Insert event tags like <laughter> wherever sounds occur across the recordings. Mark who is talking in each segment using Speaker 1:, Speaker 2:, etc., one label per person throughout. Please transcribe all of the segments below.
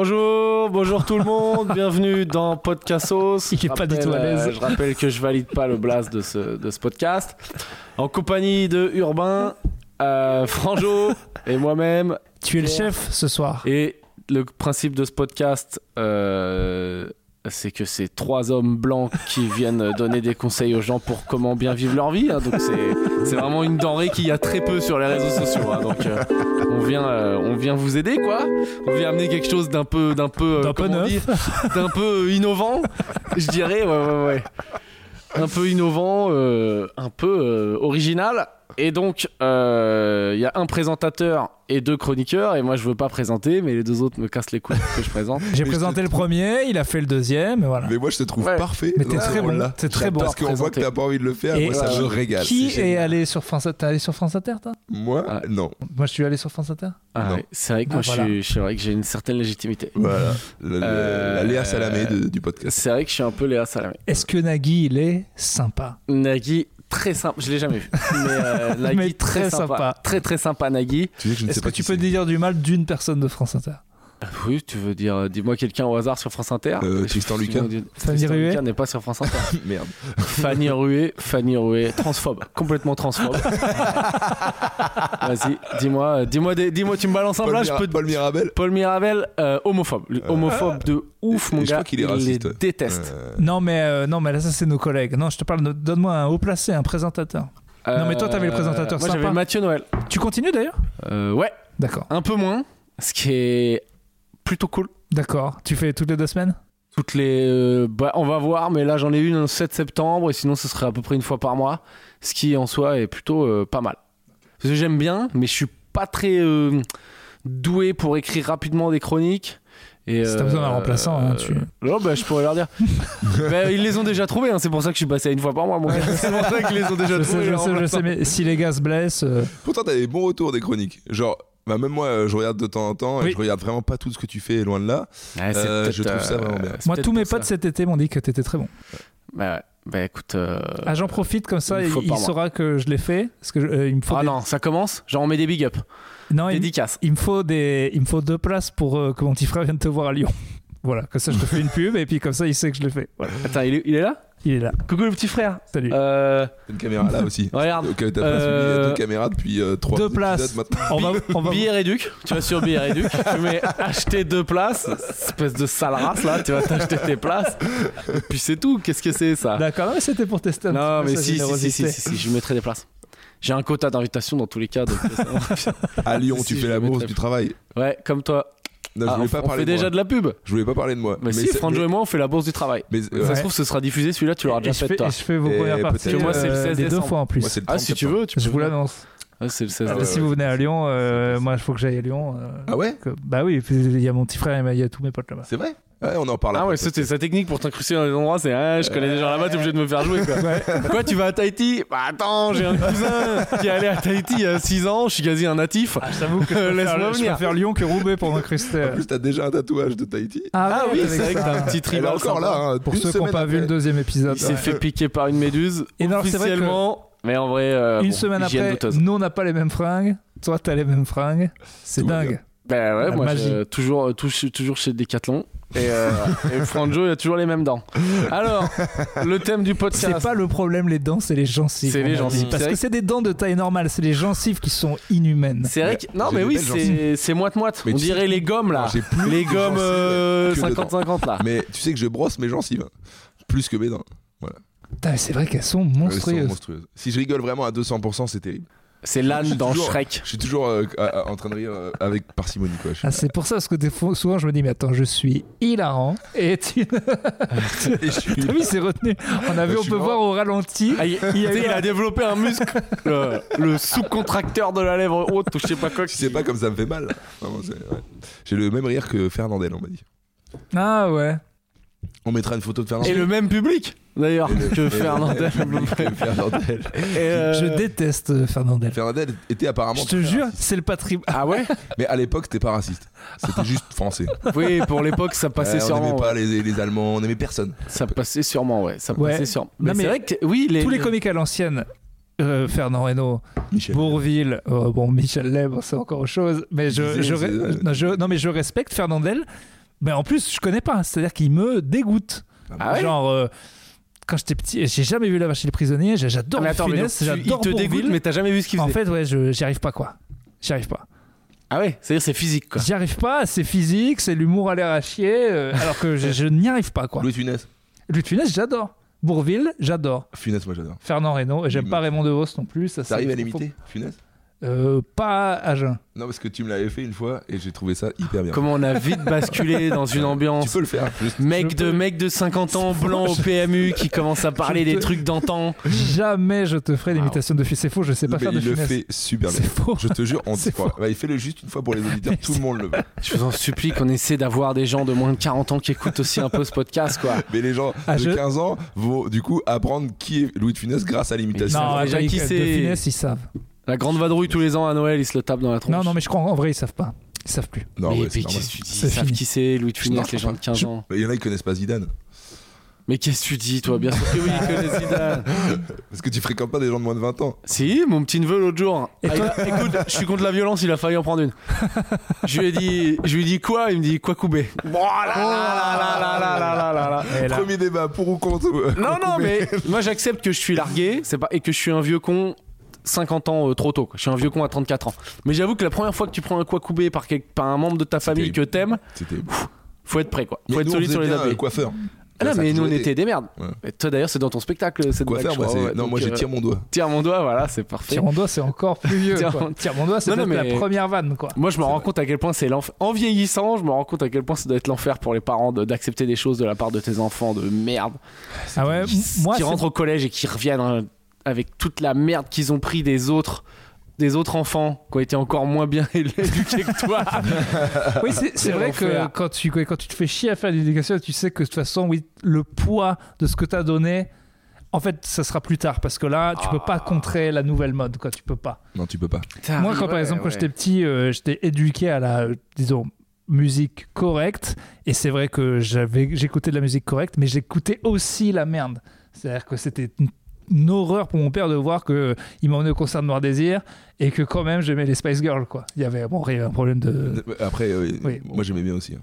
Speaker 1: Bonjour, bonjour tout le
Speaker 2: <laughs>
Speaker 1: monde, bienvenue dans Podcastos.
Speaker 2: Il est
Speaker 1: Je
Speaker 2: pas du
Speaker 1: rappelle,
Speaker 2: tout à l'aise.
Speaker 1: euh, je rappelle que je valide pas le blast de ce, de ce podcast. En compagnie de Urbain, euh,
Speaker 2: <laughs>
Speaker 1: Franjo et moi-même.
Speaker 2: Tu es le chef ce soir.
Speaker 1: Et le principe de ce podcast, euh, c'est que c'est trois hommes blancs qui viennent donner des conseils aux gens pour comment bien vivre leur vie. hein. Donc c'est c'est vraiment une denrée qu'il y a très peu sur les réseaux sociaux. hein. Donc euh, on vient euh, on vient vous aider quoi. On vient amener quelque chose d'un peu d'un peu euh,
Speaker 2: D'un peu
Speaker 1: comment
Speaker 2: neuf.
Speaker 1: dire, d'un peu euh, innovant, je dirais. Ouais ouais ouais. Un peu innovant, euh, un peu euh, original. Et donc, euh, il y a un présentateur et deux chroniqueurs, et moi je veux pas présenter, mais les deux autres me cassent les couilles que je présente.
Speaker 2: J'ai
Speaker 3: Mais
Speaker 2: présenté
Speaker 3: je
Speaker 2: le premier, il a fait le deuxième, et voilà.
Speaker 3: Mais moi, je te trouve
Speaker 1: Ouais.
Speaker 3: parfait.
Speaker 2: Mais
Speaker 3: dans
Speaker 2: t'es
Speaker 3: ce
Speaker 2: très bon,
Speaker 3: rôle-là.
Speaker 2: t'es très bon.
Speaker 3: Parce qu'on voit que t'as pas envie de le faire.
Speaker 2: Et
Speaker 3: moi, ça
Speaker 1: voilà.
Speaker 3: me régale.
Speaker 2: Qui
Speaker 3: C'est
Speaker 2: est,
Speaker 3: génial.
Speaker 2: allé sur France Inter T'es allé sur France Inter, toi
Speaker 3: Moi,
Speaker 1: Ouais.
Speaker 3: non.
Speaker 2: Moi, je suis allé sur France Inter.
Speaker 1: Ah
Speaker 3: Non.
Speaker 1: ouais, c'est vrai que
Speaker 2: Ah,
Speaker 1: moi je
Speaker 2: voilà.
Speaker 1: suis- c'est vrai que j'ai une certaine légitimité.
Speaker 3: Voilà. Le- le-
Speaker 1: Euh,
Speaker 3: La Léa Salamé de- du podcast.
Speaker 1: C'est vrai que je suis un peu Léa Salamé.
Speaker 2: Est-ce que Nagui, il est sympa
Speaker 1: Nagui, très sympa, je l'ai jamais
Speaker 2: <laughs>
Speaker 1: vu. Mais, euh, Nagui,
Speaker 2: Mais très sympa.
Speaker 1: Très très sympa Nagui.
Speaker 3: Tu sais que je ne
Speaker 2: Est-ce
Speaker 3: sais
Speaker 2: que
Speaker 3: pas
Speaker 2: tu
Speaker 3: qui
Speaker 2: peux
Speaker 3: c'est.
Speaker 2: dire du mal d'une personne de France Inter
Speaker 1: Oui, tu veux dire, euh, dis-moi quelqu'un au hasard sur France Inter.
Speaker 3: Euh,
Speaker 1: Je-
Speaker 3: Tristan
Speaker 1: je-
Speaker 3: Lucas.
Speaker 1: je-
Speaker 2: Fanny
Speaker 1: Tristan
Speaker 2: Ruet
Speaker 1: Lucas n'est pas sur France Inter.
Speaker 3: <laughs> Merde.
Speaker 1: Fanny Rué, Fanny Rué, transphobe, complètement
Speaker 3: <laughs>
Speaker 1: transphobe. Vas-y, dis-moi, euh, dis-moi, des- dis-moi, tu me balances un
Speaker 3: Paul,
Speaker 1: plat, je
Speaker 3: Mira-
Speaker 1: peux. te-
Speaker 3: Paul Mirabel.
Speaker 1: Paul Mirabel, euh, homophobe, Le- homophobe de ouf,
Speaker 3: Et
Speaker 1: mon
Speaker 3: je crois
Speaker 1: gars.
Speaker 3: qu'il est
Speaker 1: il
Speaker 3: raciste.
Speaker 1: les déteste.
Speaker 3: Euh,
Speaker 2: Non, mais euh, non, mais là, ça, c'est nos collègues. Non, je te parle, de- donne-moi un haut placé, un présentateur. Non, mais toi, t'avais le présentateur
Speaker 1: Euh, Moi,
Speaker 2: sympa.
Speaker 1: j'avais Mathieu Noël.
Speaker 2: Tu continues d'ailleurs
Speaker 1: Euh, ouais,
Speaker 2: D'accord.
Speaker 1: un peu moins, ce qui est plutôt cool.
Speaker 2: D'accord. Tu fais toutes les deux semaines
Speaker 1: Toutes les, euh, bah, on va voir, mais là j'en ai une le 7 septembre et sinon ce serait à peu près une fois par mois, ce qui en soi est plutôt euh, pas mal. Parce que j'aime bien, mais je suis pas très euh, doué pour écrire rapidement des chroniques. Et,
Speaker 2: Si t'as besoin d'un
Speaker 1: euh,
Speaker 2: remplaçant, hein, tu-
Speaker 1: Non, bah, je pourrais leur
Speaker 2: <laughs>
Speaker 1: dire. Bah, ils les ont déjà trouvés, hein, c'est pour ça que je suis passé à une fois par mois. mon <laughs> gars. C'est pour ça qu'ils les ont déjà
Speaker 2: Je
Speaker 1: trouvés.
Speaker 2: sais, je
Speaker 1: les
Speaker 2: sais, je
Speaker 1: remplaçants.
Speaker 2: sais, mais si les gars se blessent. euh,
Speaker 3: Pourtant, t'as des bons retours des chroniques. Genre. Bah même moi, euh, je regarde de temps en temps et
Speaker 2: Oui.
Speaker 3: je regarde vraiment pas tout ce que tu fais, loin de là.
Speaker 1: Ouais, c'est
Speaker 3: Euh, je
Speaker 1: peut-être,
Speaker 3: trouve ça vraiment bien.
Speaker 1: c'est
Speaker 2: Moi,
Speaker 1: peut-être
Speaker 2: tous mes
Speaker 1: pour ça.
Speaker 2: potes cet été m'ont dit que t'étais très bon.
Speaker 1: Bah, ouais. Bah, écoute. euh,
Speaker 2: Ah, j'en profite comme ça,
Speaker 1: une
Speaker 2: il,
Speaker 1: fois
Speaker 2: il
Speaker 1: par mois.
Speaker 2: saura que je l'ai fait. Parce que je- euh, il me faut
Speaker 1: Ah
Speaker 2: des-
Speaker 1: non, ça commence. Genre, on met des big up.
Speaker 2: Non, il,
Speaker 1: Dédicace.
Speaker 2: il me faut des, il me faut deux places pour euh, que mon petit frère vienne te voir à Lyon. <laughs> voilà, comme ça je te fais une pub et puis comme ça il sait que je l'ai fait. Voilà.
Speaker 1: Attends, il est, il est là
Speaker 2: Il est là.
Speaker 1: Coucou le petit frère.
Speaker 2: Salut.
Speaker 1: Euh,
Speaker 3: Une caméra là
Speaker 2: <laughs>
Speaker 3: aussi.
Speaker 1: regarde.
Speaker 3: Donc euh, t'as pas
Speaker 1: Euh,
Speaker 3: suivi, il y a deux caméras depuis euh, trois
Speaker 2: Ah, deux
Speaker 3: épisodes
Speaker 2: places.
Speaker 3: maintenant.
Speaker 2: on va, on va.
Speaker 1: Billets Duc, tu vas sur Billets Duc, tu
Speaker 2: <laughs>
Speaker 1: mets acheter deux places, espèce de sale race là, tu vas t'acheter tes places, et puis c'est tout, qu'est-ce que c'est ça
Speaker 2: D'accord, non, mais c'était pour tester. un
Speaker 1: Non
Speaker 2: petit peu
Speaker 1: mais
Speaker 2: sa
Speaker 1: si si, si, si,
Speaker 2: générosité.
Speaker 1: si, si, je mettrai des places. J'ai un quota d'invitation dans tous les cas. donc euh, ça va.
Speaker 3: À Lyon,
Speaker 1: <laughs> Si,
Speaker 3: tu
Speaker 1: je
Speaker 3: fais
Speaker 1: le
Speaker 3: la bourse
Speaker 1: mettrai.
Speaker 3: du travail.
Speaker 2: <laughs>
Speaker 1: ouais, comme toi.
Speaker 3: Non,
Speaker 1: Ah,
Speaker 3: je
Speaker 1: on
Speaker 3: voulais pas
Speaker 1: on
Speaker 3: parler
Speaker 1: fait
Speaker 3: de
Speaker 1: déjà
Speaker 3: moi.
Speaker 1: de la pub.
Speaker 3: Je voulais pas parler de moi.
Speaker 1: Mais, si,
Speaker 3: c'est-
Speaker 1: Franjo et moi, on fait la bourse du travail.
Speaker 3: mais, euh,
Speaker 1: Ça
Speaker 2: Ouais.
Speaker 1: se trouve, ce sera diffusé celui-là, tu l'auras
Speaker 2: Et
Speaker 1: déjà
Speaker 2: je,
Speaker 1: fait
Speaker 2: fais,
Speaker 1: toi.
Speaker 2: et je fais vos
Speaker 3: Et
Speaker 2: premières
Speaker 3: peut-être-
Speaker 2: parties.
Speaker 3: Parce que
Speaker 1: moi, c'est le
Speaker 2: euh,
Speaker 1: 16
Speaker 2: des deux
Speaker 1: décembre.
Speaker 2: fois en plus.
Speaker 3: Moi, c'est le
Speaker 1: Ah
Speaker 3: 30
Speaker 1: si tu
Speaker 3: septembre.
Speaker 1: veux, tu
Speaker 2: je
Speaker 1: peux.
Speaker 2: vous l'annonce.
Speaker 1: Ouais, c'est le 16
Speaker 3: Ah ouais,
Speaker 1: décembre.
Speaker 2: si vous venez à Lyon, euh, moi il faut que j'aille à Lyon. euh,
Speaker 3: Ah ouais
Speaker 2: que- bah oui, puis il y a mon petit frère et ma- il y a tous mes potes là-bas.
Speaker 3: C'est vrai Ouais, on en parle
Speaker 1: Ah
Speaker 3: après.
Speaker 1: ouais, c'était sa technique pour t'incruster dans les endroits, c'est ah, je connais des gens là-bas, t'es obligé de me faire jouer quoi. <laughs> Quoi, tu vas à Tahiti Bah attends, j'ai un cousin qui est allé à Tahiti il y a 6 ans, je suis quasi un natif.
Speaker 2: J'avoue que
Speaker 1: Euh,
Speaker 2: Ah, je
Speaker 1: laisse-moi
Speaker 2: préfère, je
Speaker 1: venir.
Speaker 2: préfère Lyon que Roubaix
Speaker 1: <laughs>
Speaker 2: pour m'incruster.
Speaker 3: En plus, t'as déjà un tatouage de Tahiti.
Speaker 1: Ah, oui, c'est vrai que t'as un petit
Speaker 3: Elle est
Speaker 1: tribal
Speaker 3: encore
Speaker 1: sympa.
Speaker 3: là. hein,
Speaker 2: Pour
Speaker 3: une
Speaker 2: ceux qui n'ont
Speaker 3: semaine
Speaker 2: pas vu le
Speaker 3: après.
Speaker 2: deuxième épisode.
Speaker 1: Il s'est fait piquer par une méduse
Speaker 2: hein. Et non, c'est vrai que-
Speaker 1: officiellement, mais en vrai euh,
Speaker 2: Une
Speaker 1: bon,
Speaker 2: semaine
Speaker 1: hygiène
Speaker 2: après,
Speaker 1: douteuse.
Speaker 2: nous on n'a pas les mêmes fringues, toi t'as les mêmes fringues, c'est
Speaker 3: Tout va
Speaker 2: dingue.
Speaker 1: Bah ouais,
Speaker 2: La
Speaker 1: moi
Speaker 2: magie.
Speaker 1: je- toujours euh, tou- je suis toujours chez Decathlon et, euh, et Franjo il a toujours les mêmes dents. Alors, le thème du
Speaker 2: C'est
Speaker 1: podcast.
Speaker 2: pas le problème les dents, c'est les gencives.
Speaker 1: C'est les
Speaker 2: on a
Speaker 1: gencives.
Speaker 2: dit. Parce
Speaker 1: C'est
Speaker 2: que
Speaker 1: vrai
Speaker 2: c'est des dents de taille normale, c'est les gencives qui sont inhumaines.
Speaker 1: C'est vrai que non
Speaker 3: J'ai
Speaker 1: mais
Speaker 3: des
Speaker 1: oui,
Speaker 3: belles
Speaker 1: c'est c'est moite-moite.
Speaker 3: Mais
Speaker 1: On
Speaker 3: tu sais-
Speaker 1: dirait les gommes là.
Speaker 3: J'ai plus
Speaker 1: Les
Speaker 3: de
Speaker 1: gommes
Speaker 3: gencives
Speaker 1: euh,
Speaker 3: que dedans.
Speaker 1: 50-50 là.
Speaker 3: Mais tu sais que je brosse mes gencives. hein. Plus que mes dents.
Speaker 2: Putain, C'est vrai qu'elles sont
Speaker 3: Elles sont
Speaker 2: monstrueuses.
Speaker 3: monstrueuses. Si je rigole vraiment à 200%, c'est terrible.
Speaker 1: C'est l'âne dans
Speaker 3: toujours-
Speaker 1: Shrek.
Speaker 3: Je suis toujours euh, à- à- en train de rire euh, avec parcimonie. Quoi. Je suis-
Speaker 2: Ah, c'est pour ça, parce que des fois, souvent je me dis, mais attends, je suis hilarant. Et tu.
Speaker 3: <laughs>
Speaker 2: <laughs>
Speaker 3: Et je
Speaker 1: <laughs>
Speaker 3: suis-
Speaker 2: T'as vu, c'est retenu. On
Speaker 1: Bah,
Speaker 2: a vu,
Speaker 3: Je
Speaker 2: on
Speaker 3: suis
Speaker 2: peut
Speaker 3: vraiment-
Speaker 2: voir au ralenti.
Speaker 1: Ah, il, il a il a développé un muscle, le, le sous-contracteur de la lèvre haute, ou je sais pas quoi.
Speaker 3: Tu sais pas comme ça me fait mal. Vraiment, c'est- ouais. J'ai le même rire que Fernandel, on m'a dit.
Speaker 2: Ah ouais.
Speaker 3: On mettra une photo de
Speaker 1: Et
Speaker 3: Fernandel. <laughs>
Speaker 1: le même public, d'ailleurs,
Speaker 3: Et le- et
Speaker 1: que
Speaker 3: le-
Speaker 1: Fernandel.
Speaker 3: Que Fernandel.
Speaker 1: Et, euh,
Speaker 2: Je déteste euh, Fernandel.
Speaker 3: Fernandel était apparemment.
Speaker 2: Je te jure, c'est le patrimoine.
Speaker 1: Ah ouais
Speaker 3: Mais à l'époque, t'es pas raciste. C'était juste
Speaker 2: <laughs>
Speaker 3: français.
Speaker 1: Oui, pour l'époque, ça passait
Speaker 3: Euh, on
Speaker 1: sûrement.
Speaker 3: n'aimait
Speaker 1: ouais.
Speaker 3: pas les, les Allemands, on n'aimait personne.
Speaker 1: Ça passait sûrement, ouais. Ça
Speaker 2: Ouais.
Speaker 1: passait sûrement.
Speaker 2: Non,
Speaker 1: Mais, c'est
Speaker 2: mais
Speaker 1: vrai que, oui, les.
Speaker 2: Tous les comiques à l'ancienne, euh, Fernand Reynaud,
Speaker 3: Michel.
Speaker 2: Bourville, euh, bon Michel Lèbre, c'est encore autre chose, mais je,
Speaker 3: Disais,
Speaker 2: je-
Speaker 3: c'est-
Speaker 2: non, je- non, mais je respecte Fernandel, Mais en plus, je connais pas. C'est-à-dire qu'il me dégoûte.
Speaker 1: Ah ouais
Speaker 2: Genre, euh, quand j'étais petit, j'ai jamais vu La Vache et les Prisonniers. j'ai- J'adore
Speaker 1: Ah, mais attends, mais donc,
Speaker 2: Funès,
Speaker 1: tu- il
Speaker 2: j'adore
Speaker 1: te
Speaker 2: Bourvil.
Speaker 1: dégoûte, mais t'as jamais vu ce qu'il
Speaker 2: En
Speaker 1: faisait.
Speaker 2: fait, ouais, je- j'y arrive pas, quoi. J'y arrive pas.
Speaker 1: Ah ouais, c'est-à-dire c'est physique quoi.
Speaker 2: J'y arrive pas, c'est physique, c'est l'humour à l'air à chier, euh, alors que je, je n'y arrive pas, quoi.
Speaker 3: Louis Funès.
Speaker 2: Louis de Funès, j'adore. Bourville, j'adore.
Speaker 3: Funès, moi j'adore.
Speaker 2: Fernand Reynaud, et j'aime
Speaker 3: Il
Speaker 2: pas Raymond DeVos non plus. Ça, c'est-
Speaker 3: T'arrives à
Speaker 2: faut-
Speaker 3: l'imiter, Funès
Speaker 2: Euh, Pas à jeun.
Speaker 3: Non, parce que tu me l'avais fait une fois et j'ai trouvé ça hyper bien.
Speaker 1: Comment on a vite basculé dans une
Speaker 3: <laughs> Tu
Speaker 1: ambiance.
Speaker 3: peux le faire. juste.
Speaker 1: Mec
Speaker 2: Je
Speaker 1: de,
Speaker 2: peux-
Speaker 1: mec de 50 ans, blanc au PMU, qui commence à parler
Speaker 2: <laughs> Je
Speaker 1: des
Speaker 2: peux-
Speaker 1: trucs d'antan.
Speaker 2: Jamais je te ferai l'imitation de Funès. C'est faux, je sais pas
Speaker 3: Mais
Speaker 2: faire de
Speaker 3: il le
Speaker 2: Funès.
Speaker 3: fait super bien.
Speaker 2: C'est faux.
Speaker 3: Je te jure, on
Speaker 2: C'est
Speaker 3: dit quoi. Bah, il fait le juste une fois pour les auditeurs,
Speaker 2: Mais
Speaker 3: tout le monde le veut.
Speaker 1: Je vous en supplie qu'on essaie d'avoir des gens de moins de 40 ans qui écoutent aussi un peu ce podcast quoi.
Speaker 3: Mais les gens
Speaker 2: Ah,
Speaker 3: de
Speaker 2: je-
Speaker 3: 15 ans vont du coup apprendre qui est Louis de Funès grâce à l'imitation.
Speaker 1: savent
Speaker 2: Non,
Speaker 1: déjà
Speaker 2: Jacques
Speaker 1: qui
Speaker 2: de
Speaker 1: c'est.
Speaker 2: Funès, ils savent.
Speaker 1: La grande vadrouille tous les ans à Noël, ils se le tapent dans la tronche.
Speaker 2: Non, non, mais je crois en vrai, ils savent pas. Ils savent plus.
Speaker 3: Non,
Speaker 1: mais
Speaker 3: ouais,
Speaker 1: et
Speaker 3: c'est
Speaker 1: puis
Speaker 3: normal.
Speaker 1: qu'est-ce que tu dis
Speaker 2: C'est
Speaker 1: Ils savent
Speaker 2: fini.
Speaker 1: qui c'est Louis de Funès,
Speaker 3: marche
Speaker 1: les gens de
Speaker 3: pas.
Speaker 1: 15
Speaker 3: Je-
Speaker 1: ans.
Speaker 3: Mais Il y en a qui connaissent pas Zidane.
Speaker 1: Mais qu'est-ce que tu dis toi Bien sûr que oui, ils connaissent Zidane.
Speaker 3: Parce que tu fréquentes pas des gens de moins de 20 ans.
Speaker 1: <laughs> Si, mon petit neveu l'autre jour.
Speaker 2: Et
Speaker 1: Ah,
Speaker 2: toi-
Speaker 1: il a- écoute, je suis contre la violence, il a failli en prendre une. Je lui ai dit, je lui ai dit quoi Il me dit quoi couper Bon, Oh là, là, là, là, là, là, là, là, là.
Speaker 2: Oh. Et là,
Speaker 3: Premier débat, pour ou contre euh,
Speaker 1: Non, non,
Speaker 3: <laughs> Koubé.
Speaker 1: mais moi j'accepte que je suis largué, c'est pas et que je suis un vieux con. 50 ans euh, trop tôt, quoi. je suis un vieux con à 34 ans. Mais j'avoue que la première fois que tu prends un quoi coubé par, quel- par un membre de ta famille que
Speaker 3: terrible.
Speaker 1: t'aimes,
Speaker 3: C'était.
Speaker 1: faut être prêt quoi. Faut
Speaker 3: Mais
Speaker 1: être
Speaker 3: nous, on
Speaker 1: solide sur
Speaker 3: faisait
Speaker 1: les
Speaker 3: bien, euh,
Speaker 1: appuis.
Speaker 3: coiffeur.
Speaker 1: Ah non,
Speaker 3: Ça a
Speaker 1: mais nous
Speaker 3: toujours
Speaker 1: on
Speaker 3: été.
Speaker 1: était des merdes.
Speaker 3: Ouais.
Speaker 1: Et toi d'ailleurs, c'est dans ton spectacle euh, cette blague,
Speaker 3: Coiffeur,
Speaker 1: je
Speaker 3: moi,
Speaker 1: crois,
Speaker 3: c'est.
Speaker 1: ouais.
Speaker 3: Non, moi
Speaker 1: Donc,
Speaker 3: j'ai
Speaker 1: euh,
Speaker 3: tiré mon doigt.
Speaker 1: tire mon doigt, voilà, c'est parfait.
Speaker 2: Tirandois, c'est encore plus vieux.
Speaker 1: Tiran-
Speaker 2: quoi. Tirandois, c'est
Speaker 1: Non, non,
Speaker 2: peut-être
Speaker 1: mais-
Speaker 2: la première vanne, quoi.
Speaker 1: Moi, je me rends compte à quel point c'est l'enfer. En vieillissant, je me rends compte à quel point ça doit être l'enfer pour les parents de- d'accepter des choses de la part de tes enfants de merde
Speaker 2: Ah ouais,
Speaker 1: qui,
Speaker 2: moi,
Speaker 1: qui
Speaker 2: c'est-
Speaker 1: rentrent au collège et qui reviennent hein, avec toute la merde qu'ils ont pris des autres des autres enfants qui ont été encore moins bien <laughs> éduqués que
Speaker 2: <laughs>
Speaker 1: toi. Ah.
Speaker 2: Oui, c'est c'est
Speaker 1: Quel
Speaker 2: vrai que
Speaker 1: enfer.
Speaker 2: quand tu, quand tu te fais chier à faire de l'éducation, tu sais que de toute façon, oui, le poids de ce que t'as donné, en fait, ça sera plus tard parce que là, tu peux
Speaker 1: Ah.
Speaker 2: pas contrer la nouvelle mode, quoi. Tu peux pas.
Speaker 3: Non, tu peux pas.
Speaker 2: Moi, quand, par exemple, quand j'étais petit, euh, j'étais éduqué à la, euh, disons, musique correcte. Et c'est vrai que j'avais, j'écoutais de la musique correcte, mais j'écoutais aussi la merde. C'est-à-dire que c'était une, une horreur pour mon père de voir que il m'emmenait au concert de Noir Désir et que quand même j'aimais les Spice Girls, quoi. Il y avait, bon, il y avait un problème de.
Speaker 3: Après, euh,
Speaker 2: oui.
Speaker 3: moi j'aimais bien aussi. hein.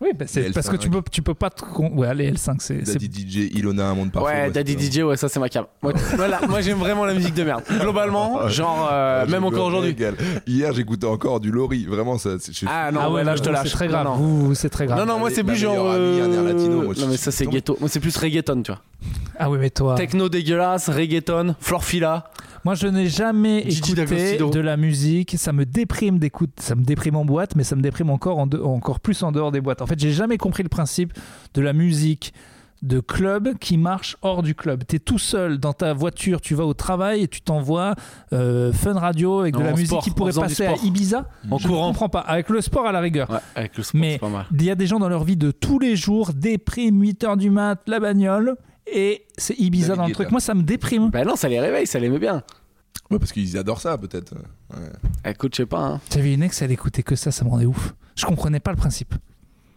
Speaker 2: Oui, bah, c'est
Speaker 3: Les
Speaker 2: parce que
Speaker 3: L5.
Speaker 2: tu peux, tu peux pas te. con- Ouais, les L5, c'est. c'est-
Speaker 3: Daddy DJ, Ilona, un monde parfait.
Speaker 1: Ouais, Daddy
Speaker 3: c'était-
Speaker 1: DJ, ouais, ça c'est ma cam. Moi, <laughs> voilà, moi j'aime vraiment la musique de
Speaker 2: <laughs>
Speaker 1: merde. Globalement, genre, euh,
Speaker 3: Ah,
Speaker 1: même
Speaker 3: je
Speaker 1: encore
Speaker 3: me
Speaker 1: aujourd'hui.
Speaker 3: régale. Hier, j'écoutais encore du Lori. Vraiment, ça. c'est- je-
Speaker 1: Ah non,
Speaker 2: Ah
Speaker 1: ouais,
Speaker 2: ouais,
Speaker 1: là
Speaker 2: mais
Speaker 1: je te
Speaker 2: vous,
Speaker 1: lâche.
Speaker 2: C'est très
Speaker 1: Non,
Speaker 2: grave.
Speaker 1: non.
Speaker 2: Vous, c'est très grave.
Speaker 1: Non, non, moi
Speaker 3: Ma
Speaker 1: c'est plus
Speaker 3: meilleure
Speaker 1: genre. euh,
Speaker 3: amie, un air latino, moi, je
Speaker 1: non, mais
Speaker 3: suis
Speaker 1: ça c'est
Speaker 3: tombé.
Speaker 1: ghetto. Moi c'est plus reggaeton, tu vois.
Speaker 2: Ah oui, mais toi.
Speaker 1: Techno dégueulasse, reggaeton, Florfila.
Speaker 2: Moi, je n'ai jamais
Speaker 1: Gigi
Speaker 2: écouté
Speaker 1: D'Agostino.
Speaker 2: de la musique. Ça me déprime d'écoute. Ça me déprime en boîte, mais ça me déprime encore, en de- encore plus en dehors des boîtes. En fait, j'ai jamais compris le principe de la musique de club qui marche hors du club. T'es tout seul dans ta voiture, tu vas au travail et tu t'envoies euh, fun radio avec de
Speaker 1: Non,
Speaker 2: la
Speaker 1: en
Speaker 2: musique
Speaker 1: sport,
Speaker 2: qui
Speaker 1: en
Speaker 2: pourrait
Speaker 1: faisant du
Speaker 2: passer à
Speaker 1: sport.
Speaker 2: Ibiza.
Speaker 1: En
Speaker 2: Je ne
Speaker 1: courant.
Speaker 2: comprends pas. Avec le sport à la rigueur.
Speaker 1: Ouais, avec le sport,
Speaker 2: Mais-
Speaker 1: c'est pas mal.
Speaker 2: Il y a des gens dans leur vie de tous les jours, déprime, 8h du mat, la bagnole, et c'est Ibiza
Speaker 3: David
Speaker 2: dans le
Speaker 3: Guetta.
Speaker 2: truc. Moi, ça me déprime.
Speaker 1: Bah non, ça les réveille, ça les met bien.
Speaker 3: Ouais, parce qu'ils adorent ça, peut-être. Ouais.
Speaker 1: Écoute, je sais pas. Hein.
Speaker 2: J'avais une ex, elle écoutait que ça, ça me rendait ouf. Je comprenais pas le principe.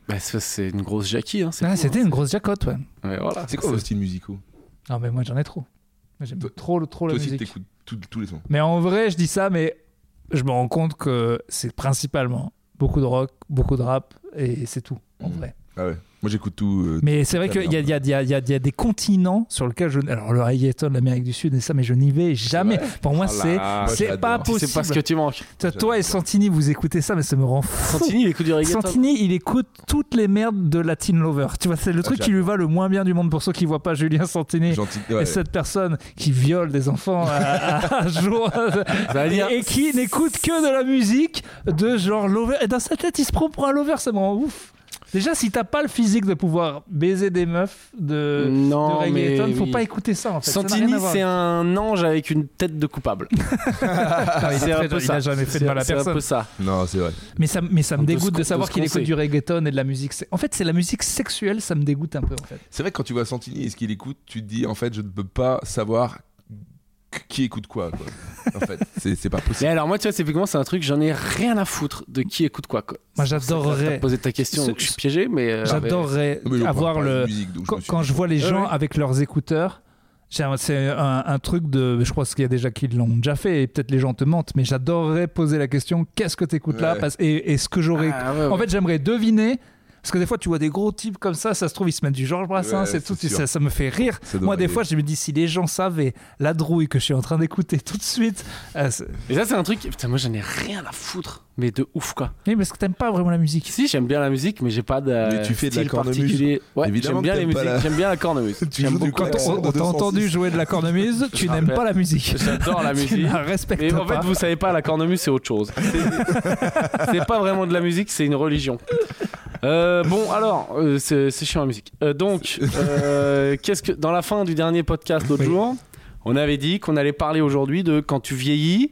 Speaker 1: Bah ça, c'est une grosse Jackie. Hein, c'est
Speaker 2: Ah,
Speaker 1: tout,
Speaker 2: C'était
Speaker 1: hein.
Speaker 2: une grosse jacotte, ouais.
Speaker 1: Ouais, voilà.
Speaker 3: C'est quoi vos styles musicaux
Speaker 2: Non, mais moi, j'en ai trop. Moi, J'aime
Speaker 3: Toi-
Speaker 2: trop, le- trop la
Speaker 3: Toi aussi,
Speaker 2: musique.
Speaker 3: t'écoutes tous- tous les sons.
Speaker 2: Mais en vrai, je dis ça, mais je me rends compte que c'est principalement beaucoup de rock, beaucoup de rap, et c'est tout, en
Speaker 3: Mhm.
Speaker 2: vrai.
Speaker 3: Ah ouais. Moi, j'écoute tout. euh,
Speaker 2: Mais c'est vrai
Speaker 3: Très
Speaker 2: qu'il y, a- il y, a- il y a- il y a- il y a des continents sur lesquels je. Alors, le reggaeton, l'Amérique du Sud et ça, mais je n'y vais jamais. Pour moi,
Speaker 3: Oh là
Speaker 2: c'est
Speaker 3: là, moi,
Speaker 2: c'est
Speaker 3: j'adore.
Speaker 2: pas
Speaker 1: Tu
Speaker 2: possible.
Speaker 1: sais pas ce que tu manques.
Speaker 2: Toi, toi et
Speaker 3: J'adore.
Speaker 2: Santini, vous écoutez ça, mais ça me rend fou.
Speaker 1: Santini, il écoute du reggaeton.
Speaker 2: Santini, il écoute toutes les merdes de Latin Lover. Tu vois,
Speaker 1: Ah,
Speaker 2: c'est le truc qui lui va le moins bien du monde pour ceux qui voient pas Julien Santini.
Speaker 3: Gentil. ouais.
Speaker 2: Et cette personne qui viole des enfants à, à- à jour
Speaker 1: Ça veut dire-
Speaker 2: et, et qui n'écoute que de la musique de genre Lover. Et dans sa tête, il se prend pour un Lover, ça me rend ouf. Déjà, si t'as pas le physique de pouvoir baiser des meufs de, de
Speaker 1: non, mais
Speaker 2: reggaeton, faut
Speaker 1: oui.
Speaker 2: pas écouter ça en fait. Ça n'a rien
Speaker 1: Santini,
Speaker 2: à voir.
Speaker 1: c'est un ange avec une tête de coupable.
Speaker 2: Ah, il est
Speaker 1: c'est un
Speaker 2: très-
Speaker 1: peu
Speaker 2: il
Speaker 1: ça.
Speaker 2: a jamais fait
Speaker 1: C'est-
Speaker 2: de mal à
Speaker 1: C'est un
Speaker 2: personne.
Speaker 1: peu ça.
Speaker 3: Non, c'est vrai.
Speaker 2: Mais ça, mais ça
Speaker 1: De
Speaker 2: me
Speaker 1: ce
Speaker 2: dégoûte
Speaker 1: qu'on-
Speaker 2: de
Speaker 1: de
Speaker 2: savoir
Speaker 1: ce
Speaker 2: qu'il
Speaker 1: qu'on
Speaker 2: écoute
Speaker 1: sait.
Speaker 2: du reggaeton et de la musique. c'est- En fait, c'est la musique sexuelle, ça me dégoûte un peu. En fait.
Speaker 3: C'est vrai que quand tu vois Santini et ce qu'il écoute, tu te dis, en fait, je ne peux pas savoir qu- qui écoute quoi. quoi. En fait,
Speaker 1: <laughs>
Speaker 3: c'est c'est pas
Speaker 1: Mais
Speaker 3: possible.
Speaker 1: alors, moi, tu vois, typiquement, c'est un truc, j'en ai rien à foutre de qui écoute quoi. quoi.
Speaker 2: Moi,
Speaker 1: T'as
Speaker 2: j'adorerais,
Speaker 1: posé ta question,
Speaker 2: Ce-
Speaker 1: donc je suis piégé, mais. euh,
Speaker 2: j'adorerais
Speaker 3: Ah, Mais je
Speaker 2: avoir
Speaker 3: parle pas de
Speaker 2: le.
Speaker 3: musique, donc je
Speaker 2: Quand,
Speaker 3: me suis
Speaker 2: quand
Speaker 3: dit,
Speaker 2: je vois les
Speaker 1: Ouais,
Speaker 2: gens
Speaker 1: ouais.
Speaker 2: avec leurs écouteurs, j'ai un- c'est un, un truc de. Je crois qu'il y a déjà qui l'ont déjà fait et peut-être les gens te mentent, mais j'adorerais poser la question qu'est-ce que t'écoutes là
Speaker 3: Ouais.
Speaker 2: parce- et, et ce que j'aurais.
Speaker 1: Ah, ouais, ouais.
Speaker 2: En fait, j'aimerais deviner Parce que des fois, tu vois des gros types comme ça, ça se trouve, ils se mettent du Georges Brassens
Speaker 3: Ouais,
Speaker 2: et tout,
Speaker 3: c'est
Speaker 2: tu-
Speaker 3: sûr.
Speaker 2: ça, ça me fait rire.
Speaker 3: Ça doit
Speaker 2: Moi, des
Speaker 3: aller.
Speaker 2: fois, je me dis, si les gens savaient la drouille que je suis en train d'écouter <laughs> tout de suite. euh, c'est-
Speaker 1: Et ça, c'est un truc. Putain, moi, j'en ai rien à foutre. Mais de ouf, quoi.
Speaker 2: Oui, parce que t'aimes pas vraiment la musique.
Speaker 1: Si, j'aime bien la musique, mais j'ai pas de.
Speaker 3: Mais tu fais de la
Speaker 1: style
Speaker 3: cornemuse,
Speaker 1: particulier. Ouais,
Speaker 3: Évidemment
Speaker 1: j'aime bien
Speaker 3: que
Speaker 1: les
Speaker 3: t'aimes pas
Speaker 1: musiques.
Speaker 3: la-
Speaker 1: J'aime bien la cornemuse.
Speaker 3: <laughs> Tu
Speaker 1: J'aime
Speaker 3: joues du
Speaker 1: beaucoup la
Speaker 3: Ouais,
Speaker 2: Quand on,
Speaker 1: cornemuse.
Speaker 3: de
Speaker 2: on t'a
Speaker 3: 206.
Speaker 2: entendu jouer de la cornemuse, tu n'aimes
Speaker 1: rappelle.
Speaker 2: pas la musique.
Speaker 1: <laughs> <laughs>
Speaker 3: <laughs>
Speaker 1: J'adore la
Speaker 2: Tu
Speaker 1: musique.
Speaker 2: la respectes
Speaker 1: Mais en
Speaker 2: pas.
Speaker 1: fait, vous savez pas, la cornemuse, c'est autre chose. C'est- C'est pas vraiment de la musique, c'est une religion. Euh, bon, alors, euh, c'est c'est chiant la musique. Euh, donc,
Speaker 3: <laughs>
Speaker 1: euh, qu'est-ce que dans la fin du dernier podcast l'autre
Speaker 2: Oui.
Speaker 1: jour, on avait dit qu'on allait parler aujourd'hui de quand tu vieillis,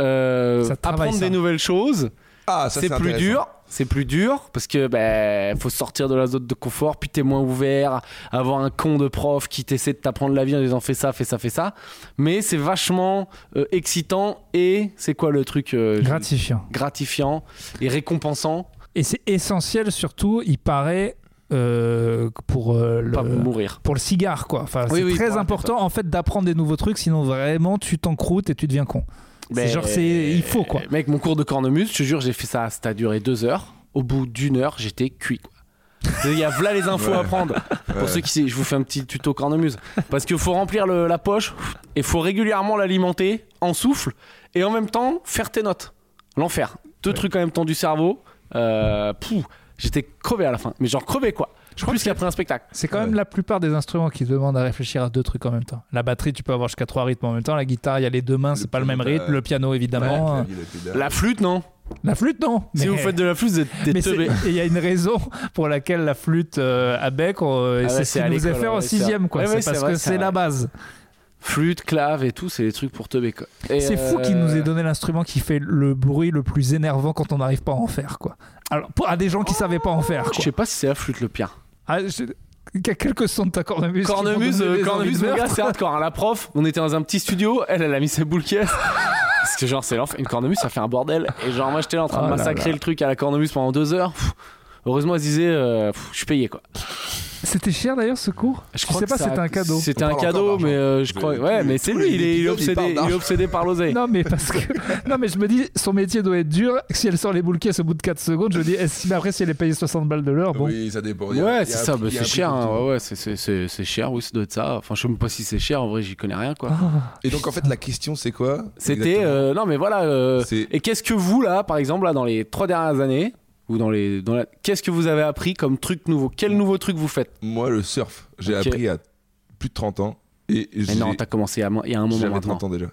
Speaker 1: euh,
Speaker 2: Ça travaille,
Speaker 1: apprendre
Speaker 2: ça.
Speaker 1: des nouvelles choses.
Speaker 3: Ah, ça,
Speaker 1: c'est plus
Speaker 3: intéressant.
Speaker 1: dur. C'est plus dur parce que ben faut sortir de la zone de confort, puis t'es moins ouvert, avoir un con de prof qui t'essaie de t'apprendre la vie en disant fais ça, fais ça, fais ça. Mais c'est vachement euh, excitant et c'est quoi le truc euh, je-
Speaker 2: Gratifiant.
Speaker 1: gratifiant et récompensant
Speaker 2: Et c'est essentiel, surtout, il paraît, euh, pour, euh, le,
Speaker 1: pas mourir.
Speaker 2: pour le cigare, quoi. Enfin,
Speaker 1: Oui,
Speaker 2: c'est
Speaker 1: oui,
Speaker 2: très
Speaker 1: pour la
Speaker 2: important, en fait, d'apprendre des nouveaux trucs, sinon vraiment, tu t'encroutes et tu deviens con. C'est
Speaker 1: Ben,
Speaker 2: genre, c'est- il faut, quoi.
Speaker 1: Mec, mon cours de cornemuse, je te jure, j'ai fait ça, ça a duré deux heures. Au bout d'une heure, j'étais cuit. quoi. Il y a là les infos
Speaker 3: Ouais.
Speaker 1: à prendre. Pour
Speaker 3: Ouais.
Speaker 1: ceux qui je vous fais un petit tuto cornemuse. Parce qu'il faut remplir le- la poche et faut régulièrement l'alimenter en souffle et en même temps faire tes notes. L'enfer. Deux trucs en même temps du cerveau. Euh, pouh, j'étais crevé à la fin. Mais genre crevé quoi. Je crois plus qu'après un spectacle.
Speaker 2: C'est quand
Speaker 3: Ouais.
Speaker 2: même la plupart des instruments qui te demandent à réfléchir à deux trucs en même temps. La batterie, tu peux avoir jusqu'à trois rythmes en même temps. La guitare, il y a les deux mains,
Speaker 3: Le
Speaker 2: c'est pas le même
Speaker 3: piano,
Speaker 2: rythme.
Speaker 3: euh,
Speaker 2: Le piano, évidemment.
Speaker 1: hein.
Speaker 2: euh.
Speaker 3: Ouais, la pédale.
Speaker 1: La flûte, non
Speaker 2: la flûte, non.
Speaker 1: Si
Speaker 2: Mais-
Speaker 1: vous faites de la flûte, vous êtes des
Speaker 2: mais c'est-
Speaker 1: teubés.
Speaker 2: et il y a une raison pour laquelle la flûte euh, à bec, on- et
Speaker 1: Ah ouais,
Speaker 2: c'est
Speaker 1: c'est
Speaker 2: ce
Speaker 1: à
Speaker 2: qu'il nous est
Speaker 1: l'école,
Speaker 2: faire en
Speaker 1: ouais, c'est
Speaker 2: sixième, quoi.
Speaker 1: vrai. Ouais, ouais,
Speaker 2: c'est
Speaker 1: c'est
Speaker 2: parce
Speaker 1: vrai,
Speaker 2: que
Speaker 1: c'est
Speaker 2: c'est la
Speaker 1: vrai.
Speaker 2: base.
Speaker 1: Flûte, clave et tout, c'est des trucs pour teubés quoi. Et
Speaker 2: C'est fou
Speaker 1: euh,
Speaker 2: qu'il nous ait donné l'instrument qui fait le bruit le plus énervant quand on n'arrive pas à en faire, quoi. Alors, pour, à des gens qui savaient Ah, pas en faire,
Speaker 1: Je
Speaker 2: quoi.
Speaker 1: sais pas si c'est la flûte le pire.
Speaker 2: Ah, je- Il y a quelques sons de ta cornemuse. qui m'ont
Speaker 1: Cornemuse,
Speaker 2: donné
Speaker 1: euh,
Speaker 2: des envies
Speaker 1: Cornemuse,
Speaker 2: de
Speaker 1: mon gars,
Speaker 2: meurtre.
Speaker 1: c'est hardcore. hein. La prof, on était dans un petit studio, elle, elle a mis ses boules caisses. Parce que genre, c'est l'enfer. Une cornemuse, ça fait un bordel. Et genre, moi, j'étais là en train
Speaker 2: Oh
Speaker 1: de
Speaker 2: là
Speaker 1: massacrer le truc à la cornemuse pendant deux heures. Pff, heureusement, elle se disait, euh, pff, je suis payé quoi.
Speaker 2: C'était cher d'ailleurs ce cours Je
Speaker 1: crois
Speaker 2: sais
Speaker 1: que
Speaker 2: pas,
Speaker 1: ça-
Speaker 2: c'était un cadeau.
Speaker 1: C'était
Speaker 3: On
Speaker 1: un
Speaker 3: parle
Speaker 1: cadeau,
Speaker 3: encore
Speaker 1: mais euh, je
Speaker 3: Vous
Speaker 1: crois.
Speaker 3: avez
Speaker 1: Ouais,
Speaker 3: tous-
Speaker 1: mais c'est
Speaker 3: tous
Speaker 1: lui,
Speaker 3: les
Speaker 1: il est, il est
Speaker 3: épisodes, il
Speaker 1: obsédé,
Speaker 3: parle
Speaker 1: il est
Speaker 3: d'argent.
Speaker 1: obsédé par l'oseille.
Speaker 2: Non, mais
Speaker 1: <laughs>
Speaker 2: parce que. Non, mais je me dis, son métier doit être dur. Si elle sort les boules caisses au bout de 4 secondes, je me dis, est-ce- mais après, si elle est payée 60 balles de l'heure, bon.
Speaker 3: Oui, ça dépend. Il y a- il y
Speaker 1: Ouais,
Speaker 3: a
Speaker 1: c'est
Speaker 3: un
Speaker 1: ça,
Speaker 3: prix-
Speaker 1: bah,
Speaker 3: il y
Speaker 1: c'est
Speaker 3: a un prix
Speaker 1: cher.
Speaker 3: pour
Speaker 1: hein,
Speaker 3: tout.
Speaker 1: Ouais, ouais, c'est- c'est c'est- c'est cher, oui, ça doit être ça. Enfin, je sais même pas si c'est cher, en vrai, j'y connais rien quoi.
Speaker 2: Ah,
Speaker 3: Et donc, en fait, la question, c'est quoi
Speaker 1: C'était.
Speaker 3: Exactement.
Speaker 1: euh, non, mais voilà. euh,
Speaker 3: C'est-
Speaker 1: et qu'est-ce que vous, là, par exemple, là, dans les trois dernières années, ou dans les. Dans la- Qu'est-ce que vous avez appris comme truc nouveau Quel nouveau truc vous faites
Speaker 3: Moi, le surf, j'ai
Speaker 1: Ok.
Speaker 3: appris à plus de 30 ans. Et
Speaker 1: Mais
Speaker 3: j'ai-
Speaker 1: non, t'as commencé à mo- il y a un moment
Speaker 3: j'avais
Speaker 1: maintenant.
Speaker 3: 30 ans déjà.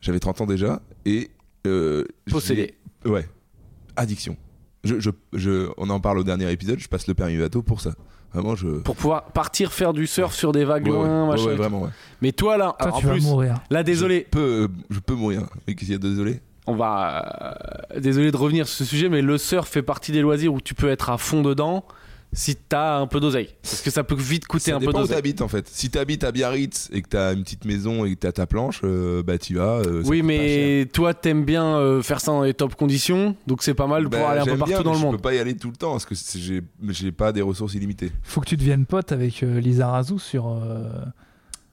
Speaker 3: J'avais 30 ans déjà. Et. Euh,
Speaker 1: Possédé.
Speaker 3: j'ai- Ouais. Addiction. Je, je, je, on en parle au dernier épisode, je passe le permis bateau pour ça. Vraiment, je.
Speaker 1: Pour pouvoir partir faire du surf sur des vagues
Speaker 3: Ouais, ouais.
Speaker 1: loin,
Speaker 3: Ouais,
Speaker 1: machin.
Speaker 3: ouais, vraiment, ouais.
Speaker 1: Mais toi, là,
Speaker 2: Toi,
Speaker 1: alors, en
Speaker 2: tu vas
Speaker 1: plus,
Speaker 2: mourir.
Speaker 1: là, désolé,
Speaker 3: Je peux, euh, je peux mourir. Mais qu'est-ce qu'il y a de désolé
Speaker 1: on va. euh, désolé de revenir sur ce sujet, mais le surf fait partie des loisirs où tu peux être à fond dedans si t'as un peu d'oseille. Parce que ça peut vite coûter
Speaker 3: Ça
Speaker 1: un peu
Speaker 3: dépend où
Speaker 1: d'oseille.
Speaker 3: t'habites en fait. Si t'habites à Biarritz et que t'as une petite maison et que t'as ta planche, euh, bah tu vas. euh, ça
Speaker 1: Oui,
Speaker 3: coûte pas cher.
Speaker 1: mais toi, t'aimes bien euh, faire ça dans les top conditions, donc c'est pas mal de
Speaker 3: Bah,
Speaker 1: pouvoir aller un peu
Speaker 3: j'aime
Speaker 1: partout
Speaker 3: bien,
Speaker 1: dans
Speaker 3: mais
Speaker 1: le
Speaker 3: Je
Speaker 1: monde.
Speaker 3: peux pas y aller tout le temps parce que c'est- j'ai j'ai pas des ressources illimitées.
Speaker 2: Faut que tu deviennes pote avec euh, Lisa Razou sur. euh,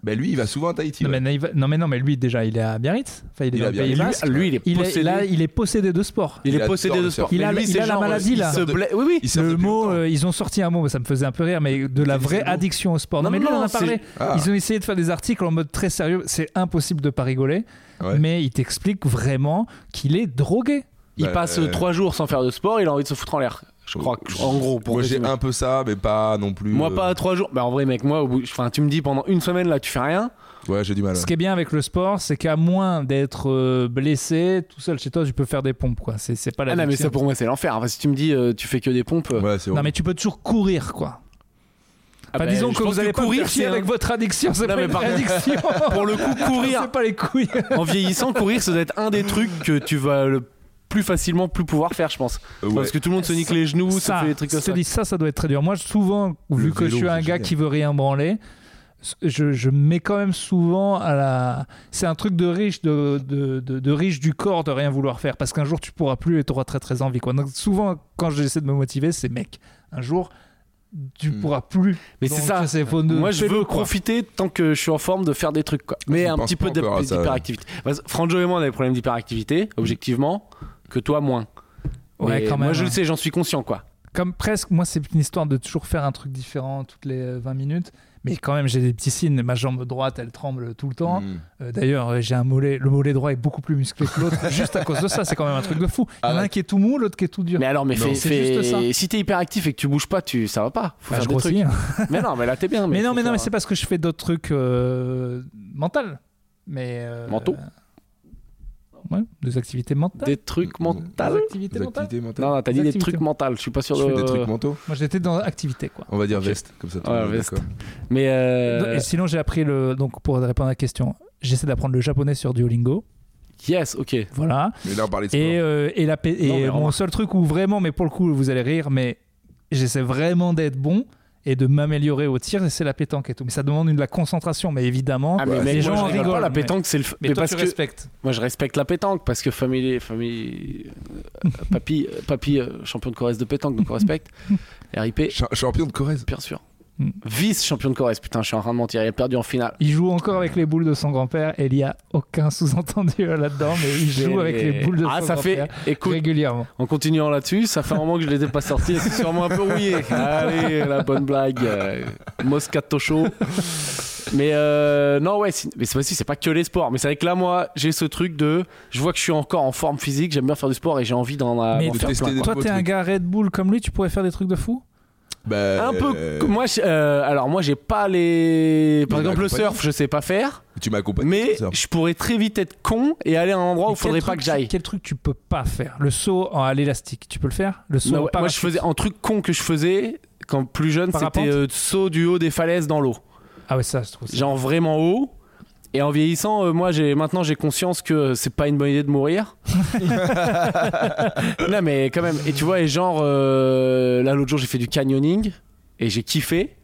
Speaker 3: Bah lui, il va souvent à Tahiti.
Speaker 2: Non,
Speaker 3: ouais.
Speaker 2: mais, non, il va- non, mais non, mais lui, déjà, il est à Biarritz. Enfin, il est
Speaker 3: Il est
Speaker 2: dans
Speaker 3: à
Speaker 2: le Pays
Speaker 3: Biarritz.
Speaker 2: Basque.
Speaker 1: Ah, Lui, il est
Speaker 2: Il est,
Speaker 1: possédé.
Speaker 2: là, il est possédé de sport.
Speaker 1: Il,
Speaker 3: Il
Speaker 1: est
Speaker 3: adore
Speaker 1: possédé
Speaker 3: le
Speaker 1: de sport.
Speaker 3: surf.
Speaker 2: Il a-
Speaker 1: Mais lui,
Speaker 2: il
Speaker 1: c'est
Speaker 2: a la
Speaker 1: genre,
Speaker 2: maladie,
Speaker 1: il
Speaker 2: là.
Speaker 1: se bla- Oui, oui.
Speaker 3: Il surfe
Speaker 2: Le
Speaker 3: depuis
Speaker 2: mot,
Speaker 3: longtemps.
Speaker 2: euh, ils ont sorti un mot, ça me faisait un peu rire, mais de la
Speaker 3: Quel
Speaker 2: vraie
Speaker 3: est le mot
Speaker 2: addiction au sport. Non,
Speaker 1: Non,
Speaker 2: mais lui,
Speaker 1: non,
Speaker 2: on en a
Speaker 1: c'est-
Speaker 2: parlé.
Speaker 3: Ah,
Speaker 2: Ils ont essayé de faire des articles en mode très sérieux. C'est impossible de pas rigoler,
Speaker 1: euh,
Speaker 3: Ouais.
Speaker 2: mais il t'explique vraiment qu'il est drogué.
Speaker 1: Il
Speaker 3: Bah,
Speaker 1: passe
Speaker 3: euh,
Speaker 1: trois jours sans faire de sport, il a envie de se foutre en l'air. Je crois que, en gros, pour
Speaker 3: Moi j'ai
Speaker 1: résumer.
Speaker 3: un peu ça, mais pas non plus.
Speaker 1: Moi,
Speaker 3: euh,
Speaker 1: pas trois jours. Bah, en vrai, mec, moi, au bout- enfin, tu me dis pendant une semaine, là, tu fais rien.
Speaker 3: Ouais, j'ai du mal. hein. ouais.
Speaker 2: Ce qui est bien avec le sport, c'est qu'à moins d'être euh, blessé, tout seul chez toi, tu peux faire des pompes. quoi. C'est c'est pas la
Speaker 1: Ah, non, mais ça, pour moi, c'est l'enfer. Enfin, si tu me dis, euh, tu fais que des pompes. euh,
Speaker 3: Ouais, c'est
Speaker 2: Non,
Speaker 3: vrai.
Speaker 2: mais tu peux toujours courir, quoi.
Speaker 1: ah, bah,
Speaker 2: Enfin, disons
Speaker 1: je
Speaker 2: que
Speaker 1: pense
Speaker 2: vous allez pas
Speaker 1: courir,
Speaker 2: courir
Speaker 1: c'est
Speaker 2: avec
Speaker 1: un-
Speaker 2: votre addiction, c'est
Speaker 1: Non,
Speaker 2: pas
Speaker 1: mais
Speaker 2: une
Speaker 1: par- <laughs>
Speaker 2: addiction.
Speaker 1: Pour le coup, courir
Speaker 2: c'est pas les couilles.
Speaker 1: en vieillissant, courir, ça doit être un des trucs que tu vas le plus facilement plus pouvoir faire, je pense.
Speaker 3: Euh, Ouais.
Speaker 1: Parce que tout le monde se nique les genoux, ça,
Speaker 2: ça,
Speaker 1: fait des trucs comme
Speaker 2: je te
Speaker 1: ça.
Speaker 2: dis, ça, ça doit être très dur. Moi, je- souvent, vu que je
Speaker 3: vélo,
Speaker 2: suis un
Speaker 3: c'est
Speaker 2: gars
Speaker 3: génial.
Speaker 2: qui veut rien branler, je, je me mets quand même souvent à la. C'est un truc de riche, de, de, de- de riche du corps de rien vouloir faire. Parce qu'un jour, tu pourras plus et tu auras très très envie. Quoi. Donc, souvent, quand j'essaie de me motiver, c'est mec, un jour, tu
Speaker 3: Hmm.
Speaker 2: pourras plus.
Speaker 1: Mais c'est
Speaker 2: Donc,
Speaker 1: ça.
Speaker 2: c'est- faut ne-
Speaker 1: Moi, je
Speaker 2: fais-le,
Speaker 1: veux
Speaker 2: quoi.
Speaker 1: profiter tant que je suis en forme de faire des trucs, quoi. Mais
Speaker 3: Je
Speaker 1: un
Speaker 3: pense
Speaker 1: petit
Speaker 3: pas
Speaker 1: peu d'hyp-
Speaker 3: encore à ça,
Speaker 1: d'hyperactivité. Parce que Franjo et moi, on a des problèmes d'hyperactivité, objectivement, que toi, moins.
Speaker 2: Mm. Ouais,
Speaker 1: Mais
Speaker 2: quand même.
Speaker 1: Moi, je le
Speaker 2: hein.
Speaker 1: sais, j'en suis conscient, quoi.
Speaker 2: comme presque, moi, c'est une histoire de toujours faire un truc différent toutes les euh, 20 minutes. Mais quand même, j'ai des petits signes. Ma jambe droite, elle tremble tout le temps.
Speaker 3: Mm.
Speaker 2: Euh, D'ailleurs, euh, j'ai un mollet. Le mollet droit est beaucoup plus musclé
Speaker 1: <laughs>
Speaker 2: que l'autre, juste à cause de ça. C'est quand même un truc de fou. Il y en a
Speaker 3: Ah ouais.
Speaker 2: un qui est tout mou, l'autre qui est tout dur. Bah,
Speaker 1: Mais alors, mais
Speaker 2: Non,
Speaker 1: fais,
Speaker 2: c'est
Speaker 1: fais-
Speaker 2: juste ça.
Speaker 1: si t'es hyperactif et que tu bouges pas, tu ça va pas. Faut
Speaker 2: Bah,
Speaker 1: faire
Speaker 2: je
Speaker 1: des
Speaker 2: grossis,
Speaker 1: trucs. hein.
Speaker 2: hein.
Speaker 1: Mais non, mais là t'es bien.
Speaker 2: <laughs> Mais, non,
Speaker 1: faut
Speaker 2: mais non,
Speaker 1: faire-
Speaker 2: mais c'est parce que je fais d'autres trucs euh, mentaux. Mais euh,
Speaker 1: Mentaux
Speaker 2: Ouais, des activités mentales.
Speaker 1: des trucs
Speaker 2: Des
Speaker 3: Mm.
Speaker 1: mentaux.
Speaker 2: activités
Speaker 3: Des
Speaker 2: mentales.
Speaker 3: activités
Speaker 1: Non,
Speaker 3: mentales.
Speaker 1: non, t'as
Speaker 2: Des
Speaker 1: dit des
Speaker 2: activités.
Speaker 1: trucs mentaux. Je suis pas sûr.
Speaker 3: Je fais
Speaker 1: de-
Speaker 3: des trucs mentaux.
Speaker 2: Moi, j'étais dans activité quoi.
Speaker 3: On va dire
Speaker 1: Ok.
Speaker 3: veste, comme ça. tout
Speaker 1: Ouais,
Speaker 3: le monde est
Speaker 1: veste.
Speaker 3: d'accord.
Speaker 1: Mais euh,
Speaker 2: Et sinon, j'ai appris le donc pour répondre à la question, j'essaie d'apprendre le japonais sur Duolingo.
Speaker 1: yes, ok.
Speaker 2: Voilà.
Speaker 3: Mais là, on parlait de sport.
Speaker 2: Et, euh, et, la pa- et
Speaker 1: Non, mais
Speaker 2: mon
Speaker 1: remarque.
Speaker 2: seul truc où vraiment, mais pour le coup, vous allez rire, mais j'essaie vraiment d'être bon et de m'améliorer au tir, et c'est la pétanque et tout. Mais ça demande une, de la concentration, mais évidemment,
Speaker 1: Ah mais
Speaker 3: Ouais.
Speaker 1: mec,
Speaker 2: les
Speaker 1: moi,
Speaker 2: gens
Speaker 1: je
Speaker 2: en
Speaker 1: rigole
Speaker 2: rigolent.
Speaker 1: pas, la
Speaker 2: mais-
Speaker 1: pétanque c'est le f-
Speaker 2: Mais,
Speaker 1: mais
Speaker 2: toi,
Speaker 1: parce
Speaker 2: tu
Speaker 1: que
Speaker 2: respectes.
Speaker 1: moi je respecte la pétanque parce que famille famille
Speaker 2: <laughs>
Speaker 1: euh, papy euh, papy euh, champion de Corrèze de pétanque donc on respecte RIP
Speaker 3: Cha- champion de Corrèze.
Speaker 1: bien sûr.
Speaker 2: Mm.
Speaker 1: Vice champion de Corrèze putain je suis en train de mentir il a perdu en finale.
Speaker 2: Il joue encore avec les boules de son grand-père, et il n'y a aucun sous-entendu <laughs> euh, là-dedans, mais il joue avec les boules de
Speaker 1: Ah
Speaker 2: son
Speaker 1: ça fait
Speaker 2: grand-père
Speaker 1: <laughs> écoute
Speaker 2: régulièrement.
Speaker 1: En continuant là-dessus, ça fait un moment que je ne les ai pas sortis, c'est sûrement un peu
Speaker 2: <laughs>
Speaker 1: rouillé. Allez, la bonne blague. euh, Moscato show. Mais euh, non, ouais, c'est- mais c'est pas si, c'est pas que les sports. Mais c'est vrai que là, moi, j'ai ce truc de. Je vois que je suis encore en forme physique, j'aime bien faire du sport et j'ai envie d'en euh,
Speaker 2: Mais
Speaker 1: d'en
Speaker 3: de
Speaker 1: faire
Speaker 3: tester
Speaker 1: plein.
Speaker 3: des-
Speaker 2: Toi,
Speaker 3: nouveaux
Speaker 2: t'es un
Speaker 3: trucs.
Speaker 2: gars Red Bull comme lui, tu pourrais faire des trucs de fou
Speaker 3: Bah,
Speaker 1: Un peu.
Speaker 3: euh,
Speaker 1: Moi, je- euh, alors, moi, j'ai pas les. Par
Speaker 3: Mais
Speaker 1: exemple, le
Speaker 3: accompagné.
Speaker 1: surf, je sais pas faire.
Speaker 3: Tu m'accompagnes.
Speaker 1: mais
Speaker 3: ça.
Speaker 1: je pourrais très vite être con et aller à un endroit où
Speaker 2: Mais
Speaker 1: il Oh, faudrait
Speaker 2: quel
Speaker 1: pas
Speaker 2: truc
Speaker 1: que
Speaker 2: tu-
Speaker 1: j'aille.
Speaker 2: Quel truc tu peux pas faire Le saut en- à l'élastique, tu peux le faire Le saut
Speaker 1: Non,
Speaker 2: en
Speaker 1: ouais, moi, je
Speaker 2: parachute
Speaker 1: faisais un truc con que je faisais quand plus jeune,
Speaker 2: Parapente
Speaker 1: c'était euh, saut du haut des falaises dans l'eau.
Speaker 2: Ah ouais, ça, je trouve ça.
Speaker 1: genre vraiment haut. Et en vieillissant, euh, moi, j'ai maintenant j'ai conscience que c'est pas une bonne idée de mourir. non, mais quand même. Et tu vois, et genre euh, là l'autre jour, j'ai fait du canyoning et j'ai kiffé.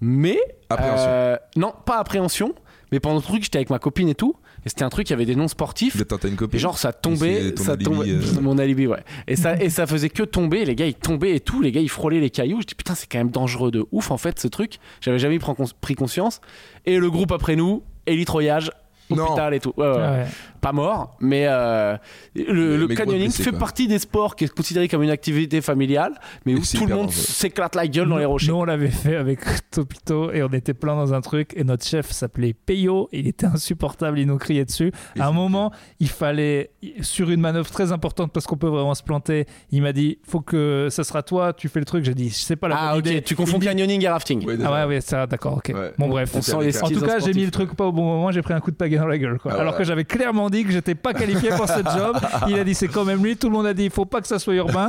Speaker 1: Mais
Speaker 3: Appréhension.
Speaker 1: euh, non, pas appréhension. Mais pendant le truc, j'étais avec ma copine et tout, et c'était un truc il y avait des noms sportifs.
Speaker 3: Vous êtes une
Speaker 1: Et
Speaker 3: copine.
Speaker 1: genre ça
Speaker 3: C'est
Speaker 1: tombait,
Speaker 3: ton
Speaker 1: ça
Speaker 3: alibi,
Speaker 1: tombait,
Speaker 3: euh.
Speaker 1: mon alibi ouais. Et ça et ça faisait que tomber, les gars ils tombaient et tout, les gars ils frôlaient les cailloux. Je dis putain c'est quand même dangereux de ouf en fait ce truc. J'avais jamais pris cons- pris conscience. Et le groupe après nous, élitroyage,
Speaker 3: Non.
Speaker 1: hôpital et tout. Ouais, ouais, ouais.
Speaker 2: Ah ouais.
Speaker 1: Pas mort, mais euh, le,
Speaker 3: Mais-
Speaker 1: le
Speaker 3: mais gros
Speaker 1: canyoning
Speaker 3: blessé,
Speaker 1: fait
Speaker 3: quoi.
Speaker 1: partie des sports qui est considéré comme une activité familiale, mais
Speaker 3: Et
Speaker 1: où
Speaker 3: c'est
Speaker 1: tout le
Speaker 3: hyper
Speaker 1: monde
Speaker 3: dangereux.
Speaker 1: s'éclate la gueule dans les
Speaker 2: Nous-
Speaker 1: rochers.
Speaker 2: Nous, on l'avait fait avec <laughs> Topito et on était plein dans un truc. Et notre chef s'appelait Peyo. et Il était insupportable. Il nous criait dessus.
Speaker 3: Et
Speaker 2: À un
Speaker 3: c'était-
Speaker 2: moment, il fallait, sur une manœuvre très importante parce qu'on peut vraiment se planter, il m'a dit Faut que ça sera toi, tu fais le truc. J'ai dit C'est pas la
Speaker 1: Ah
Speaker 2: bonne
Speaker 1: ok,
Speaker 2: idée.
Speaker 1: tu confonds
Speaker 2: Il me dit-
Speaker 1: canyoning et rafting.
Speaker 3: Ouais, d'accord.
Speaker 2: Ah ouais, ouais, ça, d'accord, ok.
Speaker 3: Ouais.
Speaker 2: Bon, bref.
Speaker 1: On sent les
Speaker 2: En
Speaker 1: skis
Speaker 2: tout
Speaker 1: d'un
Speaker 2: cas, j'ai
Speaker 1: sportif.
Speaker 2: mis le truc pas au bon moment, j'ai pris un coup de pagaie dans la gueule. Quoi.
Speaker 3: Ah ouais.
Speaker 2: Alors que j'avais clairement dit que j'étais pas qualifié pour ce job. Il a dit c'est quand même lui. Tout le monde a dit il faut pas que ça soit urbain.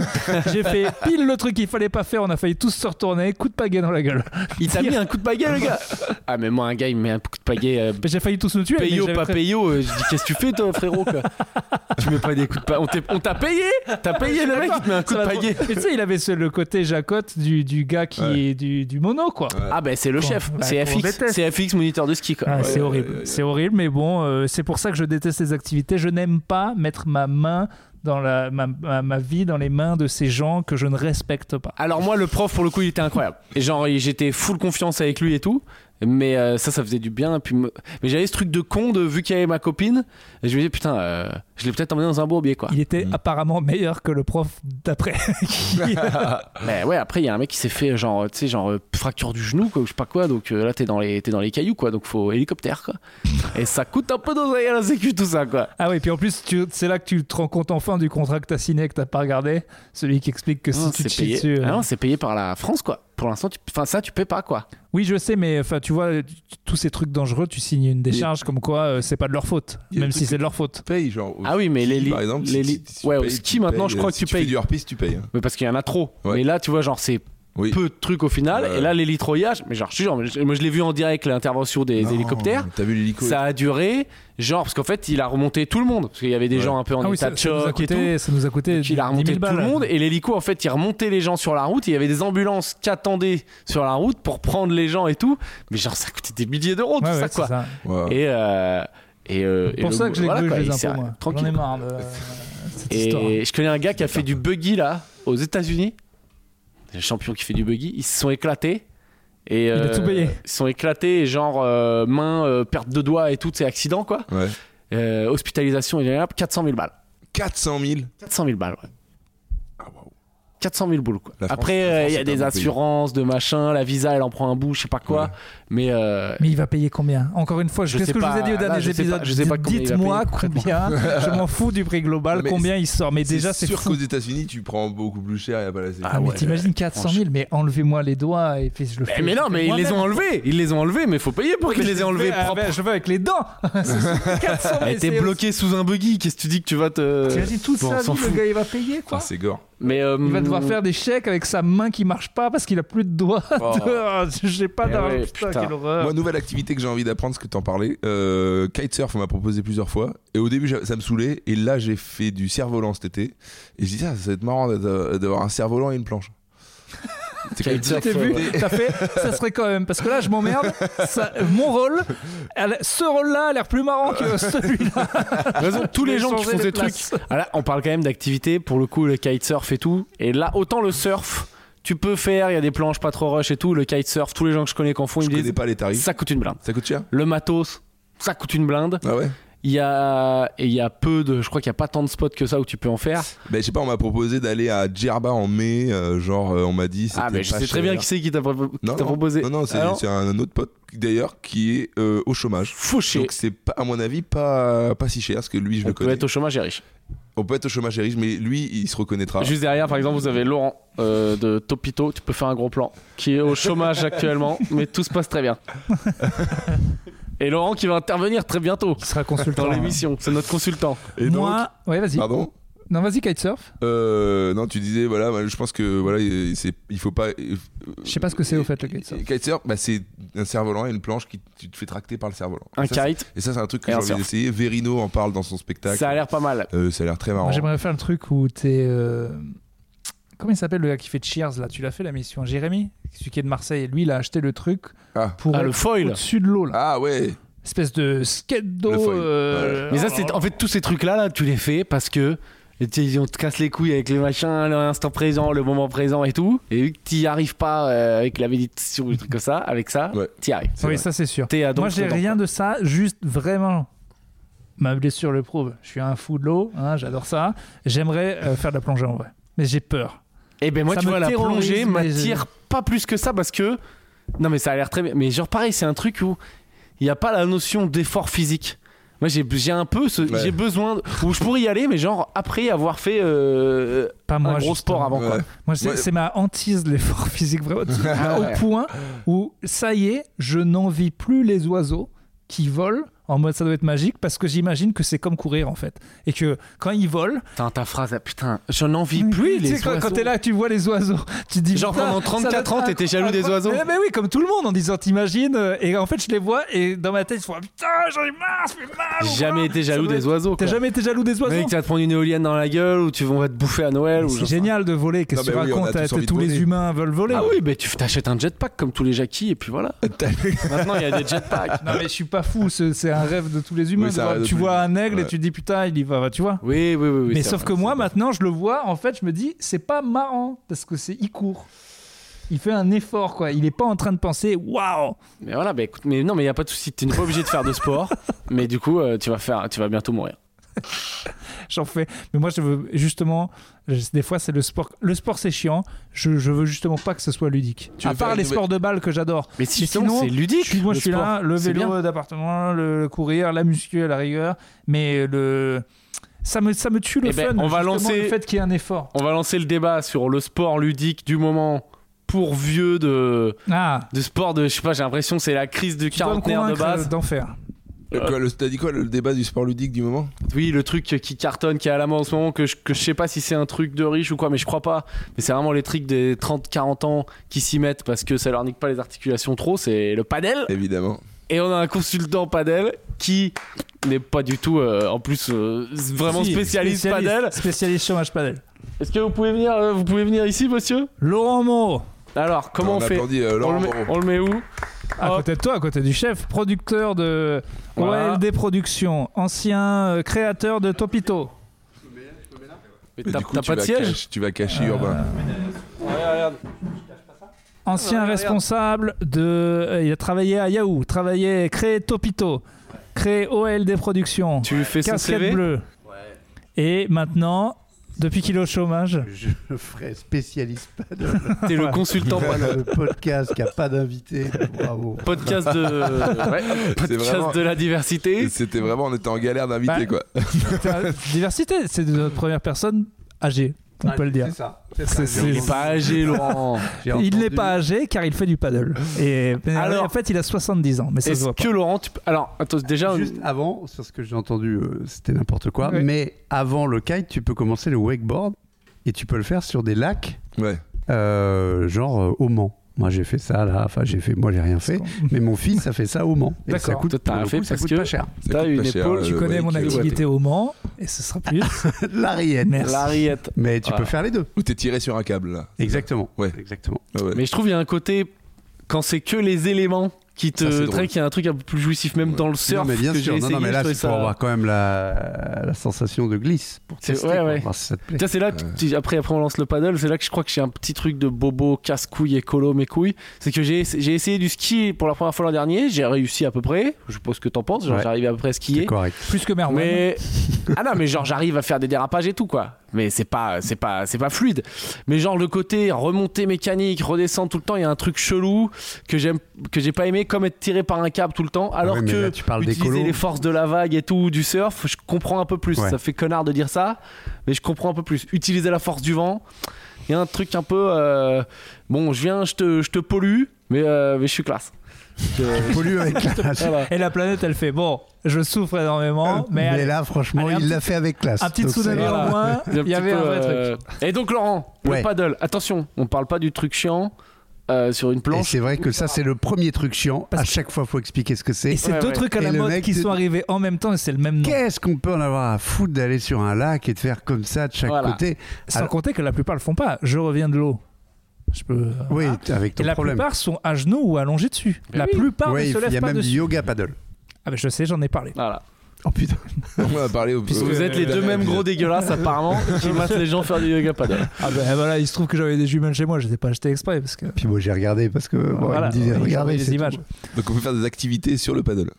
Speaker 2: J'ai fait pile le truc qu'il fallait pas faire. On a failli tous se retourner. Coup de pagaie dans la gueule.
Speaker 1: Il t'a mis un coup de pagaie le gars. <laughs> Ah mais moi un gars il me met un coup de pagaie euh,
Speaker 2: Mais J'ai failli tous nous tuer. mais
Speaker 1: Payo,
Speaker 2: j'avais
Speaker 1: pas
Speaker 2: pré-
Speaker 1: payo, euh, je dis qu'est-ce que tu fais toi frérot quoi Tu mets pas des coups de pa- on t'est- On t'a payé T'as payé le mec qui te met un coup
Speaker 2: Ça
Speaker 1: de
Speaker 2: va trop-
Speaker 1: pagaie
Speaker 2: Mais tu sais, il avait ce- le côté jacotte du, du gars qui
Speaker 3: Ouais.
Speaker 2: est du, du mono, quoi.
Speaker 3: Ouais.
Speaker 1: Ah ben c'est le
Speaker 2: Bon,
Speaker 1: chef,
Speaker 2: bah,
Speaker 1: c'est
Speaker 2: on
Speaker 1: FX,
Speaker 2: déteste.
Speaker 1: c'est FX moniteur de ski quoi.
Speaker 2: Ah,
Speaker 1: Ouais.
Speaker 2: c'est
Speaker 3: ouais,
Speaker 2: horrible,
Speaker 3: ouais, ouais.
Speaker 2: c'est horrible, mais bon, euh, c'est pour ça que je déteste ces activités. Je n'aime pas mettre ma main dans la, ma, ma- ma vie dans les mains de ces gens que je ne respecte pas.
Speaker 1: Alors moi le prof pour le coup il était incroyable. Et genre il- j'étais full confiance avec lui et tout. Mais euh, ça, ça faisait du bien. Puis me- Mais j'avais ce truc de con de vu qu'il y avait ma copine. Et je me disais, putain, euh, je l'ai peut-être emmené dans un bourbier quoi.
Speaker 2: Il était
Speaker 3: Mhm.
Speaker 2: apparemment meilleur que le prof d'après. <laughs> Qui-
Speaker 1: Mais ouais, après, il y a un mec qui s'est fait genre, tu sais, genre euh, fracture du genou, quoi, ou je sais pas quoi. Donc euh, là, t'es dans, les- t'es dans les cailloux quoi. Donc faut hélicoptère
Speaker 2: <laughs>
Speaker 1: quoi. et ça coûte un peu d'oseille à la sécu tout ça quoi.
Speaker 2: ah oui, puis en plus, tu- c'est là que tu te rends compte enfin du contrat que t'as signé que t'as pas regardé, celui qui explique que si
Speaker 1: Non,
Speaker 2: tu te
Speaker 1: c'est
Speaker 2: chies
Speaker 1: payé.
Speaker 2: dessus, euh,
Speaker 1: Ah non, c'est payé par la France, quoi. Pour l'instant, tu... enfin, ça, tu paies pas, quoi.
Speaker 2: Oui, je sais, mais enfin, tu vois, tu- tous ces trucs dangereux, tu signes une décharge comme quoi euh, c'est pas de leur faute,
Speaker 3: Il y a
Speaker 2: même
Speaker 3: le
Speaker 2: si
Speaker 3: truc
Speaker 2: c'est de leur faute.
Speaker 3: paye, genre. au
Speaker 1: Ah oui, mais
Speaker 3: ski,
Speaker 1: les li-
Speaker 3: Par exemple,
Speaker 1: les
Speaker 3: si-
Speaker 1: li-
Speaker 3: si tu
Speaker 1: ouais, au
Speaker 3: payes,
Speaker 1: ski,
Speaker 3: tu
Speaker 1: maintenant,
Speaker 3: payes,
Speaker 1: je crois
Speaker 3: euh,
Speaker 1: que
Speaker 3: si
Speaker 1: tu
Speaker 3: fais
Speaker 1: payes.
Speaker 3: du hors-piste, tu payes. hein.
Speaker 1: Mais parce qu'il y en a trop.
Speaker 3: Ouais.
Speaker 1: Mais là, tu vois, genre, c'est
Speaker 3: Oui.
Speaker 1: peu de trucs au final.
Speaker 3: Ouais.
Speaker 1: Et là, l'hélitroyage, mais genre, je te jure, mais je- moi, je l'ai vu en direct, l'intervention des
Speaker 3: Non,
Speaker 1: hélicoptères.
Speaker 3: T'as vu l'hélico
Speaker 1: Ça a duré, genre, parce qu'en fait, il a remonté tout le monde. Parce qu'il y avait des
Speaker 3: Ouais.
Speaker 1: gens un peu en état
Speaker 2: Ah ça,
Speaker 1: de
Speaker 2: ça nous a
Speaker 1: choc et tout.
Speaker 2: coûté, ça nous a coûté
Speaker 1: Donc, il a
Speaker 2: 10 000
Speaker 1: remonté tout
Speaker 2: balles.
Speaker 1: le monde et l'hélico en fait il remontait les gens sur la route il y avait des ambulances qui attendaient sur la route pour prendre les gens et tout mais genre ça coûtait des milliers d'euros tout
Speaker 2: Ouais,
Speaker 1: ça
Speaker 2: ouais,
Speaker 1: quoi
Speaker 2: c'est ça.
Speaker 3: Ouais.
Speaker 1: et euh, et, euh,
Speaker 2: C'est
Speaker 1: et
Speaker 2: pour
Speaker 1: le-
Speaker 2: ça que j'ai
Speaker 1: voilà,
Speaker 2: voilà,
Speaker 1: quoi,
Speaker 2: les
Speaker 1: et c'est-
Speaker 2: impôts, moi. J'en ai
Speaker 1: tranquille
Speaker 2: marre de euh, cette histoire.
Speaker 1: et je connais un gars qui a fait du buggy là aux États-Unis le champion qui fait du buggy ils se sont éclatés et euh,
Speaker 2: a tout payé.
Speaker 1: ils se sont éclatés et genre euh, main euh, perte de doigts et tout ces accidents quoi
Speaker 3: Ouais.
Speaker 1: Euh, hospitalisation il y en a 400 000 balles
Speaker 3: 400 000.
Speaker 1: 400 000 balles ouais.
Speaker 3: Ah, waouh.
Speaker 1: 400 000 boules. Quoi.
Speaker 3: La France-
Speaker 1: Après,
Speaker 3: la
Speaker 1: euh, il
Speaker 3: France
Speaker 1: y
Speaker 3: est
Speaker 1: a
Speaker 3: un
Speaker 1: des
Speaker 3: bon
Speaker 1: assurances, de machin, la visa, elle en prend un bout, je sais pas quoi.
Speaker 3: Ouais.
Speaker 1: Mais euh,
Speaker 2: Mais il va payer combien Encore une fois, je
Speaker 1: Je
Speaker 2: sais
Speaker 1: sais
Speaker 2: ce que je vous ai
Speaker 1: pas.
Speaker 2: dit au
Speaker 1: Là,
Speaker 2: dernier
Speaker 1: je sais
Speaker 2: épisode.
Speaker 1: pas- je sais pas combien il va
Speaker 2: Dites-moi
Speaker 1: payer
Speaker 2: combien.
Speaker 1: <laughs>
Speaker 2: je m'en fous du prix global,
Speaker 3: Mais
Speaker 2: combien il sort. Mais déjà, c'est
Speaker 3: sûr
Speaker 2: fou.
Speaker 3: qu'aux États-Unis, tu prends beaucoup plus cher et à Palais.
Speaker 1: Ah
Speaker 2: Ah, mais
Speaker 1: ouais,
Speaker 2: t'imagines 400 000, mais enlevez-moi les doigts et puis je le fais.
Speaker 1: Mais, mais non, mais ils les ont enlevés. Ils les ont enlevés, mais faut payer pour qu'ils les aient enlevés propres.
Speaker 2: Ah, ben, je veux avec
Speaker 1: <laughs>
Speaker 2: les dents. C'est 400 000.
Speaker 1: Elle était
Speaker 2: c'est-
Speaker 1: bloquée sous un buggy. Qu'est-ce que tu dis que tu vas te.
Speaker 2: T'imagines toute
Speaker 1: Bon, on
Speaker 2: sa vie,
Speaker 1: s'en
Speaker 2: le
Speaker 1: fout.
Speaker 2: gars, il va payer quoi.
Speaker 3: c'est gore.
Speaker 1: Mais euh,
Speaker 2: Il va devoir faire des chèques avec sa main qui marche pas parce qu'il a plus de doigts. <laughs>
Speaker 3: Oh.
Speaker 2: J'ai pas
Speaker 1: Eh
Speaker 2: d'argent.
Speaker 1: ouais,
Speaker 2: putain,
Speaker 1: putain.
Speaker 2: quelle horreur.
Speaker 3: Moi, nouvelle activité que j'ai envie d'apprendre, ce que t'en parlais. Euh, kitesurf, on m'a proposé plusieurs fois. Et au début, j'a- ça me saoulait. Et là, j'ai fait du cerf-volant cet été. Et je dis, ah, ça va être marrant d'a- d'avoir un cerf-volant et
Speaker 1: <laughs>
Speaker 3: une planche. C'est quand même-
Speaker 1: Kitesurf.
Speaker 2: T'as vu, t'as fait, ça serait quand même. Parce que là, je m'emmerde. Ça- Mon rôle, elle- ce rôle-là a l'air plus marrant que celui-là.
Speaker 1: raison, tous les
Speaker 2: <laughs> Mais
Speaker 1: gens qui
Speaker 2: changer
Speaker 1: font
Speaker 2: les
Speaker 1: des
Speaker 2: places.
Speaker 1: trucs. Ah là, on parle quand même d'activité. Pour le coup, le kitesurf et tout. Et là, autant le surf, tu peux faire. Il y a des planches pas trop rush et tout. Le kitesurf, tous les gens que je connais qui en font,
Speaker 3: Je
Speaker 1: ils me
Speaker 3: connais
Speaker 1: disent
Speaker 3: pas les tarifs.
Speaker 1: ça coûte une blinde.
Speaker 3: Ça coûte cher
Speaker 1: Le matos, ça coûte une blinde.
Speaker 3: Ah ouais
Speaker 1: Il y a et il y a peu de. Je crois qu'il y a pas tant de spots que ça où tu peux en faire.
Speaker 3: Ben, je sais pas, on m'a proposé d'aller à Djerba en mai. euh, genre, euh, on m'a dit.
Speaker 1: Ah
Speaker 3: c'était
Speaker 1: mais je
Speaker 3: pas
Speaker 1: sais très
Speaker 3: cher.
Speaker 1: bien qui c'est qui t'a pro- qui
Speaker 3: Non,
Speaker 1: t'a
Speaker 3: non.
Speaker 1: proposé.
Speaker 3: Non, non, c'est
Speaker 1: Alors,
Speaker 3: c'est un autre pote, d'ailleurs, qui est euh, au chômage.
Speaker 1: Fauché.
Speaker 3: Donc, c'est pas, à mon avis pas, pas si cher, parce que lui, je
Speaker 1: On
Speaker 3: le
Speaker 1: peut
Speaker 3: connais.
Speaker 1: être au chômage et riche.
Speaker 3: On peut être au chômage et riche, mais lui, il se reconnaîtra.
Speaker 1: Juste derrière, par exemple, vous avez Laurent euh, de Topito, tu peux faire un gros plan, qui est au
Speaker 3: <laughs>
Speaker 1: chômage actuellement, mais tout se passe très bien. Et Laurent qui va intervenir très bientôt
Speaker 2: Qui sera consultant.
Speaker 1: dans
Speaker 3: Ah.
Speaker 1: l'émission, c'est notre consultant.
Speaker 3: Et donc-
Speaker 2: Moi, ouais, vas-y.
Speaker 3: Pardon
Speaker 2: Non, vas-y, kitesurf.
Speaker 3: Euh, Non, tu disais, voilà, bah, je pense que voilà, il- c'est- il faut pas. Je
Speaker 2: Je sais pas ce que c'est au fait le kitesurf.
Speaker 3: Kitesurf, bah, c'est un cerf-volant et une planche qui tu te fais tracter par le cerf-volant.
Speaker 1: Un
Speaker 3: Et ça,
Speaker 1: kite,
Speaker 3: c'est- Et ça, c'est un truc que
Speaker 1: et
Speaker 3: j'ai
Speaker 1: un
Speaker 3: envie
Speaker 1: surf.
Speaker 3: d'essayer. Verino en parle dans son spectacle.
Speaker 1: ça a l'air pas mal.
Speaker 3: Euh, ça a l'air très marrant.
Speaker 2: Moi, j'aimerais faire le truc où t'es. euh, Comment il s'appelle le gars qui fait Cheers là Tu l'as fait la mission Jérémy Celui qui est de Marseille. Lui, il a acheté le truc
Speaker 3: Ah.
Speaker 2: pour
Speaker 1: Ah, le
Speaker 2: être
Speaker 1: foil
Speaker 2: au-dessus de l'eau là.
Speaker 3: Ah ouais
Speaker 2: Espèce de skate d'eau.
Speaker 3: Le foil.
Speaker 2: euh,
Speaker 1: Mais ça, c'est en fait tous ces trucs-là, là, tu les fais parce que tu- on te casse les couilles avec les machins, l'instant présent, le moment présent et tout. Et vu que t'y arrives pas euh, avec la méditation ou des trucs comme ça, avec ça,
Speaker 3: Ouais.
Speaker 1: t'y arrives.
Speaker 3: c'est
Speaker 2: Oui,
Speaker 3: vrai.
Speaker 2: ça c'est sûr.
Speaker 1: T'es à
Speaker 2: Moi,
Speaker 1: Ah, donc
Speaker 2: j'ai
Speaker 1: dedans.
Speaker 2: rien de ça, juste vraiment. Ma blessure le prouve. Je suis un fou de l'eau, hein, j'adore ça. J'aimerais euh, faire de la plongée en vrai. Mais j'ai peur.
Speaker 1: Eh ben moi,
Speaker 2: Ça
Speaker 1: tu
Speaker 2: me
Speaker 1: vois, la
Speaker 2: terrorise,
Speaker 1: plongée
Speaker 2: mais je-
Speaker 1: m'attire pas plus que ça parce que. Non, mais ça a l'air très bien. Mais genre, pareil, c'est un truc où il n'y a pas la notion d'effort physique. Moi, j'ai j'ai un peu ce.
Speaker 3: Ouais.
Speaker 1: J'ai besoin. de- Où je pourrais y aller, mais genre après avoir fait euh,
Speaker 2: Pas
Speaker 1: un
Speaker 2: moi.
Speaker 1: gros
Speaker 2: justement.
Speaker 1: sport avant quoi.
Speaker 3: Ouais.
Speaker 2: Moi, c'est
Speaker 3: Ouais.
Speaker 2: c'est ma hantise, l'effort <laughs>
Speaker 1: <laughs>
Speaker 2: physique, vraiment.
Speaker 1: ouais.
Speaker 2: Au point où, ça y est, je n'envie plus les oiseaux qui volent en mode ça doit être magique parce que j'imagine que c'est comme courir en fait. Et que quand ils volent,
Speaker 1: Putain, ta phrase, ah, putain, j'en envie plus.
Speaker 2: Tu
Speaker 1: Les
Speaker 2: sais, quand, quand
Speaker 1: oiseaux.
Speaker 2: t'es là, tu vois les oiseaux. <laughs> Tu te dis,
Speaker 1: Genre,
Speaker 2: putain,
Speaker 1: pendant
Speaker 2: ça
Speaker 1: 34
Speaker 2: doit être
Speaker 1: ans, t'étais jaloux des
Speaker 2: incroyable.
Speaker 1: oiseaux.
Speaker 2: Mais, mais oui, comme tout le monde, en disant, t'imagines. euh, Et en fait, je les vois, et dans ma tête, ils font, ah, putain, j'en ai marre, ça fait mal.
Speaker 1: J'ai jamais été jaloux des
Speaker 2: oiseaux.
Speaker 1: oiseaux.
Speaker 2: T'as
Speaker 1: quoi.
Speaker 2: jamais été jaloux des oiseaux
Speaker 1: Mec, tu vas te prendre une éolienne dans la gueule ou tu on va te bouffer à Noël.
Speaker 2: Mais
Speaker 1: ou
Speaker 2: C'est
Speaker 1: j'en sais
Speaker 2: génial de voler, qu'est-ce que
Speaker 3: Non,
Speaker 2: tu
Speaker 3: mais oui, on a
Speaker 2: racontes
Speaker 3: tous
Speaker 2: euh,
Speaker 3: envie de
Speaker 2: Tous les
Speaker 3: voler.
Speaker 2: humains veulent voler.
Speaker 1: rien. Ah oui, mais tu t'achètes un jetpack comme tous les jackies et puis
Speaker 2: <laughs>
Speaker 1: voilà. Maintenant, il y a des jetpacks.
Speaker 2: Non, mais je suis pas fou, c'est c'est un rêve de tous les humains.
Speaker 3: Oui, c'est
Speaker 2: de
Speaker 3: un
Speaker 2: voir-
Speaker 3: rêve de
Speaker 2: tu
Speaker 3: tous les
Speaker 2: vois un aigle et
Speaker 3: Ouais.
Speaker 2: tu te dis, putain, il y va, tu vois.
Speaker 1: <laughs> Oui, oui, oui. oui
Speaker 2: mais
Speaker 1: c'est
Speaker 2: sauf
Speaker 1: vrai.
Speaker 2: que moi, maintenant, je le vois, en fait, je me dis, c'est pas marrant, parce que c'est, il court. Il fait un effort, quoi. Il est pas en train de penser, waouh,
Speaker 1: Mais voilà, bah écoute, mais non, mais il n'y a pas de souci, tu n'es pas obligé de faire de
Speaker 2: <laughs>
Speaker 1: sport, mais du coup, euh, tu, vas faire, tu vas bientôt mourir.
Speaker 2: J'en fais. Mais moi, je veux justement. je- Des fois, c'est le sport. Le sport, c'est chiant. Je, je veux justement pas que ce soit ludique.
Speaker 3: Tu
Speaker 2: à
Speaker 3: veux faire
Speaker 2: part
Speaker 3: une
Speaker 2: les
Speaker 3: nouvelle-
Speaker 2: sports de balle que j'adore.
Speaker 1: Mais si
Speaker 2: Mais
Speaker 1: sinon,
Speaker 2: sinon,
Speaker 1: c'est ludique.
Speaker 2: Je suis- Moi,
Speaker 1: le
Speaker 2: je suis
Speaker 1: sport.
Speaker 2: là, le
Speaker 1: C'est bien.
Speaker 2: vélo euh. d'appartement, le, le courir, la muscu à la rigueur. Mais le. Ça me, ça me tue le
Speaker 1: Eh ben,
Speaker 2: fun.
Speaker 1: on va
Speaker 2: justement,
Speaker 1: lancer-
Speaker 2: Le fait qu'il y ait un effort.
Speaker 1: On va lancer le débat sur le sport ludique du moment pour vieux de,
Speaker 2: Ah,
Speaker 1: de sport de. Je sais pas, j'ai l'impression que c'est la crise du
Speaker 2: tu dois me
Speaker 1: quarantenaire de
Speaker 2: convaincre, euh,
Speaker 1: base.
Speaker 2: d'en faire.
Speaker 3: Euh, quoi, le- T'as dit quoi le débat du sport ludique du moment
Speaker 1: Oui, le truc qui cartonne, qui est à la main en ce moment, que je, que je sais pas si c'est un truc de riche ou quoi, mais je crois pas. Mais c'est vraiment les trucs des 30-40 ans qui s'y mettent parce que ça leur nique pas les articulations trop, c'est le padel.
Speaker 3: Évidemment.
Speaker 1: Et on a un consultant padel qui n'est pas du tout, euh, en plus, euh, vraiment
Speaker 2: Si,
Speaker 1: spécialiste, padel.
Speaker 2: Spécialiste chômage padel.
Speaker 1: Est-ce que vous pouvez venir, euh, vous pouvez venir ici, monsieur
Speaker 2: Laurent Moreau,
Speaker 1: Alors, comment on, fait
Speaker 3: applaudit, euh,
Speaker 1: on
Speaker 3: Laurent
Speaker 1: le, met,
Speaker 3: Moreau.
Speaker 1: on le met où
Speaker 2: à
Speaker 1: Hop.
Speaker 2: côté de toi, à côté du chef, producteur de
Speaker 1: Oh. Voilà.
Speaker 2: OLD Productions, ancien euh, créateur de Topito.
Speaker 1: Mais
Speaker 3: Et
Speaker 1: T'as
Speaker 3: du coup,
Speaker 1: t'as
Speaker 3: tu
Speaker 1: pas de
Speaker 3: vas
Speaker 1: siège Euh,
Speaker 3: cacher- Tu vas cacher Urbain.
Speaker 2: Ancien
Speaker 1: Ouais, Ah, regarde.
Speaker 2: responsable de. euh, Il a travaillé à Yahoo, travaillé, créé Topito, créé OLD Productions,
Speaker 1: Tu lui fais son
Speaker 2: Casquette
Speaker 1: CV
Speaker 2: Bleue. Et maintenant, Depuis qu'il est au chômage. <laughs>
Speaker 4: Je ferai spécialiste pas de
Speaker 1: T'es le <laughs> consultant
Speaker 4: le podcast qui a pas d'invité. Bravo.
Speaker 1: podcast de ouais, <laughs> podcast
Speaker 3: vraiment-
Speaker 1: de la diversité.
Speaker 3: Et C'était vraiment, on était en galère
Speaker 2: Bah,
Speaker 3: d'inviter quoi.
Speaker 2: Diversité, c'est de notre première personne âgée, on
Speaker 1: Ah,
Speaker 2: peut le dire.
Speaker 4: C'est ça. c'est
Speaker 2: C'est-
Speaker 4: ça.
Speaker 1: Il est pas âgé
Speaker 4: <laughs>
Speaker 1: Laurent.
Speaker 4: J'ai
Speaker 2: Il
Speaker 4: entendu-
Speaker 2: n'est pas âgé car il fait du paddle. Et mais
Speaker 1: Alors-
Speaker 2: en fait, il a 70 ans, mais ça se
Speaker 1: Est-ce
Speaker 2: voit pas.
Speaker 1: que Laurent tu... peux- alors attends déjà
Speaker 4: Juste avant, sur ce que j'ai entendu, euh, c'était n'importe quoi.
Speaker 2: Ouais.
Speaker 4: Mais avant le kite, tu peux commencer le wakeboard et tu peux le faire sur des lacs,
Speaker 3: Ouais.
Speaker 4: euh, genre euh, au Mans. Moi, j'ai fait ça là. Enfin, j'ai fait. Moi, j'ai rien fait. Mais mon fils a fait ça au Mans. Et
Speaker 2: D'accord.
Speaker 4: ça coûte,
Speaker 1: Toi, t'as
Speaker 4: pour le
Speaker 1: fait
Speaker 4: coup, ça
Speaker 1: parce
Speaker 4: coûte
Speaker 1: que-
Speaker 4: pas cher. <laughs>
Speaker 3: Ça
Speaker 1: T'as
Speaker 3: coûte
Speaker 1: une
Speaker 3: pas cher,
Speaker 1: épaule,
Speaker 3: euh,
Speaker 2: Tu connais
Speaker 3: ouais,
Speaker 2: mon
Speaker 3: que-
Speaker 2: activité au Mans et ce sera plus.
Speaker 4: L'arienne.
Speaker 2: Merci.
Speaker 1: l'ariette.
Speaker 4: Mais tu
Speaker 1: Ouais.
Speaker 4: peux faire les deux.
Speaker 3: Où t'es tiré sur un câble là.
Speaker 4: Exactement.
Speaker 3: Ouais.
Speaker 4: Exactement.
Speaker 3: Ah ouais.
Speaker 1: Mais je trouve il y a un côté quand c'est que les éléments qui te
Speaker 3: Ça, c'est drôle.
Speaker 1: traquent, il y a un truc un peu plus jouissif même
Speaker 3: Ouais.
Speaker 1: dans le surf
Speaker 4: non, mais bien
Speaker 1: que
Speaker 4: sûr.
Speaker 1: j'ai
Speaker 4: Non,
Speaker 1: essayé,
Speaker 4: non, mais
Speaker 1: je
Speaker 4: là,
Speaker 1: trouvais
Speaker 4: c'est pour
Speaker 1: ça-
Speaker 4: avoir quand même la, la sensation de glisse pour
Speaker 1: C'est-
Speaker 4: tester.
Speaker 1: ouais,
Speaker 4: quoi,
Speaker 1: ouais.
Speaker 4: voir si ça te plaît.
Speaker 1: Tiens, c'est là, que
Speaker 3: Ouais.
Speaker 1: tu- après, après on lance le paddle, c'est là que je crois que j'ai un petit truc de bobo, casse-couille, écolo, mes couilles. C'est que j'ai j'ai essayé du ski pour la première fois l'an dernier, j'ai réussi à peu près, je suppose que t'en penses, genre
Speaker 4: Ouais.
Speaker 1: j'arrivais à peu près à skier.
Speaker 4: C'est correct.
Speaker 2: Plus que Merwan.
Speaker 1: Mais ah non, mais genre j'arrive à faire des dérapages et tout quoi. Mais c'est pas c'est pas c'est pas fluide. Mais genre le côté remontée mécanique, redescendre tout le temps, il y a un truc chelou que j'aime que j'ai pas aimé comme être tiré par un câble tout le temps alors
Speaker 4: Ah Ouais, mais
Speaker 1: que
Speaker 4: là, tu parles des
Speaker 1: utiliser
Speaker 4: colos.
Speaker 1: les forces de la vague et tout du surf, je comprends un peu plus.
Speaker 4: Ouais.
Speaker 1: Ça fait connard de dire ça, mais je comprends un peu plus. Utiliser la force du vent, il y a un truc un peu euh, bon, je viens, je te je te pollue, mais euh, mais je suis classe. Je-
Speaker 4: Pollue <laughs> avec la
Speaker 1: voilà.
Speaker 2: Et la planète, elle fait bon, je souffre
Speaker 1: Euh,
Speaker 2: énormément, mais,
Speaker 4: Mais,
Speaker 2: allez,
Speaker 4: là, franchement,
Speaker 2: allez, un
Speaker 4: il l'a fait avec classe.
Speaker 2: un petit
Speaker 4: Donc,
Speaker 2: tsunami
Speaker 4: c'est-
Speaker 1: Voilà.
Speaker 2: au moins,
Speaker 1: Il y a un
Speaker 2: il y
Speaker 1: petit
Speaker 2: avait
Speaker 1: peu,
Speaker 2: un vrai
Speaker 1: euh,
Speaker 2: truc.
Speaker 1: Et donc Laurent, le
Speaker 4: Ouais.
Speaker 1: paddle. Attention, on parle pas du truc chiant euh, sur une
Speaker 4: Et
Speaker 1: planche.
Speaker 4: c'est vrai que ça, c'est le premier truc chiant.
Speaker 2: Parce
Speaker 4: à
Speaker 2: que-
Speaker 4: chaque fois, faut expliquer ce que
Speaker 2: Et
Speaker 4: c'est.
Speaker 2: c'est
Speaker 1: Ouais,
Speaker 2: deux
Speaker 1: ouais.
Speaker 2: trucs à
Speaker 4: Et
Speaker 2: la
Speaker 4: le
Speaker 2: mode
Speaker 4: mec
Speaker 2: qui
Speaker 4: te-
Speaker 2: sont arrivés en même temps et c'est le même nom.
Speaker 4: Qu'est-ce qu'on peut en avoir à foutre d'aller sur un lac et de faire comme ça de chaque
Speaker 1: Voilà.
Speaker 4: côté
Speaker 2: Sans
Speaker 4: Alors-
Speaker 2: compter que la plupart le font pas. Je reviens de l'eau. Je peux.
Speaker 4: Oui, avec
Speaker 2: Et
Speaker 4: ton
Speaker 2: la
Speaker 4: problème.
Speaker 2: plupart sont à genoux ou allongés dessus.
Speaker 1: Mais
Speaker 2: la
Speaker 1: oui.
Speaker 2: plupart
Speaker 4: Oui,
Speaker 2: ne se
Speaker 4: il y
Speaker 2: lèvent
Speaker 4: a
Speaker 2: pas
Speaker 4: même du
Speaker 2: dessus.
Speaker 4: yoga paddle.
Speaker 2: Ah ben je sais, j'en ai parlé.
Speaker 1: Voilà.
Speaker 4: Oh putain.
Speaker 3: On a parlé au
Speaker 2: Puisque-
Speaker 3: au-
Speaker 1: Vous êtes les
Speaker 3: au-
Speaker 1: deux mêmes gros dégueulasses apparemment qui massent les gens faire du yoga paddle.
Speaker 2: Ah ben voilà, il se trouve que j'avais des jumelles chez moi, je les ai pas achetées exprès parce que.
Speaker 4: Puis moi, j'ai regardé parce que bon,
Speaker 2: Voilà,
Speaker 4: il me disait,
Speaker 2: j'avais
Speaker 4: regardez
Speaker 2: des
Speaker 4: c'est
Speaker 2: images.
Speaker 3: Donc on peut faire des activités sur le paddle.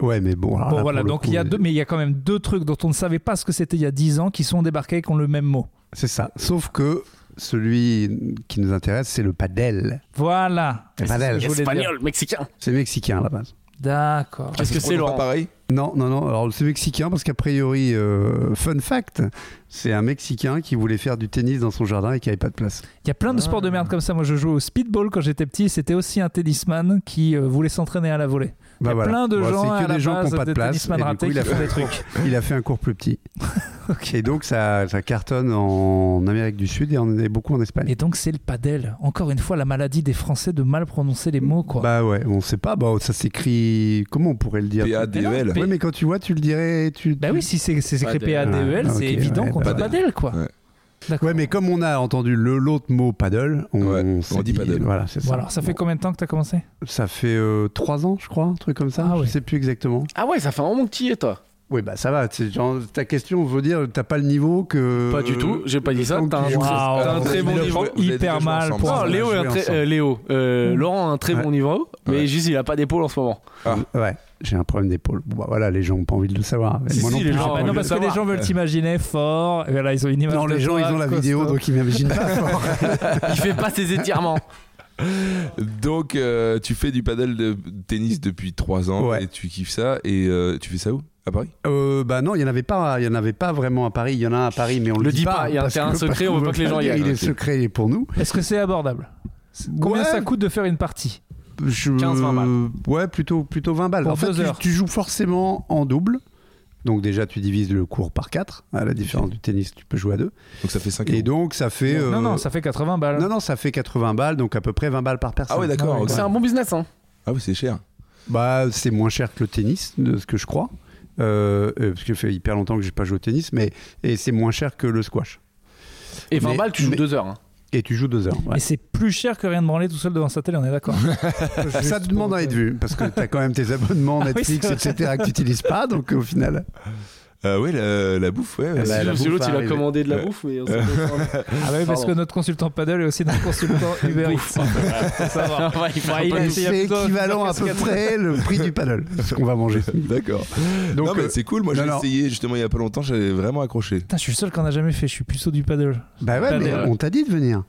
Speaker 4: tout. Ouais, mais bon. alors
Speaker 2: Bon
Speaker 4: là,
Speaker 2: voilà,
Speaker 4: pour le
Speaker 2: donc il y a
Speaker 4: coup, euh,
Speaker 2: deux, mais il y a quand même deux trucs dont on ne savait pas ce que c'était il y a 10 ans qui sont débarqués qui ont le même mot.
Speaker 4: C'est ça. Sauf que celui qui nous intéresse, c'est le padel.
Speaker 2: Voilà.
Speaker 4: Le padel.
Speaker 2: Je voulais
Speaker 1: Espagnol, mexicain.
Speaker 4: C'est mexicain à la base.
Speaker 2: D'accord.
Speaker 1: Qu'est-ce que
Speaker 3: Ça se
Speaker 1: c'est
Speaker 3: prononce
Speaker 1: Laurent
Speaker 3: pas pareil
Speaker 4: Non, non, non. Alors c'est mexicain parce qu'a priori, euh, fun fact, c'est un mexicain qui voulait faire du tennis dans son jardin et qui avait pas de place.
Speaker 2: Il y a plein de
Speaker 1: Ah.
Speaker 2: sports de merde comme ça. Moi, je jouais au speedball quand j'étais petit. C'était aussi un tennisman qui euh, voulait s'entraîner à la volée. Il y
Speaker 4: Bah
Speaker 2: a
Speaker 4: voilà.
Speaker 2: plein de
Speaker 4: Bon,
Speaker 2: gens
Speaker 4: c'est
Speaker 2: à
Speaker 4: que
Speaker 2: la
Speaker 4: des gens
Speaker 2: base
Speaker 4: qui ont pas de
Speaker 2: des
Speaker 4: place.
Speaker 2: tennisman
Speaker 4: et du
Speaker 2: ratés
Speaker 4: coup, il a
Speaker 2: qui
Speaker 4: fait
Speaker 2: font
Speaker 4: un
Speaker 2: des trucs.
Speaker 4: cours- Il a fait un cours
Speaker 2: <laughs>
Speaker 4: plus petit. Et donc ça, ça cartonne en Amérique du Sud et on est beaucoup en Espagne.
Speaker 2: Et donc, c'est le padel. Encore une fois, la maladie des Français de mal prononcer les mots, quoi.
Speaker 4: Bah ouais, on sait pas. Bah ça s'écrit. Comment on pourrait le dire
Speaker 3: P-A-D-E-L.
Speaker 2: Mais-
Speaker 4: Oui, mais quand tu vois, tu le dirais. Tu.
Speaker 2: Bah oui, si c'est c'est écrit
Speaker 1: Padel.
Speaker 2: P-A-D-E-L,
Speaker 4: Ah,
Speaker 2: E c'est
Speaker 4: ok,
Speaker 2: évident
Speaker 4: ouais,
Speaker 2: qu'on dit
Speaker 4: bah,
Speaker 2: padel, quoi.
Speaker 3: Ouais.
Speaker 2: D'accord.
Speaker 4: Ouais, mais comme on a entendu le l'autre mot paddle, on,
Speaker 3: Ouais,
Speaker 4: on, s'est
Speaker 3: on dit paddle.
Speaker 4: Voilà, c'est
Speaker 2: Bon,
Speaker 4: ça.
Speaker 2: alors, ça fait
Speaker 4: Bon,
Speaker 2: combien de temps que t'as commencé
Speaker 4: ça fait euh, trois ans, je crois, un truc comme ça.
Speaker 2: Ah ouais.
Speaker 4: Je sais plus exactement.
Speaker 1: Ah ouais, ça fait un moment que t'y es toi.
Speaker 4: Oui, bah ça va. c'est genre, ta question veut dire t'as pas le niveau que.
Speaker 1: Pas du tout, j'ai pas dit ça.
Speaker 4: Euh, Donc,
Speaker 1: T'as un,
Speaker 4: tu joues-
Speaker 2: Waouh,
Speaker 1: t'as un très bon
Speaker 3: Vous
Speaker 1: niveau.
Speaker 3: avez déjà joué- vous avez
Speaker 2: Hyper
Speaker 3: déjà joué
Speaker 2: mal
Speaker 3: ensemble.
Speaker 2: pour-
Speaker 1: Oh,
Speaker 4: on a
Speaker 1: Léo, est
Speaker 4: joué
Speaker 1: un très,
Speaker 4: ensemble.
Speaker 1: euh, Léo, euh,
Speaker 2: Mm.
Speaker 1: Laurent a un très
Speaker 4: Ouais.
Speaker 1: bon niveau, mais
Speaker 3: Ouais.
Speaker 1: juste il a pas d'épaule en ce moment.
Speaker 4: Ah. Ouais, j'ai un problème d'épaule. Bon, bah, voilà, les gens ont pas envie de le savoir.
Speaker 1: Si,
Speaker 4: Moi
Speaker 1: si,
Speaker 4: non
Speaker 1: les gens ont
Speaker 4: plus, j'ai pas
Speaker 2: Bah
Speaker 1: envie
Speaker 2: Non,
Speaker 4: envie
Speaker 1: de
Speaker 4: de-
Speaker 2: parce que les
Speaker 1: savoir.
Speaker 2: gens veulent t'imaginer fort. Et voilà, ils ont une image.
Speaker 4: Non,
Speaker 2: de
Speaker 4: les gens,
Speaker 2: toi,
Speaker 4: ils ont la
Speaker 2: costaud.
Speaker 4: vidéo, donc ils
Speaker 1: <laughs>
Speaker 4: m'imaginent pas. fort.
Speaker 1: Il fait pas ses étirements.
Speaker 3: Donc euh, tu fais du paddle de tennis depuis 3 ans
Speaker 4: Ouais.
Speaker 3: et tu kiffes ça et euh, tu fais ça où À Paris
Speaker 4: Euh, bah non, il y en avait pas, il y en avait pas vraiment à Paris. Il y en a un à Paris, mais on le,
Speaker 1: Le
Speaker 4: dit
Speaker 1: dis
Speaker 4: pas.
Speaker 1: pas, il y a un
Speaker 4: parce
Speaker 1: terrain
Speaker 4: que-
Speaker 1: secret,
Speaker 4: parce
Speaker 1: on veut
Speaker 4: qu'on
Speaker 1: pas que les gens y
Speaker 4: dire,
Speaker 1: aillent.
Speaker 4: Il est
Speaker 3: Ok.
Speaker 4: secret, il est pour nous.
Speaker 2: Est-ce que c'est abordable Combien
Speaker 4: Ouais.
Speaker 2: ça coûte de faire une partie
Speaker 4: Je-
Speaker 1: 15-20 balles.
Speaker 4: Ouais, plutôt, plutôt 20 balles.
Speaker 2: Pour
Speaker 4: en fait,
Speaker 2: deux
Speaker 4: tu,
Speaker 2: heures.
Speaker 4: tu joues forcément en double. Donc déjà, tu divises le cours par 4. À la différence du tennis, tu peux jouer à deux.
Speaker 3: Donc ça fait 5
Speaker 4: Et
Speaker 3: ans.
Speaker 4: donc, ça fait... euh,
Speaker 2: Non, non, ça fait 80 balles.
Speaker 4: non, non, ça fait 80 balles, donc à peu près 20 balles par personne.
Speaker 3: Ah ouais d'accord.
Speaker 2: Ouais,
Speaker 3: ok.
Speaker 1: C'est un bon business hein.
Speaker 3: Ah ouais c'est cher.
Speaker 4: Bah, c'est moins cher que le tennis, de ce que je crois. Euh, euh, parce que fait hyper longtemps que j'ai pas joué au tennis, mais et c'est moins cher que le squash.
Speaker 1: Et 20
Speaker 4: Mais-
Speaker 1: balles, tu joues
Speaker 4: mais-
Speaker 1: 2 heures. hein.
Speaker 4: Et tu
Speaker 2: <laughs>
Speaker 4: joues deux heures. ouais.
Speaker 2: Et c'est plus cher que rien de branler tout seul devant sa télé, on est d'accord.
Speaker 4: Ça te demande à être vu, parce que t'as quand même tes abonnements
Speaker 2: <laughs> Ah oui,
Speaker 4: Netflix,
Speaker 2: c'est vrai.
Speaker 4: etc., que tu n'utilises pas, donc au final.
Speaker 3: Euh, oui, la, la bouffe, ouais.
Speaker 4: La-
Speaker 1: Si
Speaker 4: la
Speaker 1: l'autre,
Speaker 4: bouffe
Speaker 1: il
Speaker 4: va
Speaker 1: a
Speaker 4: arriver.
Speaker 1: commandé de la bouffe, mais on s'en fout.
Speaker 2: Ah bah oui, parce
Speaker 1: Pardon.
Speaker 2: que notre consultant paddle est aussi notre consultant Uber Eats. Faut savoir.
Speaker 1: Ouais, il fera
Speaker 2: Ouais, il
Speaker 1: pas
Speaker 2: a
Speaker 1: de-
Speaker 2: essayé.
Speaker 4: C'est
Speaker 2: plutôt-
Speaker 4: équivalent à peu près <laughs> le prix du paddle, ce qu'on va manger.
Speaker 3: <laughs> D'accord.
Speaker 4: Donc,
Speaker 3: non, mais
Speaker 4: euh,
Speaker 3: c'est cool. Moi,
Speaker 4: non,
Speaker 3: j'ai
Speaker 4: non.
Speaker 3: essayé justement il y a pas longtemps. J'avais vraiment accroché.
Speaker 2: Putain, je suis le seul qu'on a jamais fait. Je suis puceau du paddle.
Speaker 4: bah ouais, mais
Speaker 2: paddle.
Speaker 4: on t'a dit de venir.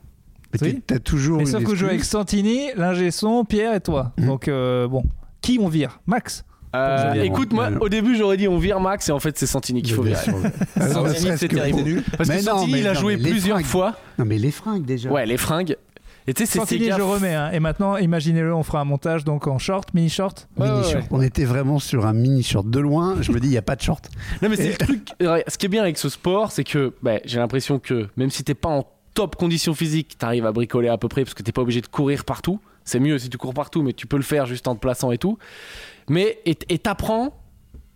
Speaker 4: Mais
Speaker 2: Oui.
Speaker 4: t'es- t'as toujours.
Speaker 2: Mais
Speaker 4: une
Speaker 2: sauf que je joue avec
Speaker 4: excuse.
Speaker 2: Santini, l'ingé son, Pierre et toi.
Speaker 4: Mhm.
Speaker 2: Donc euh, bon, qui on vire Max.
Speaker 1: Euh,
Speaker 4: Génial.
Speaker 1: écoute, moi,
Speaker 4: Génial.
Speaker 1: au début, j'aurais dit on vire Max, et en fait, c'est Santini qu'il faut
Speaker 4: Mais bien
Speaker 1: virer.
Speaker 4: sûr. Alors,
Speaker 1: Santini,
Speaker 4: ne serait-ce
Speaker 1: c'est
Speaker 4: que
Speaker 1: terrible.
Speaker 4: pour-
Speaker 1: Parce
Speaker 4: Mais
Speaker 1: que
Speaker 4: non,
Speaker 1: Santini,
Speaker 4: mais
Speaker 1: il a
Speaker 4: non,
Speaker 1: joué
Speaker 4: mais les
Speaker 1: plusieurs
Speaker 4: fringues.
Speaker 1: fois.
Speaker 4: Non, mais les fringues déjà.
Speaker 1: Ouais, les fringues. Et tu sais, c'est ces
Speaker 2: Santini,
Speaker 1: gars.
Speaker 2: je remets. hein. Et maintenant, imaginez-le, on fera un montage donc en short, mini short.
Speaker 1: Ouais,
Speaker 4: Mini
Speaker 1: ouais,
Speaker 4: short.
Speaker 1: ouais.
Speaker 4: On était vraiment sur un mini short. De loin, je me dis, il n'y a pas de short.
Speaker 1: Non, mais c'est le truc. ouais, Ce qui est bien avec ce sport, c'est que bah, j'ai l'impression que même si t'es pas en top condition physique, t'arrives à bricoler à peu près parce que t'es pas obligé de courir partout. C'est mieux si tu cours partout, mais tu peux le faire juste en te plaçant et tout. Mais et et t'apprends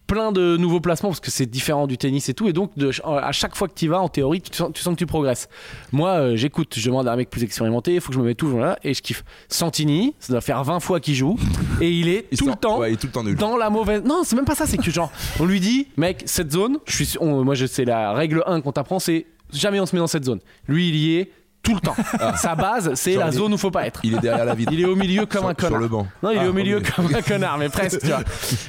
Speaker 1: plein de nouveaux placements parce que c'est différent du tennis et tout. Et donc, de- à chaque fois que tu vas, en théorie, tu sens, tu sens que tu progresses. Moi, euh, j'écoute, je demande à un mec plus expérimenté, il faut que je me mette tout, voilà, et je kiffe. Santini, ça doit faire 20 fois qu'il joue, et il est
Speaker 3: Il
Speaker 1: tout le
Speaker 3: sort-
Speaker 1: temps
Speaker 3: Ouais, il est tout le temps nul.
Speaker 1: dans la mauvaise. Non, c'est même pas ça. C'est que genre, on lui dit, mec, cette zone, je suis, on- moi, je c'est la règle 1 qu'on t'apprend, c'est jamais on se met dans cette zone. Lui, il y est tout le
Speaker 3: <laughs>
Speaker 1: temps. Sa base, c'est
Speaker 3: Ah. Genre,
Speaker 1: la
Speaker 3: il-
Speaker 1: zone où faut pas
Speaker 3: <laughs>
Speaker 1: être.
Speaker 3: Il est derrière la vitre.
Speaker 1: Il est au milieu comme
Speaker 3: Sur-
Speaker 1: un
Speaker 3: Sur
Speaker 1: connard.
Speaker 3: le banc.
Speaker 1: Non, il est
Speaker 3: Ah,
Speaker 1: au milieu
Speaker 3: ok.
Speaker 1: comme un connard, mais presque, tu vois.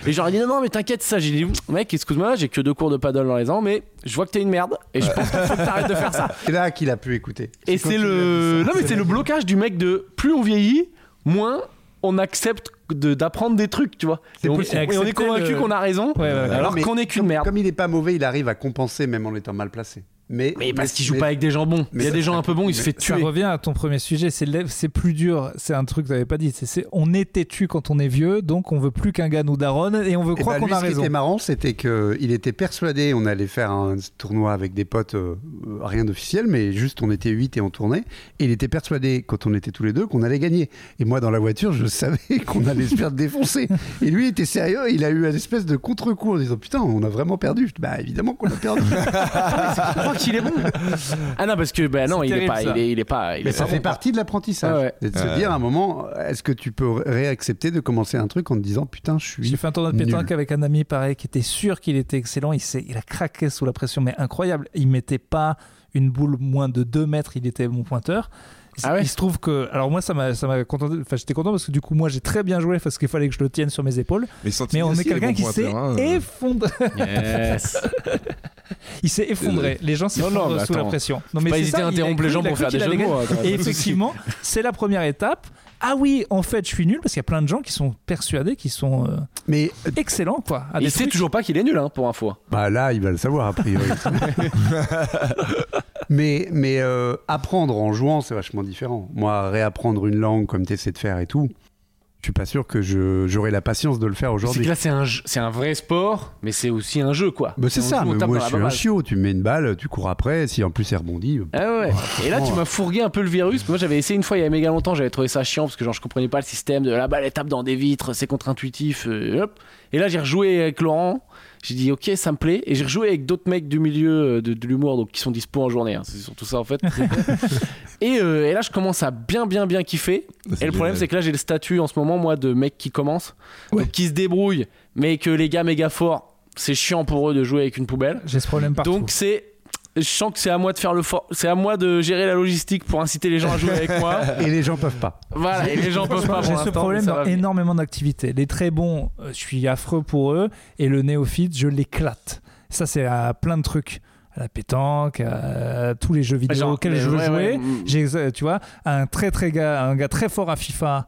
Speaker 1: Et genre, il dit non, non, mais t'inquiète, ça. J'ai dit, mec, excuse-moi, j'ai que deux cours de paddle dans les ans, mais je vois que t'es une merde, et je pense qu'il faut que t'arrêtes de faire ça.
Speaker 4: C'est là qu'il a pu écouter.
Speaker 1: Et
Speaker 4: quand
Speaker 1: c'est
Speaker 4: il a
Speaker 1: le.
Speaker 4: vu ça.
Speaker 1: Non, mais c'est le blocage du mec de plus on vieillit, moins on accepte de- d'apprendre des trucs, tu vois.
Speaker 4: C'est
Speaker 1: Et on,
Speaker 2: possible.
Speaker 1: et on est
Speaker 2: Accepter
Speaker 1: convaincu
Speaker 2: le-
Speaker 1: qu'on a raison,
Speaker 2: Ouais, ouais, ouais.
Speaker 1: alors
Speaker 4: Non, mais
Speaker 1: qu'on est qu'une
Speaker 4: comme-
Speaker 1: merde.
Speaker 4: Comme il n'est pas mauvais, il arrive à compenser même en étant mal placé. Mais,
Speaker 1: Mais parce qu'il joue
Speaker 4: mais-
Speaker 1: pas avec des gens bons. Il
Speaker 4: mais
Speaker 1: y a
Speaker 4: ça-
Speaker 1: des gens un peu bons, il se fait
Speaker 2: Ça
Speaker 1: tuer.
Speaker 2: revient à ton premier sujet, c'est le- c'est plus dur, c'est un truc que t'avais pas dit, c'est- c'est on est têtu quand on est vieux, donc on veut plus qu'un gars nous daronne et on veut
Speaker 4: Eh
Speaker 2: croire
Speaker 4: ben,
Speaker 2: qu'on
Speaker 4: lui,
Speaker 2: a
Speaker 4: ce qui
Speaker 2: raison.
Speaker 4: était marrant, c'était qu'il était persuadé, on allait faire un tournoi avec des potes, euh, euh, rien d'officiel, mais juste on était 8 et on tournait. Et il était persuadé, quand on était tous les deux, qu'on allait gagner. Et moi, dans la voiture, je <laughs> savais qu'on allait se faire défoncer. Et lui, il était sérieux, il a eu une espèce de contre-coup en disant Putain, on a vraiment perdu. Je dis, bah évidemment qu'on a perdu.
Speaker 1: Je crois qu'il est bon. Ah non, parce que ben non,
Speaker 2: C'est
Speaker 1: il est
Speaker 2: terrible,
Speaker 1: pas,
Speaker 2: ça.
Speaker 1: il est, il est pas. <laughs> il
Speaker 4: mais
Speaker 1: est
Speaker 4: ça
Speaker 1: pas
Speaker 4: fait
Speaker 1: bon.
Speaker 4: partie de l'apprentissage.
Speaker 1: Ah ouais.
Speaker 4: C'est de se
Speaker 3: Ouais.
Speaker 4: dire à un moment, est-ce que tu peux réaccepter de commencer un truc en te disant Putain, je suis.
Speaker 2: J'ai fait un tournoi de
Speaker 4: nul.
Speaker 2: pétanque avec un ami pareil qui était sûr qu'il était excellent. Il, s'est- il a craqué sous la pression, mais incroyable. Il mettait pas une boule moins de 2 mètres, il était mon pointeur.
Speaker 1: Ah ouais
Speaker 2: il se trouve que. Alors moi, ça m'a ça m'a contenté. Enfin, j'étais content parce que du coup, moi, j'ai très bien joué parce qu'il fallait que je le tienne sur mes épaules.
Speaker 3: Mais, Santini
Speaker 2: Mais on
Speaker 3: aussi,
Speaker 2: est
Speaker 3: il
Speaker 2: quelqu'un
Speaker 3: bon
Speaker 2: qui s'est
Speaker 3: pointeur, hein.
Speaker 2: effondré.
Speaker 1: Yes.
Speaker 2: Il s'est effondré. Les gens
Speaker 1: Non, non,
Speaker 2: s'effondrent
Speaker 1: mais
Speaker 2: sous la
Speaker 1: attends.
Speaker 2: pression. Non,
Speaker 1: Faut pas
Speaker 2: c'est
Speaker 1: hésiter
Speaker 2: ça,
Speaker 1: à
Speaker 2: il a
Speaker 1: interrompre les
Speaker 2: cru-
Speaker 1: gens
Speaker 2: il a
Speaker 1: pour
Speaker 2: cru
Speaker 1: faire des
Speaker 2: qu'il
Speaker 1: jeux
Speaker 2: allait
Speaker 1: de mots. hein. attends.
Speaker 2: Et effectivement, c'est la première étape. Ah oui, en fait, je suis nul parce qu'il y a plein de gens qui sont persuadés qu'ils sont euh,
Speaker 4: Mais
Speaker 2: excellents, quoi. à des
Speaker 1: Il sait
Speaker 2: trucs.
Speaker 1: toujours pas qu'il est nul, hein, pour info.
Speaker 4: Bah là, il va le savoir,
Speaker 2: <laughs>
Speaker 4: a priori. mais mais euh, apprendre en jouant, c'est vachement différent. Moi, réapprendre une langue comme tu essaies de faire et tout, je suis pas sûr que je- j'aurai la patience de le faire
Speaker 1: C'est
Speaker 4: aujourd'hui.
Speaker 1: que là, c'est un, jeu- c'est un vrai sport, mais c'est aussi un jeu, quoi.
Speaker 4: Bah, c'est
Speaker 1: On
Speaker 4: ça,
Speaker 1: joue, on
Speaker 4: mais
Speaker 1: tape dans
Speaker 4: moi je
Speaker 1: la
Speaker 4: suis un
Speaker 1: baballe.
Speaker 4: chiot, tu mets une balle, tu cours après, si en plus elle rebondit. euh,
Speaker 1: Ah ouais. Et là, tu m'as fourgué un peu le virus. Moi, j'avais essayé une fois il y a méga longtemps. J'avais trouvé ça chiant parce que genre, je comprenais pas le système de la balle, elle tape dans des vitres, c'est contre-intuitif. euh, hop. Et là, j'ai rejoué avec Laurent. J'ai dit, ok, ça me plaît. Et j'ai rejoué avec d'autres mecs du milieu euh, de, de l'humour, donc qui sont dispo en journée. hein. C'est surtout ça, en fait. et, euh, et là, je commence à bien, bien, bien kiffer. Et le problème, c'est que là, j'ai le statut en ce moment, moi, de mec qui commence,
Speaker 3: Ouais.
Speaker 1: donc qui se débrouille, mais que les gars méga forts, c'est chiant pour eux de jouer avec une poubelle.
Speaker 2: J'ai ce problème partout.
Speaker 1: Donc c'est je sens que c'est à moi de faire le fort, c'est à moi de gérer la logistique pour inciter les gens à jouer avec
Speaker 2: <laughs>
Speaker 1: moi.
Speaker 2: Ah.
Speaker 4: Et les gens peuvent pas.
Speaker 1: Voilà, et les gens peuvent pas. pour
Speaker 2: J'ai ce
Speaker 1: l'instant,
Speaker 2: problème
Speaker 1: mais ça
Speaker 2: dans
Speaker 1: va venir.
Speaker 2: énormément d'activités. Les très bons, euh, je suis affreux pour eux, et le néophyte, je l'éclate. Ça, c'est à plein de trucs. À la pétanque, à tous les jeux vidéo
Speaker 1: Genre,
Speaker 2: auxquels
Speaker 1: mais
Speaker 2: je veux
Speaker 1: ouais,
Speaker 2: jouer.
Speaker 1: ouais, mm.
Speaker 2: J'ai, euh, tu vois, un très très gars, un gars très fort à FIFA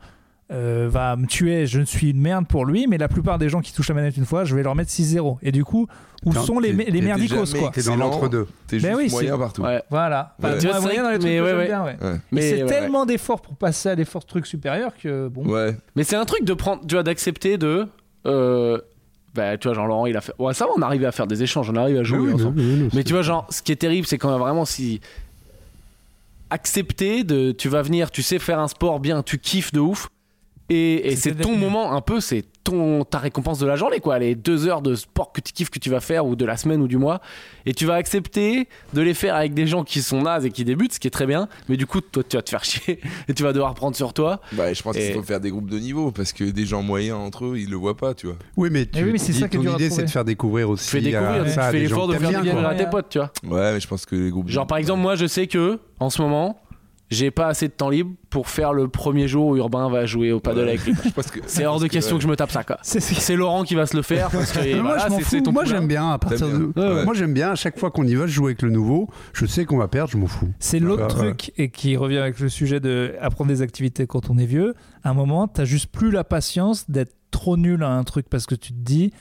Speaker 2: euh, va me tuer, je ne suis une merde pour lui, mais la plupart des gens qui touchent la manette une fois, je vais leur mettre 6-0. Et du coup, où
Speaker 4: Putain,
Speaker 2: sont les,
Speaker 3: t'es-
Speaker 2: me- les
Speaker 3: t'es
Speaker 2: merdicos
Speaker 3: déjà
Speaker 2: quoi
Speaker 3: mec.
Speaker 4: T'es dans
Speaker 3: Excellent.
Speaker 4: l'entre-deux.
Speaker 3: T'es
Speaker 2: Ben
Speaker 3: juste
Speaker 2: oui,
Speaker 3: moyen
Speaker 2: c'est-
Speaker 3: partout.
Speaker 1: Ouais.
Speaker 2: Voilà.
Speaker 3: Ouais.
Speaker 2: Enfin,
Speaker 1: Tu vois,
Speaker 2: moi,
Speaker 1: c'est vrai
Speaker 2: moyen dans les
Speaker 1: que-
Speaker 2: trucs
Speaker 1: mais
Speaker 2: que
Speaker 1: ouais,
Speaker 2: j'aime
Speaker 1: ouais.
Speaker 2: bien, ouais.
Speaker 3: Ouais.
Speaker 2: Mais
Speaker 1: Mais
Speaker 2: c'est
Speaker 1: ouais, ouais.
Speaker 2: tellement d'efforts pour passer à l'effort truc supérieur que bon.
Speaker 3: Ouais.
Speaker 1: Mais c'est un truc de prendre, tu vois, d'accepter de. euh, bah, tu vois, genre Laurent, il a fait. Ouais, ça va, on arrive à faire des échanges, on
Speaker 2: Ah
Speaker 1: arrive à jouer ensemble.
Speaker 2: bah
Speaker 1: Mais tu vois, genre, ce qui est terrible, c'est quand même vraiment si. Accepter de. Tu vas venir, tu sais faire un sport bien, tu kiffes de ouf. Et, et
Speaker 2: C'était
Speaker 1: c'est ton
Speaker 2: défini.
Speaker 1: moment un peu, c'est ton ta récompense de la journée quoi, les deux heures de sport que tu kiffes que tu vas faire ou de la semaine ou du mois, et tu vas accepter de les faire avec des gens qui sont nazes et qui débutent, ce qui est très bien, mais du coup toi tu vas te faire <laughs> chier et tu vas devoir prendre sur toi.
Speaker 3: Bah, je pense
Speaker 1: Et-
Speaker 3: qu'il faut faire des groupes de niveau parce que des gens moyens entre eux, ils le voient pas, tu vois.
Speaker 4: Oui, mais tu
Speaker 2: Eh oui, mais c'est
Speaker 4: dis-
Speaker 2: ça qui est
Speaker 4: ton
Speaker 2: dur à
Speaker 4: idée, c'est
Speaker 2: trouver.
Speaker 4: de faire découvrir aussi
Speaker 1: Tu fais
Speaker 4: à
Speaker 1: découvrir, tu
Speaker 4: euh, ça à
Speaker 1: fais
Speaker 4: des gens
Speaker 1: l'effort de
Speaker 4: que
Speaker 1: faire
Speaker 4: t'aimes bien,
Speaker 1: découvrir
Speaker 4: quoi.
Speaker 1: à tes potes, tu vois.
Speaker 3: Ouais, mais je pense que les groupes.
Speaker 1: Genre par exemple moi je sais que en ce moment j'ai pas assez de temps libre pour faire le premier jour où Urbain va jouer au paddle
Speaker 3: Ouais.
Speaker 1: avec lui.
Speaker 3: Je pense que-
Speaker 1: C'est hors de
Speaker 3: parce que,
Speaker 1: question que je me tape ça quoi.
Speaker 2: C'est ce qui-
Speaker 1: C'est Laurent qui va se le faire parce que
Speaker 4: Mais moi,
Speaker 1: voilà,
Speaker 4: je m'en
Speaker 1: c'est- c'est
Speaker 4: fous.
Speaker 1: ton
Speaker 4: Moi,
Speaker 1: poulain.
Speaker 4: j'aime bien. À partir
Speaker 3: T'aimes
Speaker 4: de...
Speaker 3: bien. Ouais, ouais.
Speaker 4: Moi, j'aime bien. À chaque fois qu'on y va, jouer avec le nouveau, je sais qu'on va perdre, je m'en fous.
Speaker 2: C'est l'autre
Speaker 4: Voilà, ouais.
Speaker 2: truc et qui revient avec le sujet de apprendre des activités quand on est vieux. À un moment, t'as juste plus la patience d'être trop nul à un truc parce que tu te dis,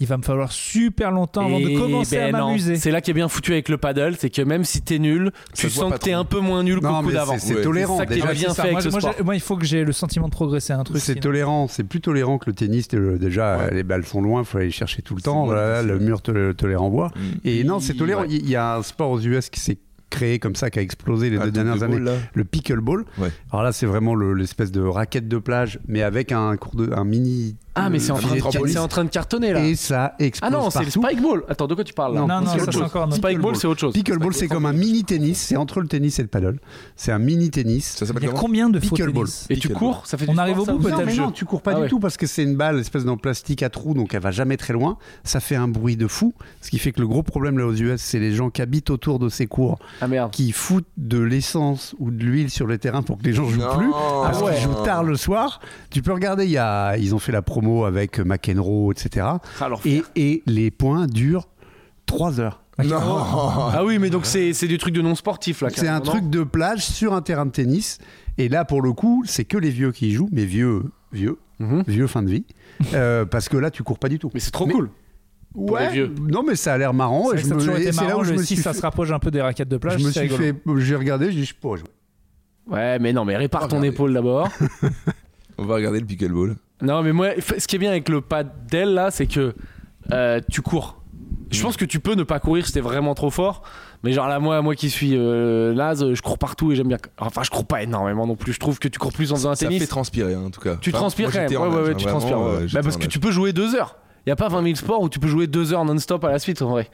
Speaker 2: il va me falloir super longtemps avant
Speaker 1: Eh
Speaker 2: de commencer
Speaker 1: ben
Speaker 2: à
Speaker 1: non.
Speaker 2: m'amuser.
Speaker 1: C'est là qui est bien foutu avec le paddle, c'est que même si t'es nul,
Speaker 3: Ça
Speaker 1: tu
Speaker 3: se voit
Speaker 1: sens
Speaker 3: pas
Speaker 1: que t'es
Speaker 3: trop.
Speaker 1: un peu moins nul
Speaker 4: Non,
Speaker 1: qu'au coup
Speaker 4: mais
Speaker 1: d'avant.
Speaker 4: c'est- c'est
Speaker 3: Ouais.
Speaker 4: tolérant.
Speaker 1: C'est ça qui
Speaker 4: déjà.
Speaker 1: va bien
Speaker 2: C'est ça.
Speaker 1: fait avec
Speaker 2: moi,
Speaker 1: ce
Speaker 2: moi,
Speaker 1: sport.
Speaker 2: j'ai- moi, il faut que j'ai le sentiment de progresser à un truc. hein.
Speaker 4: C'est
Speaker 2: sinon-
Speaker 4: tolérant, c'est plus tolérant que le tennis. t'es le- déjà,
Speaker 3: Ouais.
Speaker 4: les balles sont loin, faut aller chercher tout le
Speaker 3: C'est
Speaker 4: temps.
Speaker 3: moins
Speaker 4: voilà,
Speaker 3: difficile.
Speaker 4: le mur te, te les renvoie.
Speaker 3: euh, mm.
Speaker 4: Et non, c'est tolérant.
Speaker 3: Ouais.
Speaker 4: Il il y a un sport aux US qui s'est créé comme ça, qui a explosé les
Speaker 3: Ah,
Speaker 4: deux
Speaker 3: le truc
Speaker 4: dernières
Speaker 3: de
Speaker 4: années.
Speaker 3: ball, là.
Speaker 4: Le pickleball.
Speaker 3: Ouais.
Speaker 4: Alors là, c'est vraiment le- l'espèce de raquette de plage, mais avec un cours de, un mini.
Speaker 1: Ah, mais c'est en,
Speaker 4: euh,
Speaker 1: train de-
Speaker 4: filet
Speaker 1: c'est en train de cartonner là.
Speaker 4: Et ça explose
Speaker 1: Ah non, c'est le
Speaker 4: partout.
Speaker 1: spikeball. Attends, de quoi tu parles là
Speaker 4: Non,
Speaker 2: Non, non,
Speaker 4: c'est
Speaker 2: ça,
Speaker 4: autre
Speaker 2: c'est
Speaker 4: chose.
Speaker 2: encore un autre-
Speaker 1: Spikeball,
Speaker 4: Pickleball.
Speaker 1: c'est autre chose.
Speaker 4: Pickleball, c'est comme un mini tennis. C'est entre le tennis et le paddle. C'est un mini tennis.
Speaker 3: Ça s'appelle
Speaker 2: Il y a
Speaker 3: comment
Speaker 2: combien de faux
Speaker 4: Pickleball.
Speaker 2: tennis
Speaker 1: Et tu
Speaker 3: Pickleball.
Speaker 1: cours, ça fait
Speaker 2: On
Speaker 1: du
Speaker 2: arrive
Speaker 1: sport,
Speaker 2: au
Speaker 1: ça,
Speaker 2: bout,
Speaker 1: ou ça
Speaker 4: Non,
Speaker 2: peut-être
Speaker 4: mais
Speaker 2: jeu.
Speaker 4: non, tu cours pas
Speaker 1: Ah
Speaker 4: du
Speaker 1: ouais.
Speaker 4: tout parce que c'est une balle, espèce d'en plastique à trous, donc elle va jamais très loin. Ça fait un bruit de fou. Ce qui fait que le gros problème là aux US, c'est les gens qui habitent autour de ces cours,
Speaker 1: Ah merde.
Speaker 4: qui foutent de l'essence ou de l'huile sur les terrains pour que les gens jouent
Speaker 3: Non.
Speaker 4: plus.
Speaker 3: Ah
Speaker 4: Parce
Speaker 1: ouais.
Speaker 4: qu'ils jouent tard le soir. Tu peux regarder, il y a, ils ont fait la promo avec McEnroe, etc.
Speaker 1: Alors,
Speaker 4: Et, et les points durent 3 heures.
Speaker 3: Non
Speaker 1: Ah oui, mais donc c'est c'est du truc de non sportif là.
Speaker 4: C'est un
Speaker 1: carrément,
Speaker 4: truc de plage sur un terrain de tennis. Et là, pour le coup, c'est que les vieux qui y jouent, mais vieux, vieux,
Speaker 1: non Mhm.
Speaker 4: vieux fin
Speaker 2: <laughs>
Speaker 4: de vie. Euh, parce que là, tu cours pas du tout.
Speaker 1: Mais c'est trop
Speaker 4: Mais-
Speaker 1: cool. pour les vieux.
Speaker 4: Non, mais ça a l'air marrant.
Speaker 2: C'est vrai que
Speaker 4: et je
Speaker 2: ça a
Speaker 4: me-
Speaker 2: toujours
Speaker 4: et
Speaker 2: été
Speaker 4: c'est là
Speaker 2: marrant,
Speaker 4: où je
Speaker 2: le-
Speaker 4: me
Speaker 2: si
Speaker 4: suis,
Speaker 2: ça se rapproche un peu des raquets de plage,
Speaker 4: je me
Speaker 2: c'est
Speaker 4: suis
Speaker 2: rigolo.
Speaker 4: fait. J'ai regardé, j'ai dit, je pourrais jouer.
Speaker 1: Ouais, mais non, mais répare
Speaker 3: Oh,
Speaker 1: ton
Speaker 3: regardez.
Speaker 1: épaule
Speaker 3: <laughs>
Speaker 1: d'abord.
Speaker 3: <laughs> On va regarder le pickleball.
Speaker 1: Non, mais moi, f- ce qui est bien avec le padel là, c'est que euh, tu cours.
Speaker 3: Mm.
Speaker 1: Je pense que tu peux ne pas courir si t'es vraiment trop fort. Mais genre là, moi, moi qui suis euh, naze, je cours partout et j'aime bien. Enfin, je cours pas énormément non plus. Je trouve que tu cours plus en faisant un
Speaker 3: Ça
Speaker 1: tennis.
Speaker 3: fait transpirer, hein, en tout cas.
Speaker 1: Tu
Speaker 3: Enfin,
Speaker 1: transpires
Speaker 3: moi,
Speaker 1: quand même.
Speaker 3: j'étais
Speaker 1: Ouais,
Speaker 3: en
Speaker 1: ouais,
Speaker 3: nage,
Speaker 1: ouais,
Speaker 3: hein,
Speaker 1: tu
Speaker 3: vraiment,
Speaker 1: transpires.
Speaker 3: euh,
Speaker 1: ouais.
Speaker 3: j'étais
Speaker 1: Bah, parce
Speaker 3: en
Speaker 1: que
Speaker 3: nage.
Speaker 1: tu peux jouer deux heures. Il n'y a pas 20 000 sports où tu peux jouer deux heures non-stop à la suite, en vrai.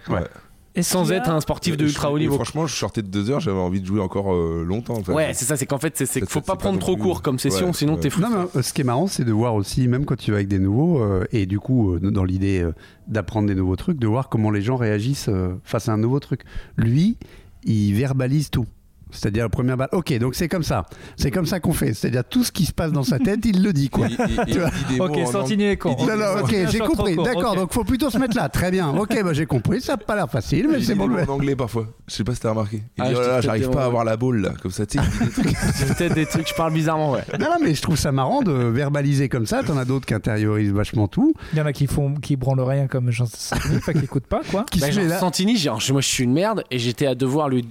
Speaker 2: Est-ce
Speaker 1: Sans
Speaker 2: qu'il y a-
Speaker 1: être un sportif de
Speaker 3: Je-
Speaker 1: ultra haut niveau.
Speaker 3: Franchement, je sortais de deux heures, j'avais envie de jouer encore euh, longtemps. en fait.
Speaker 1: Ouais, c'est ça, c'est qu'en fait, c'est c'est qu'il
Speaker 3: Ça,
Speaker 1: faut
Speaker 3: c'est
Speaker 1: pas
Speaker 3: pas
Speaker 1: prendre
Speaker 3: non
Speaker 1: trop
Speaker 3: plus-
Speaker 1: court comme session,
Speaker 3: Ouais,
Speaker 1: sinon
Speaker 3: ouais.
Speaker 1: t'es fou.
Speaker 4: Non, mais euh, ce qui est marrant, c'est de voir aussi, même quand tu vas avec des nouveaux, euh, et du coup, euh, dans l'idée euh, d'apprendre des nouveaux trucs, de voir comment les gens réagissent euh, face à un nouveau truc. Lui, il verbalise tout. C'est-à-dire la première balle. Ok, donc c'est comme ça. C'est comme ça qu'on fait. C'est-à-dire tout ce qui se passe dans sa tête, il le dit quoi.
Speaker 1: <laughs>
Speaker 3: Il- il- il-
Speaker 4: Tu vois.
Speaker 3: il dit des mots
Speaker 2: Ok,
Speaker 3: en
Speaker 2: Santini est con.
Speaker 3: Il dit-
Speaker 4: Non, non, ok, j'ai
Speaker 2: Sur
Speaker 4: compris.
Speaker 2: trop court,
Speaker 4: D'accord,
Speaker 2: ok.
Speaker 4: donc faut plutôt se mettre là. Très bien. Ok, bah, j'ai compris. Ça n'a pas l'air facile, mais
Speaker 3: Il
Speaker 4: c'est
Speaker 3: dit
Speaker 4: bon.
Speaker 3: des mots en anglais parfois. Je sais pas si t'as remarqué. Il
Speaker 1: Ah,
Speaker 3: dit
Speaker 1: je
Speaker 3: oh là là,
Speaker 1: dis
Speaker 3: j'arrive
Speaker 1: peut-être
Speaker 3: pas à
Speaker 1: des-
Speaker 3: avoir la boule là. Comme ça, tu sais, il dit des trucs.
Speaker 1: C'est peut-être des trucs, je parle bizarrement, ouais.
Speaker 4: Non, non, mais je trouve ça marrant de verbaliser comme ça. T'en as d'autres qui intériorisent vachement tout.
Speaker 2: Il y en a qui font, qui branlent rien comme jean enfin qui écoutent pas quoi.
Speaker 4: Qui
Speaker 1: Bah,
Speaker 4: se met
Speaker 1: genre,
Speaker 4: là.
Speaker 1: Santini, j'ai- moi je suis une merde et j'étais à devoir lui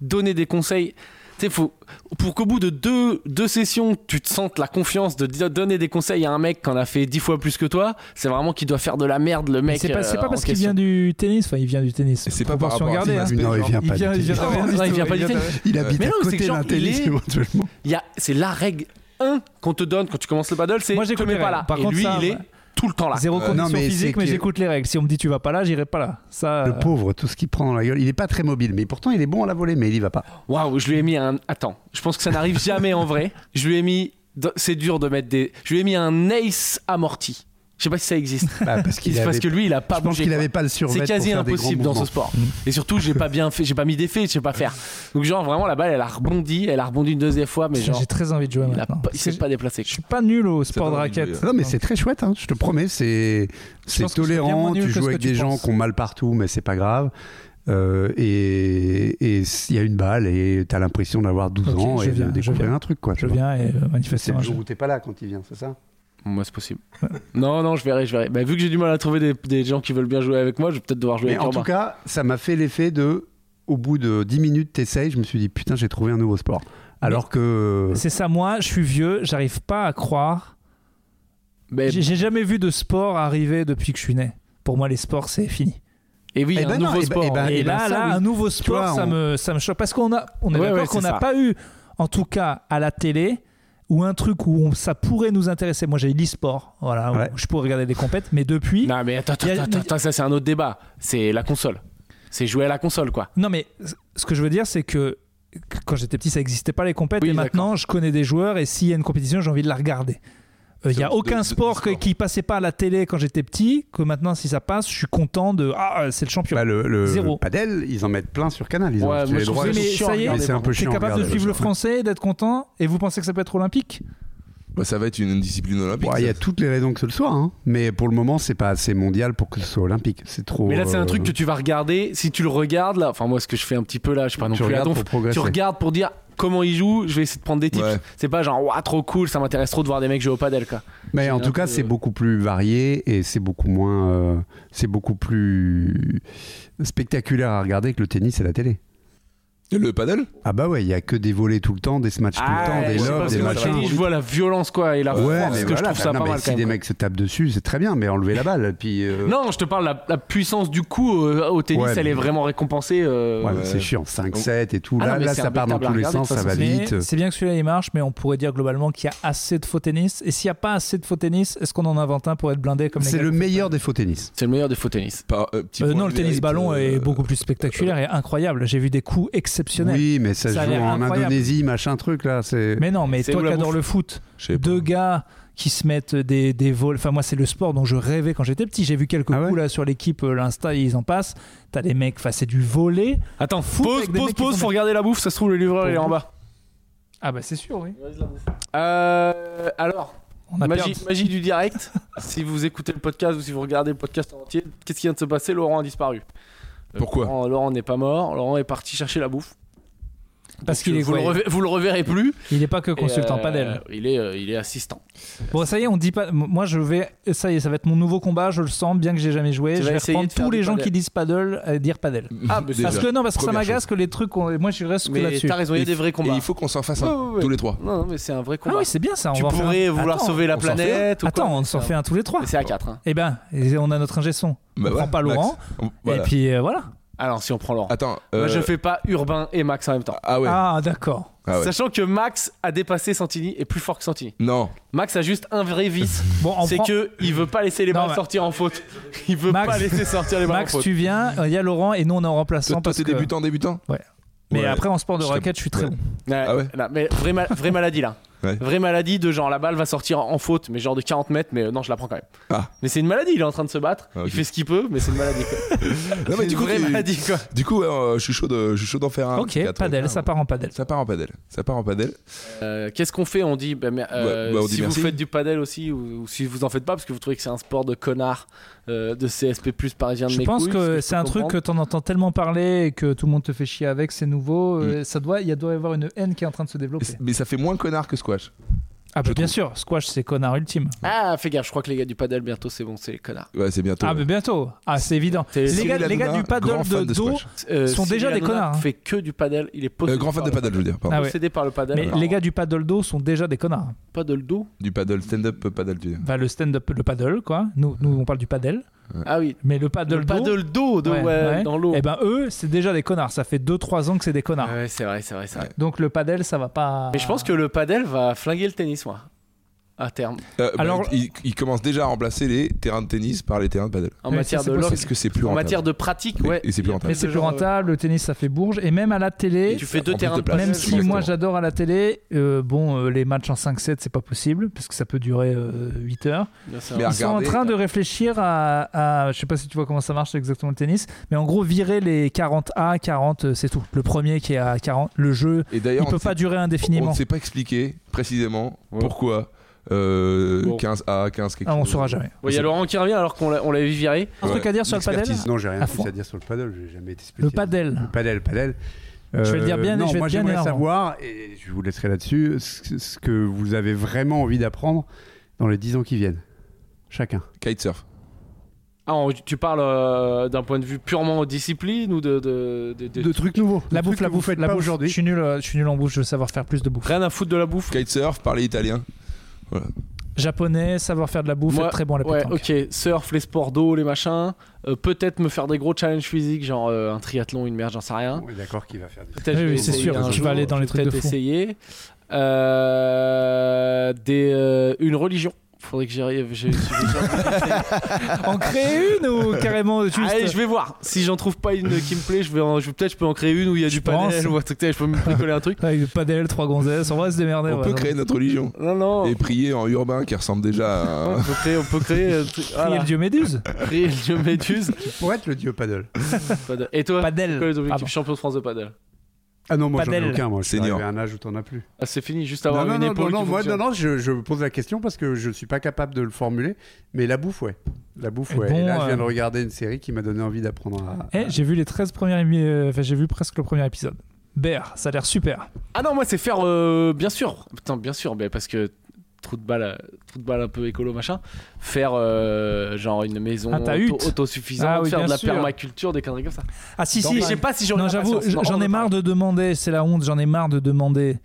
Speaker 1: donner des conseils. Tu sais, faut, pour qu'au bout de deux, deux sessions, tu te sentes la confiance de di- donner des conseils à un mec qui en a fait dix fois plus que toi, c'est vraiment qu'il doit faire de la merde le
Speaker 2: Mais
Speaker 1: mec.
Speaker 2: C'est pas, c'est
Speaker 1: euh,
Speaker 2: pas
Speaker 1: en
Speaker 2: parce qu'il
Speaker 1: question.
Speaker 2: vient du tennis, enfin il vient du tennis.
Speaker 3: Et c'est pas par
Speaker 2: Proportion
Speaker 3: rapport à
Speaker 2: gardée, hein.
Speaker 3: son aspect,
Speaker 4: Non, il
Speaker 3: genre,
Speaker 4: vient
Speaker 2: Il
Speaker 4: pas
Speaker 2: vient,
Speaker 4: du
Speaker 2: il vient
Speaker 4: tennis.
Speaker 2: de rien du
Speaker 1: Non, il
Speaker 2: tout,
Speaker 1: vient pas du tennis.
Speaker 4: Il habite
Speaker 1: Euh, Mais
Speaker 4: à
Speaker 1: non, c'est
Speaker 4: côté
Speaker 1: que genre,
Speaker 4: d'un tennis,
Speaker 1: il est-
Speaker 4: éventuellement.
Speaker 1: Il y a- C'est la règle 1 qu'on te donne quand tu commences le paddle, c'est
Speaker 2: Moi,
Speaker 1: je te
Speaker 2: j'écoute
Speaker 1: mets
Speaker 2: les
Speaker 1: pas
Speaker 2: règles.
Speaker 1: là.
Speaker 2: Par
Speaker 1: et
Speaker 2: contre,
Speaker 1: lui,
Speaker 2: ça,
Speaker 1: il est
Speaker 2: ouais.
Speaker 1: tout le temps là.
Speaker 2: Zéro
Speaker 3: Euh,
Speaker 2: condition
Speaker 4: non, mais c'est
Speaker 2: physique, mais
Speaker 4: que-
Speaker 2: j'écoute les règles. Si on me dit tu vas pas là, j'irai pas là. Ça.
Speaker 4: Le pauvre, tout ce qu'il prend dans la gueule. Il est pas très mobile, mais pourtant il est bon à la volée, mais il y va pas.
Speaker 1: Waouh, je lui ai mis un. Attends, je pense que ça n'arrive jamais en vrai. Je lui ai mis. C'est dur de mettre des. Je lui ai mis un ace amorti. Je sais pas si ça existe.
Speaker 4: Bah, parce qu'il
Speaker 1: C'est
Speaker 4: avait...
Speaker 1: parce que lui, il a pas
Speaker 4: je pense
Speaker 1: bougé,
Speaker 4: qu'il
Speaker 1: quoi.
Speaker 4: avait pas le survêt.
Speaker 1: C'est quasi
Speaker 4: pour faire des grands
Speaker 1: impossible dans ce
Speaker 4: mouvements.
Speaker 1: sport. Et surtout, j'ai pas bien fait, j'ai pas mis d'effet, je sais pas faire. Donc genre vraiment la balle, elle a rebondi, elle a rebondi une deuxième fois, mais
Speaker 2: Putain,
Speaker 1: genre
Speaker 2: J'ai très envie de jouer
Speaker 1: il, a
Speaker 2: maintenant.
Speaker 1: pas- il
Speaker 2: Parce que
Speaker 1: s'est pas déplacé.
Speaker 2: Je suis pas nul au
Speaker 3: pas
Speaker 2: sport de
Speaker 3: envie de
Speaker 2: raquette.
Speaker 3: jouer,
Speaker 4: Non mais c'est très chouette, hein, je te promets, c'est c'est
Speaker 2: pense que je suis bien moins
Speaker 4: tolérant,
Speaker 2: nul
Speaker 4: tu
Speaker 2: que ce
Speaker 4: joues
Speaker 2: que
Speaker 4: avec
Speaker 2: tu
Speaker 4: des gens
Speaker 2: penses.
Speaker 4: qui ont mal partout mais c'est pas grave. Euh, et et s'il y a une balle et t'as l'impression d'avoir 12
Speaker 2: Ok,
Speaker 4: ans
Speaker 2: je
Speaker 4: et
Speaker 2: viens,
Speaker 4: de
Speaker 2: je
Speaker 4: découvrir
Speaker 2: viens.
Speaker 4: un truc quoi. tu
Speaker 2: Je
Speaker 4: vois.
Speaker 2: viens et euh,
Speaker 4: C'est
Speaker 2: manifester
Speaker 4: le
Speaker 2: un
Speaker 4: jour
Speaker 2: jeu.
Speaker 4: où t'es pas là quand il vient, c'est ça
Speaker 1: Moi, c'est possible. non, non, je verrai, je verrai. Bah, vu que j'ai du mal à trouver des, des gens qui veulent bien jouer avec moi, je vais peut-être devoir jouer
Speaker 4: Mais
Speaker 1: avec
Speaker 4: en tout
Speaker 1: Urbain.
Speaker 4: cas, ça m'a fait l'effet de, au bout de 10 minutes, t'essayes, je me suis dit, putain, j'ai trouvé un nouveau sport. Alors que.
Speaker 2: C'est ça, moi, je suis vieux, j'arrive pas à croire.
Speaker 1: Mais-
Speaker 4: Eh
Speaker 2: J'ai j'ai jamais vu de sport arriver depuis que je suis né. Pour moi, les sports, c'est fini.
Speaker 1: et oui,
Speaker 4: Eh
Speaker 1: un
Speaker 4: ben non,
Speaker 1: nouveau
Speaker 4: eh ben-
Speaker 1: sport.
Speaker 4: eh ben- Ah,
Speaker 2: et là,
Speaker 4: ça,
Speaker 2: là,
Speaker 4: oui.
Speaker 2: un nouveau sport,
Speaker 4: vois,
Speaker 2: ça,
Speaker 4: on-
Speaker 2: me, ça me choque. Parce qu'on a, on est
Speaker 1: Ouais,
Speaker 2: d'accord
Speaker 1: ouais,
Speaker 2: qu'on
Speaker 1: c'est
Speaker 2: n'a
Speaker 1: ça.
Speaker 2: pas eu, en tout cas à la télé, ou un truc où on- ça pourrait nous intéresser. Moi, j'ai l'e-sport, voilà, où
Speaker 4: Ouais.
Speaker 2: je pourrais regarder des compètes, mais depuis.
Speaker 1: Non, mais attends, attends,
Speaker 2: Il y a-
Speaker 1: attends, attends, ça c'est un autre débat. C'est la console. C'est jouer à la console, quoi.
Speaker 2: Non, mais ce que je veux dire, c'est que quand j'étais petit, ça n'existait pas les compètes.
Speaker 1: Oui,
Speaker 2: et maintenant, je connais des joueurs et s'il y a une compétition, j'ai envie de la regarder. Euh, Il y
Speaker 3: C'est
Speaker 2: n'y a
Speaker 3: de-
Speaker 2: aucun
Speaker 3: de- de-
Speaker 2: sport que-
Speaker 3: sport.
Speaker 2: qui passait pas à la télé quand j'étais petit, que maintenant, si ça passe, je suis content de. Ah, c'est le champion.
Speaker 4: Bah, le, le,
Speaker 2: Zéro.
Speaker 4: le padel, ils en mettent plein sur Canal. Ils ont
Speaker 1: Ouais,
Speaker 4: acheté
Speaker 1: moi,
Speaker 4: les
Speaker 1: je
Speaker 4: droits.
Speaker 1: trouve
Speaker 2: mais
Speaker 1: c'est chiant
Speaker 2: ça
Speaker 1: à
Speaker 2: y est,
Speaker 1: regarder,
Speaker 4: c'est un
Speaker 1: par
Speaker 4: peu
Speaker 2: T'es
Speaker 4: chiant.
Speaker 2: capable de
Speaker 4: regarder,
Speaker 2: suivre le
Speaker 4: ça.
Speaker 2: français, d'être content, et vous pensez que ça peut être olympique
Speaker 3: Bah, ça va être une discipline olympique.
Speaker 4: Bon, Il y
Speaker 3: ça.
Speaker 4: a toutes les raisons que ce le soit, hein. mais pour le moment, c'est pas assez mondial pour que ce soit olympique. C'est trop.
Speaker 1: Mais là, c'est un
Speaker 4: euh,
Speaker 1: truc que tu vas regarder. Si tu le regardes, là, enfin, moi, ce que je fais un petit peu là, je suis pas non
Speaker 4: tu
Speaker 1: plus à
Speaker 4: regardes
Speaker 1: donf.
Speaker 4: pour progresser.
Speaker 1: Tu regardes pour dire comment ils jouent, je vais essayer de prendre des tips.
Speaker 3: Ouais.
Speaker 1: C'est pas genre, ouah, trop cool, ça m'intéresse trop de voir des mecs jouer au padel, quoi.
Speaker 4: Mais en
Speaker 1: C'est un
Speaker 4: tout cas,
Speaker 1: peu- euh,
Speaker 4: c'est beaucoup plus varié et c'est beaucoup moins, euh, c'est beaucoup plus spectaculaire à regarder que le tennis et la télé.
Speaker 3: Le paddle
Speaker 4: Ah bah ouais, il y a que des volets tout le temps, des smatchs tout le temps,
Speaker 1: Ah je
Speaker 4: des
Speaker 1: sais pas,
Speaker 4: lobs,
Speaker 1: parce
Speaker 4: des
Speaker 1: que moi,
Speaker 3: matchs.
Speaker 1: je
Speaker 4: machins.
Speaker 1: dis, je vois la violence, quoi, et la force, que je
Speaker 4: voilà,
Speaker 1: trouve ça
Speaker 4: non,
Speaker 1: pas
Speaker 4: mais
Speaker 1: mal,
Speaker 4: si
Speaker 1: quand
Speaker 4: des
Speaker 1: même.
Speaker 4: mecs se tapent dessus, c'est très bien, mais enlevez la balle. Puis euh,
Speaker 1: Non, je te parle, la, la puissance du coup euh, au tennis,
Speaker 4: Ouais,
Speaker 1: elle
Speaker 4: mais-
Speaker 1: est vraiment récompensée. euh,
Speaker 4: ouais,
Speaker 3: Ouais.
Speaker 4: c'est chiant, 5-7 et tout.
Speaker 1: Ah non,
Speaker 4: là,
Speaker 1: mais
Speaker 4: là,
Speaker 1: c'est
Speaker 4: ça part dans
Speaker 1: imbuvable
Speaker 4: tous
Speaker 1: à
Speaker 4: les
Speaker 1: regarder,
Speaker 4: sens,
Speaker 1: de
Speaker 4: ça
Speaker 1: toute
Speaker 4: va
Speaker 1: façon.
Speaker 4: Bah, vite.
Speaker 2: Mais C'est bien que celui-là il marche, mais on pourrait dire globalement qu'il y a assez de faux tennis. Et s'il n'y a pas assez de faux tennis, est-ce qu'on en invente un pour être blindé comme les
Speaker 4: C'est
Speaker 2: gars
Speaker 4: le meilleur des faux tennis.
Speaker 1: C'est le meilleur des faux tennis.
Speaker 3: Par- euh, petit
Speaker 2: Euh,
Speaker 3: point
Speaker 2: non, le
Speaker 3: mérite,
Speaker 2: tennis ballon
Speaker 3: euh,
Speaker 2: est beaucoup plus spectaculaire et incroyable. J'ai vu des coups exceptionnels.
Speaker 4: Oui, mais ça,
Speaker 2: Ça a
Speaker 4: se joue
Speaker 2: l'air
Speaker 4: en
Speaker 2: incroyable.
Speaker 4: Indonésie, machin truc là. C'est
Speaker 2: Mais non, mais
Speaker 1: C'est
Speaker 2: toi
Speaker 1: où
Speaker 2: qui
Speaker 1: la
Speaker 2: adore le foot,
Speaker 3: je sais pas.
Speaker 2: deux gars qui se mettent des, des vols. Enfin, moi, c'est le sport dont je rêvais quand j'étais petit. J'ai vu quelques
Speaker 4: Ah ouais
Speaker 2: coups là sur l'équipe, euh, l'Insta, ils en passent. T'as des mecs, enfin, c'est du volet.
Speaker 1: Attends,
Speaker 2: Foot
Speaker 1: pause,
Speaker 2: avec des
Speaker 1: pause,
Speaker 2: mecs qui
Speaker 1: pause,
Speaker 2: font
Speaker 1: faut regarder la bouffe, ça se trouve, le livreur, il est en bas.
Speaker 2: Ah, bah, c'est sûr, oui.
Speaker 1: Euh, alors,
Speaker 2: On a
Speaker 1: magie,
Speaker 2: perdu.
Speaker 1: magie du
Speaker 4: <laughs>
Speaker 1: direct. si vous écoutez le podcast ou si vous regardez le podcast en entier, qu'est-ce qui vient de se passer Laurent a disparu. Euh,
Speaker 3: Pourquoi
Speaker 1: Laurent- Laurent n'est pas mort, Laurent est parti chercher la bouffe.
Speaker 2: Parce
Speaker 1: Donc,
Speaker 2: qu'il
Speaker 1: euh,
Speaker 2: est
Speaker 1: vous, le
Speaker 2: quoi,
Speaker 1: rever- vous le reverrez plus.
Speaker 2: Il n'est pas que
Speaker 1: Et,
Speaker 2: consultant
Speaker 1: euh,
Speaker 2: padel.
Speaker 1: Il est, euh, il est assistant.
Speaker 2: Bon, ça y est, on dit pas. Moi, je vais. Ça y est, ça va être mon nouveau combat. Je le sens, bien que j'ai jamais joué.
Speaker 1: Tu
Speaker 2: je
Speaker 1: vas
Speaker 2: vais
Speaker 1: essayer
Speaker 2: reprendre
Speaker 1: de faire
Speaker 2: tous
Speaker 1: du
Speaker 2: les gens
Speaker 1: padel.
Speaker 2: qui disent padel à dire padel.
Speaker 1: Ah, mais
Speaker 3: Déjà.
Speaker 2: Parce que non, parce que ça
Speaker 3: Première
Speaker 2: m'agace que les trucs. qu'on- Moi, je reste que
Speaker 1: Mais
Speaker 2: là-dessus.
Speaker 1: t'as raison, il y a
Speaker 3: Et
Speaker 1: des vrais
Speaker 3: Et
Speaker 1: combats.
Speaker 3: il faut qu'on s'en fasse un,
Speaker 1: Ouais, ouais, ouais.
Speaker 3: tous les trois.
Speaker 1: Non, non, mais c'est un vrai
Speaker 2: Ah
Speaker 1: combat.
Speaker 2: oui, c'est bien ça. On
Speaker 1: tu
Speaker 2: va en faire
Speaker 1: pourrais
Speaker 2: un.
Speaker 1: vouloir
Speaker 2: Attends,
Speaker 1: sauver la
Speaker 3: on s'en fait un.
Speaker 1: planète. ou quoi,
Speaker 2: Attends, on
Speaker 1: mais
Speaker 2: s'en
Speaker 1: c'est
Speaker 2: fait un tous les trois.
Speaker 1: Mais c'est à 4. Hein.
Speaker 2: Eh ben, et on a notre ingé son.
Speaker 3: Bah
Speaker 2: on
Speaker 3: voilà,
Speaker 2: prend pas
Speaker 3: Max.
Speaker 2: Laurent.
Speaker 3: On- voilà.
Speaker 2: Et puis euh, voilà.
Speaker 1: Alors, si on prend Laurent.
Speaker 3: Attends.
Speaker 1: Moi,
Speaker 3: euh,
Speaker 1: je fais pas Urbain et Max en même temps.
Speaker 3: Ah ouais.
Speaker 2: Ah d'accord.
Speaker 3: ah ouais.
Speaker 1: Sachant que Max a dépassé Santini et plus fort que Santini.
Speaker 3: Non.
Speaker 1: Max a juste un vrai vice,
Speaker 2: Bon, on
Speaker 1: c'est
Speaker 2: prend-
Speaker 1: que il veut pas laisser les
Speaker 2: Non,
Speaker 1: balles
Speaker 2: mais-
Speaker 1: sortir en faute. <laughs> Il veut
Speaker 2: Max-
Speaker 1: pas laisser sortir les balles en
Speaker 2: Max,
Speaker 1: faute.
Speaker 2: tu viens. euh, Il y a Laurent et nous on est en remplaçant
Speaker 3: Toi, toi,
Speaker 2: parce
Speaker 3: t'es
Speaker 2: que-
Speaker 3: débutant, débutant
Speaker 2: Ouais. Mais
Speaker 3: Ouais.
Speaker 2: après en sport de
Speaker 3: Je serais-
Speaker 2: raquette, je suis très
Speaker 3: ouais.
Speaker 2: bon.
Speaker 1: Ouais,
Speaker 3: Ah ouais
Speaker 1: non, mais vraie, ma- vraie maladie là.
Speaker 3: Ouais.
Speaker 1: Vraie maladie de genre la balle va sortir en faute, mais genre de 40 mètres, mais euh, non, je la prends quand même.
Speaker 3: Ah.
Speaker 1: Mais c'est une maladie, il est en train de se battre,
Speaker 3: Ah, ok.
Speaker 1: il fait ce qu'il peut, mais c'est une maladie. quoi.
Speaker 3: Non, mais
Speaker 1: C'est
Speaker 3: du
Speaker 1: une
Speaker 3: coup,
Speaker 1: vraie
Speaker 3: tu-
Speaker 1: maladie quoi.
Speaker 3: du coup, ouais, euh, je suis chaud de- je suis chaud d'en faire un.
Speaker 2: Ok,
Speaker 3: Quatre,
Speaker 2: padel,
Speaker 3: ouais.
Speaker 2: ça part en padel.
Speaker 3: Ça part en padel. Ça part en padel.
Speaker 1: Euh, Qu'est-ce qu'on fait On dit, bah, mais, euh,
Speaker 3: Ouais, bah, on
Speaker 1: si
Speaker 3: dit
Speaker 1: vous
Speaker 3: merci.
Speaker 1: faites du padel aussi ou, ou si vous en faites pas parce que vous trouvez que c'est un sport de connard euh, de CSP plus parisien de
Speaker 2: Je
Speaker 1: mes
Speaker 2: pense
Speaker 1: couilles, ce
Speaker 2: que
Speaker 1: je
Speaker 2: c'est
Speaker 1: peux
Speaker 2: un truc que
Speaker 1: comprendre.
Speaker 2: t'en entends tellement parler et que tout le monde te fait chier avec, c'est nouveau.
Speaker 3: Mm.
Speaker 2: euh, Ça doit, il y a- doit y avoir une haine qui est en train de se développer.
Speaker 3: Mais ça fait moins connard que squash.
Speaker 2: Ah bah
Speaker 3: je
Speaker 2: bien sûr, squash c'est connard ultime.
Speaker 1: Ah, fais gaffe, je crois que les gars du padel bientôt c'est bon, c'est les connards.
Speaker 3: Ouais, c'est bientôt.
Speaker 2: Ah mais bientôt. Ah c'est évident.
Speaker 1: C'est-
Speaker 2: Les
Speaker 1: Cyril
Speaker 2: gars, les gars
Speaker 3: Hanouna,
Speaker 2: du paddle
Speaker 3: grand fan
Speaker 2: de
Speaker 3: de
Speaker 2: dos.
Speaker 3: squash.
Speaker 1: Euh,
Speaker 2: Sont
Speaker 1: Cyril
Speaker 2: déjà des
Speaker 1: Hanouna
Speaker 2: connards, hein.
Speaker 1: fait que du padel, il est possédé
Speaker 3: Euh, grand fan de
Speaker 1: par le-
Speaker 3: paddle, je veux dire. pardon.
Speaker 2: Ah ouais.
Speaker 1: possédé par le padel.
Speaker 2: Mais
Speaker 1: Alors,
Speaker 2: les gars du paddle dos sont déjà des connards.
Speaker 1: paddle dos.
Speaker 3: Du paddle, stand-up paddle, tu veux dire.
Speaker 2: Bah, le stand-up, le paddle, quoi. Nous, nous, on parle du paddle.
Speaker 1: Ah oui.
Speaker 2: Mais le paddle,
Speaker 1: le
Speaker 2: d'eau,
Speaker 1: paddle dos, de-
Speaker 2: ouais,
Speaker 1: ouais,
Speaker 2: ouais.
Speaker 1: dans l'eau.
Speaker 2: Eh ben, eux, c'est déjà des connards. Ça fait 2-3 ans que c'est des connards.
Speaker 1: Ah Ouais, c'est vrai, c'est vrai, c'est vrai.
Speaker 2: Donc, le paddle, ça va pas.
Speaker 1: Mais je pense que le padel va flinguer le tennis, moi, à terme,
Speaker 3: Euh, bah,
Speaker 2: Alors-
Speaker 3: il, il commence déjà à remplacer les terrains de tennis par les terrains de paddle.
Speaker 1: en
Speaker 2: Ouais,
Speaker 1: matière
Speaker 2: ça, c'est
Speaker 1: de
Speaker 2: possible.
Speaker 1: log,
Speaker 3: Est-ce que c'est plus
Speaker 1: en
Speaker 3: rentable
Speaker 1: matière de pratique,
Speaker 3: Et-
Speaker 1: ouais.
Speaker 3: et c'est plus rentable.
Speaker 2: Mais c'est
Speaker 1: Genre,
Speaker 2: plus rentable, le tennis, ça fait bourge. Et même à la télé.
Speaker 1: Et tu fais
Speaker 3: Ça
Speaker 1: deux
Speaker 3: prend
Speaker 1: terrains de
Speaker 3: plus de place.
Speaker 1: padel.
Speaker 2: Même si
Speaker 3: Exactement.
Speaker 2: moi j'adore à la télé, euh, bon, euh, les matchs en 5-7, c'est pas possible, parce que ça peut durer 8 heures.
Speaker 1: Bien sûr.
Speaker 3: Mais
Speaker 2: Ils sont en
Speaker 3: regarder-
Speaker 2: train de réfléchir à, à- Je sais pas si tu vois comment ça marche exactement le tennis, mais en gros, virer les 40 A, 40, euh, c'est tout. Le premier qui est à 40, le jeu,
Speaker 3: Et
Speaker 2: il
Speaker 3: d'ailleurs, on
Speaker 2: peut
Speaker 3: ne
Speaker 2: pas
Speaker 3: sait-
Speaker 2: durer
Speaker 3: on
Speaker 2: indéfiniment.
Speaker 3: ne sait pas expliquer précisément
Speaker 1: Ouais.
Speaker 3: pourquoi euh,
Speaker 1: Bon.
Speaker 3: 15A, 15 quelque
Speaker 2: Ah, on
Speaker 3: chose.
Speaker 2: saura jamais.
Speaker 1: Bon, Il y a Laurent qui revient alors qu'on l'a- on l'avait viré.
Speaker 2: Un
Speaker 3: Ouais.
Speaker 2: truc à dire sur le padel
Speaker 3: L'expertise.
Speaker 4: Non, j'ai rien
Speaker 2: À
Speaker 4: de plus
Speaker 2: fond.
Speaker 4: à dire sur le paddle, j'ai jamais été
Speaker 2: Le
Speaker 4: spécialiste.
Speaker 2: padel.
Speaker 4: Padel, padel. Euh,
Speaker 2: Je vais le dire bien et
Speaker 4: non,
Speaker 2: je vais être
Speaker 4: moi,
Speaker 2: bien
Speaker 4: j'aimerais
Speaker 2: énervant.
Speaker 4: savoir, et je vous laisserai là-dessus, ce ce que vous avez vraiment envie d'apprendre dans les 10 ans qui viennent. Chacun.
Speaker 3: Kitesurf.
Speaker 1: Ah, on- tu parles euh, d'un point de vue purement discipline ou de, de, de- de-
Speaker 4: De trucs nouveaux.
Speaker 2: La
Speaker 4: De
Speaker 2: bouffe,
Speaker 4: trucs
Speaker 2: la
Speaker 4: que vous
Speaker 2: bouffe,
Speaker 4: faites
Speaker 2: la
Speaker 4: pas
Speaker 2: bouffe. Je
Speaker 4: aujourd'hui.
Speaker 2: suis nul, euh, je suis nul en bouffe. Je veux savoir faire plus de bouffe.
Speaker 1: rien à foutre de la bouffe
Speaker 3: Kitesurf, parler italien.
Speaker 2: Japonais, savoir faire de la bouffe,
Speaker 1: Moi,
Speaker 2: être très bon à la
Speaker 1: Ouais,
Speaker 2: pétanque.
Speaker 1: ok, surf, les sports d'eau, les machins. Euh, Peut-être me faire des gros challenges physiques, genre euh, un triathlon, une merde, j'en sais rien.
Speaker 4: On est d'accord qu'il va faire des
Speaker 1: Peut-être
Speaker 2: Oui,
Speaker 1: je vais
Speaker 2: oui, c'est
Speaker 1: essayer
Speaker 2: sûr,
Speaker 1: un
Speaker 2: je vais
Speaker 1: jour,
Speaker 2: aller dans les trucs
Speaker 1: peut-être
Speaker 2: de fou.
Speaker 1: essayer. Euh, des, euh, une religion. Faudrait que j'y arrive.
Speaker 2: <laughs>
Speaker 1: j'ai- j'ai-
Speaker 2: En créer une ou carrément juste
Speaker 1: Allez, je vais voir. Si j'en trouve pas une qui me plaît, je vais, en- je, peut-être je peux en créer une où il y a
Speaker 2: Je
Speaker 1: du
Speaker 2: pense.
Speaker 1: panel ou un truc. tel, Je peux me bricoler un truc.
Speaker 2: euh, Avec pas d'ailes, trois gonzesses, on va se démerder.
Speaker 3: On peut créer notre religion.
Speaker 1: Non, non.
Speaker 3: Et prier en urbain qui ressemble déjà
Speaker 4: ben.
Speaker 3: à.
Speaker 1: On peut créer, on peut créer. un truc-
Speaker 2: Prier
Speaker 1: voilà. <laughs>
Speaker 2: le dieu Méduse
Speaker 1: Prier le
Speaker 2: <laughs>
Speaker 1: dieu Méduse.
Speaker 4: Pour être le dieu paddle.
Speaker 1: Paddle. Et toi
Speaker 2: Pas
Speaker 1: Quel est
Speaker 2: d'ailes.
Speaker 1: ton
Speaker 2: Pardon.
Speaker 1: objectif champion de France de paddle
Speaker 4: Ah non, moi j'en ai
Speaker 2: Paddle.
Speaker 4: aucun, moi. Je suis
Speaker 3: Senior.
Speaker 4: arrivé à un âge où t'en as plus.
Speaker 1: ah, C'est fini, juste avoir
Speaker 4: non,
Speaker 1: une
Speaker 4: non, non,
Speaker 1: épaule.
Speaker 4: non,
Speaker 1: qui
Speaker 4: moi, non,
Speaker 1: fonctionne.
Speaker 4: non, je, je pose la question parce que je suis pas capable de le formuler. Mais la bouffe, ouais. La bouffe,
Speaker 2: Et
Speaker 4: ouais.
Speaker 2: bon,
Speaker 4: Et là, je
Speaker 2: euh,
Speaker 4: viens de regarder une série qui m'a donné envie d'apprendre à.
Speaker 2: Eh, j'ai vu les 13 premières émi- euh, Enfin, j'ai vu presque le premier épisode. Bear, ça a l'air super.
Speaker 1: Ah non, moi c'est faire euh, bien sûr. Putain, bien sûr, mais parce que trou de balle, euh, trou de balle un peu écolo machin. Faire euh, genre une maison
Speaker 2: Ah, ta
Speaker 1: auto-
Speaker 2: hutte.
Speaker 1: autosuffisante,
Speaker 2: Ah oui,
Speaker 1: faire
Speaker 2: bien
Speaker 1: de la
Speaker 2: sûr.
Speaker 1: permaculture, des conneries comme ça.
Speaker 2: Ah si,
Speaker 1: Mais
Speaker 2: si,
Speaker 1: je sais pas si j'aurais
Speaker 2: Non,
Speaker 1: la
Speaker 2: j'avoue,
Speaker 1: patience. Non,
Speaker 2: j'en
Speaker 1: on
Speaker 2: ai
Speaker 1: en
Speaker 2: marre
Speaker 1: parle.
Speaker 2: de demander, c'est la honte, j'en ai marre de demander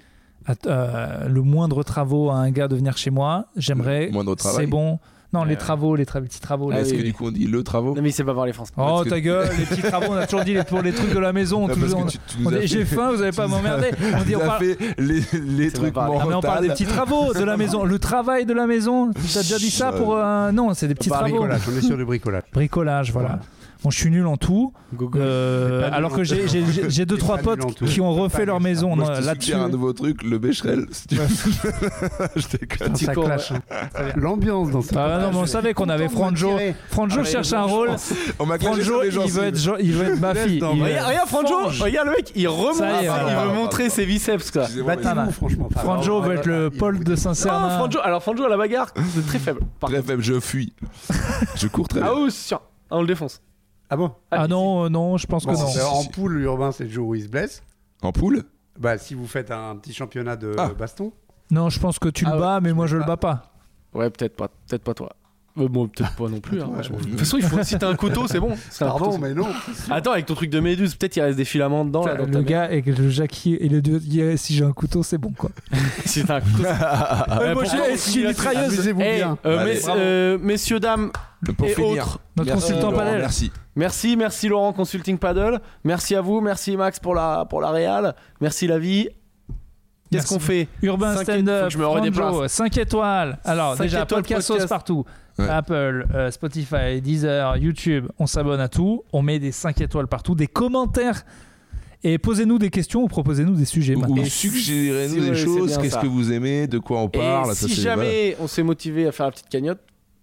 Speaker 2: à- euh, le moindre travaux à un gars de venir chez moi. J'aimerais.
Speaker 3: Le moindre travail.
Speaker 2: C'est bon. Non,
Speaker 1: Ouais.
Speaker 2: les travaux, les, tra-
Speaker 1: <laughs>
Speaker 2: petits travaux.
Speaker 1: Ah
Speaker 2: les-
Speaker 3: Est-ce
Speaker 1: oui,
Speaker 3: que
Speaker 1: oui.
Speaker 3: du coup on dit le travaux
Speaker 1: Non, mais c'est pas voir les Français.
Speaker 2: Oh,
Speaker 3: parce que-
Speaker 2: ta gueule, les petits travaux, on a toujours dit les- pour les trucs de la maison. on
Speaker 3: Ah, Parce
Speaker 2: toujours-
Speaker 3: que tu, tu nous
Speaker 2: on
Speaker 3: as
Speaker 2: dit,
Speaker 3: fait-
Speaker 2: J'ai faim, vous allez pas
Speaker 3: tu nous as-
Speaker 2: m'emmerder. On
Speaker 3: tu
Speaker 2: dit,
Speaker 3: <laughs> nous
Speaker 2: on
Speaker 3: as
Speaker 2: parle.
Speaker 3: fait les, les
Speaker 1: pas
Speaker 3: trucs
Speaker 1: pareil.
Speaker 3: mentaux.
Speaker 2: Ah, mais on parle des petits travaux de la maison. Le travail de la maison, t'as déjà dit ça pour un. Non, c'est des petits
Speaker 4: Par
Speaker 2: travaux.
Speaker 4: bricolage, on est sur du bricolage.
Speaker 2: Bricolage, voilà. Bon, je suis nul en tout. Euh,
Speaker 4: T'es pas
Speaker 2: alors
Speaker 4: nul
Speaker 2: que
Speaker 4: en
Speaker 2: j'ai
Speaker 4: tout.
Speaker 2: j'ai- j'ai- j'ai deux
Speaker 4: T'es
Speaker 2: trois
Speaker 4: pas
Speaker 2: potes
Speaker 4: nul en tout.
Speaker 2: qui ont
Speaker 4: T'es pas
Speaker 2: refait
Speaker 4: nul.
Speaker 2: leur maison
Speaker 3: Moi,
Speaker 2: non,
Speaker 3: je te
Speaker 2: là-dessus.
Speaker 3: suggère un nouveau truc, le Becherel. si tu veux. <laughs> je déconne.
Speaker 4: Ça
Speaker 1: con,
Speaker 4: clash.
Speaker 2: hein.
Speaker 4: L'ambiance dans ce.
Speaker 2: Ah non, mais on
Speaker 4: podcast,
Speaker 2: savait qu'on avait
Speaker 4: content de me
Speaker 2: Franjo.
Speaker 4: tirer.
Speaker 2: Franjo
Speaker 1: Ah,
Speaker 2: cherche
Speaker 1: mais
Speaker 2: un
Speaker 1: je
Speaker 2: rôle.
Speaker 1: pense-
Speaker 3: On m'a clashé
Speaker 2: Franjo,
Speaker 3: sur les gens.
Speaker 2: il veut être, Jean- il veut être ma
Speaker 4: laisse
Speaker 2: fille.
Speaker 4: dans-
Speaker 2: Il-
Speaker 1: Regarde, regarde Franjo,
Speaker 2: Frange.
Speaker 1: regarde le mec, il remonte,
Speaker 2: Ça y est,
Speaker 1: il
Speaker 2: voilà.
Speaker 1: veut montrer ses biceps quoi.
Speaker 4: Battez-vous,
Speaker 2: Voilà.
Speaker 4: franchement. pardon.
Speaker 2: Bah, Franjo veut être
Speaker 4: Ah,
Speaker 2: le Paul de
Speaker 1: Non,
Speaker 2: Saint-Cernin.
Speaker 1: Franjo, alors Franjo à la bagarre, c'est très faible. Par
Speaker 3: Très faible,
Speaker 1: <laughs>
Speaker 3: je fuis. Je cours très
Speaker 1: Ah
Speaker 3: vite.
Speaker 1: oui, sûr. Ah, on le défonce.
Speaker 4: Ah bon
Speaker 2: Ah non, euh, non, je pense que
Speaker 4: Bon,
Speaker 2: non.
Speaker 3: si,
Speaker 4: alors, En
Speaker 3: si.
Speaker 4: poule, Urbain, c'est le jour où il se blesse.
Speaker 3: En poule
Speaker 4: Bah, si vous faites un petit championnat de
Speaker 3: Ah.
Speaker 4: baston,
Speaker 2: Non, je pense que tu
Speaker 1: Ah
Speaker 2: le
Speaker 1: ouais,
Speaker 2: bats, mais moi je le bats pas.
Speaker 1: Ouais, peut-être pas, peut-être pas toi. Mais bon, peut-être pas non plus. hein.
Speaker 4: Ouais.
Speaker 1: franchement. De toute façon, il faut, si t'as un couteau, c'est bon. Si t'as un
Speaker 4: pardon,
Speaker 1: couteau,
Speaker 4: mais non.
Speaker 1: c'est- Attends, avec ton truc de méduse, peut-être il reste des filaments dedans. Oh Là, dans ta
Speaker 2: le
Speaker 1: merde.
Speaker 2: gars avec le Jackie et le dieu, yeah, si j'ai un couteau, c'est bon quoi.
Speaker 1: <laughs> si t'as un couteau.
Speaker 2: moi,
Speaker 1: pourquoi
Speaker 2: j'ai-
Speaker 1: on
Speaker 2: eh, si j'ai
Speaker 1: continue
Speaker 2: une <laughs> mitrailleuse.
Speaker 1: là-dessus
Speaker 4: Amusez-vous
Speaker 1: Eh,
Speaker 2: hein
Speaker 4: bien.
Speaker 1: euh,
Speaker 3: Allez.
Speaker 1: mess-
Speaker 2: Bravo.
Speaker 1: euh, messieurs, dames
Speaker 3: Pour
Speaker 1: et
Speaker 3: finir.
Speaker 1: autres,
Speaker 2: Notre
Speaker 3: Merci,
Speaker 2: consultant
Speaker 3: Laurent,
Speaker 2: panel.
Speaker 3: Merci.
Speaker 1: merci, merci Laurent Consulting Paddle. Merci à vous, merci Max pour la, pour la Real. Merci la vie. Qu'est-ce
Speaker 2: Merci.
Speaker 1: qu'on fait
Speaker 2: Urbain
Speaker 1: Cinq é- faut
Speaker 2: stand-up,
Speaker 1: que je me redéplace.
Speaker 2: 5 étoiles. Alors
Speaker 1: Cinq
Speaker 2: déjà,
Speaker 1: étoiles,
Speaker 2: podcast,
Speaker 1: podcast.
Speaker 2: sauce partout.
Speaker 3: Ouais.
Speaker 2: Apple, euh, Spotify, Deezer, YouTube, on s'abonne à tout. On met des 5 étoiles partout, des commentaires. Et posez-nous des questions ou proposez-nous des sujets.
Speaker 3: Ou
Speaker 2: maintenant.
Speaker 3: ou
Speaker 1: Et si-
Speaker 3: suggérez-nous des
Speaker 1: ouais, c'est
Speaker 3: choses,
Speaker 1: bien
Speaker 3: qu'est-ce
Speaker 1: ça.
Speaker 3: que vous aimez, de quoi on parle.
Speaker 1: Et
Speaker 3: ça,
Speaker 1: si
Speaker 3: c'est- voilà.
Speaker 1: jamais on s'est motivé à faire la petite cagnotte,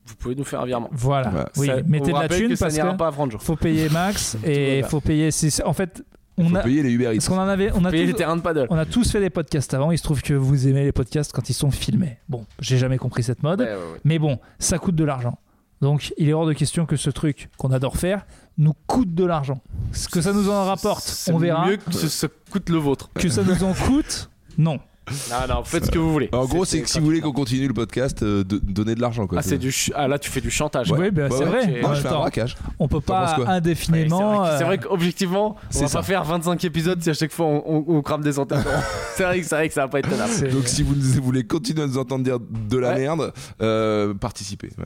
Speaker 1: vous pouvez nous faire un virement.
Speaker 2: Voilà.
Speaker 3: Voilà.
Speaker 2: Oui,
Speaker 1: Ça- on
Speaker 2: mettez de la
Speaker 1: rappelle
Speaker 2: thune
Speaker 1: que
Speaker 2: parce
Speaker 1: ça n'ira
Speaker 2: que
Speaker 1: pas à Franjo.
Speaker 2: faut payer
Speaker 1: <laughs>
Speaker 2: Max et
Speaker 1: va bien.
Speaker 2: faut payer. c'est- En fait, on
Speaker 3: Faut
Speaker 2: a
Speaker 3: payer les Uber
Speaker 2: parce
Speaker 3: Eats.
Speaker 2: qu'on en avait, on a
Speaker 1: Payez
Speaker 2: tous-
Speaker 1: les terrains de paddle.
Speaker 2: on a tous fait des podcasts avant. Il se trouve que vous aimez les podcasts quand ils sont filmés. Bon, j'ai jamais compris cette mode.
Speaker 1: Ouais, ouais, ouais.
Speaker 2: Mais bon, ça coûte de l'argent. Donc, il est hors de question que ce truc qu'on adore faire nous coûte de l'argent. Ce que ça nous en rapporte,
Speaker 1: C'est
Speaker 2: on verra.
Speaker 1: Mieux que ce- ça coûte le vôtre.
Speaker 2: Que ça nous en coûte, non.
Speaker 1: Non, non, faites ce que vous voulez.
Speaker 3: En gros, c'est que si vous voulez qu'on continue le podcast, euh, de- donnez de l'argent. quoi.
Speaker 1: Ah, c'est du ch- ah, là, tu fais du chantage.
Speaker 2: Oui, ben,
Speaker 3: Bah
Speaker 2: c'est
Speaker 3: ouais.
Speaker 2: vrai.
Speaker 1: tu-
Speaker 2: En
Speaker 3: Non, je
Speaker 2: même
Speaker 3: fais un
Speaker 2: temps,
Speaker 3: braquage.
Speaker 2: on peut
Speaker 3: penses
Speaker 2: pas
Speaker 3: quoi
Speaker 1: Ouais, c'est
Speaker 2: indéfiniment.
Speaker 1: vrai que-
Speaker 2: euh,
Speaker 1: c'est vrai qu'objectivement, on
Speaker 3: c'est
Speaker 1: va
Speaker 3: ça.
Speaker 1: pas faire 25 épisodes si à chaque fois on, on- on crame des
Speaker 3: <laughs>
Speaker 1: antennes. c'est vrai, que- c'est vrai que ça va pas être tenable.
Speaker 2: euh, c'est-
Speaker 3: Donc si vous nous- voulez continuer à nous entendre dire de la
Speaker 1: Ouais.
Speaker 3: merde, euh, participez. Ouais.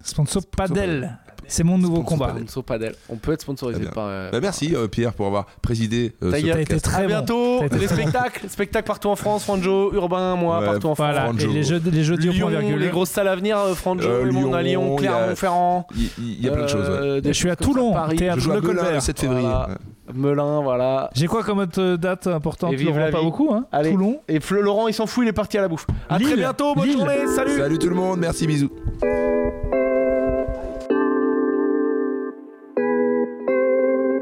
Speaker 2: Sponsor Padel, c'est mon nouveau
Speaker 3: Sponsor
Speaker 2: combat.
Speaker 3: Padel.
Speaker 1: Sponsor Padel. On peut être sponsorisé
Speaker 3: Très bien.
Speaker 1: par. euh,
Speaker 3: Bah, merci euh, Pierre pour avoir présidé euh,
Speaker 1: Ta
Speaker 3: ce
Speaker 1: gueule.
Speaker 2: T'as été
Speaker 3: podcast.
Speaker 1: à
Speaker 2: très bon.
Speaker 1: bientôt.
Speaker 2: T'as été
Speaker 1: Les
Speaker 2: très bon.
Speaker 1: spectacles, spectacles partout en France. Franjo, Urbain, moi,
Speaker 3: Ouais,
Speaker 1: partout en France.
Speaker 2: Voilà, et
Speaker 3: Franjo.
Speaker 2: les jeux, les jeux durs
Speaker 1: Lyon,
Speaker 2: point virgule.
Speaker 1: les grosses salles à venir. euh, Franjo,
Speaker 3: Euh,
Speaker 1: et moi, on a
Speaker 3: Lyon,
Speaker 1: Lyon,
Speaker 3: il y a-
Speaker 1: Clermont-Ferrand.
Speaker 3: Il il y, a plein de choses. ouais.
Speaker 1: euh, des
Speaker 2: Je suis à
Speaker 1: choses comme ça,
Speaker 2: Toulon,
Speaker 1: Paris.
Speaker 2: t'es à
Speaker 3: Je joue à
Speaker 2: Le
Speaker 3: Melun le
Speaker 2: Colbert.
Speaker 3: 7 février.
Speaker 1: Voilà.
Speaker 3: Ouais.
Speaker 1: Melun, voilà.
Speaker 2: J'ai quoi comme autre date importante
Speaker 1: Et vive
Speaker 2: Laurent,
Speaker 1: la
Speaker 2: pas
Speaker 1: vie.
Speaker 2: beaucoup. Hein
Speaker 1: Allez.
Speaker 2: Toulon.
Speaker 1: Et Fleu Laurent, il s'en fout, il est parti à la bouffe. À
Speaker 2: Lille.
Speaker 1: très bientôt, bonne
Speaker 2: Lille.
Speaker 1: journée, salut
Speaker 3: Salut tout le monde, merci, bisous.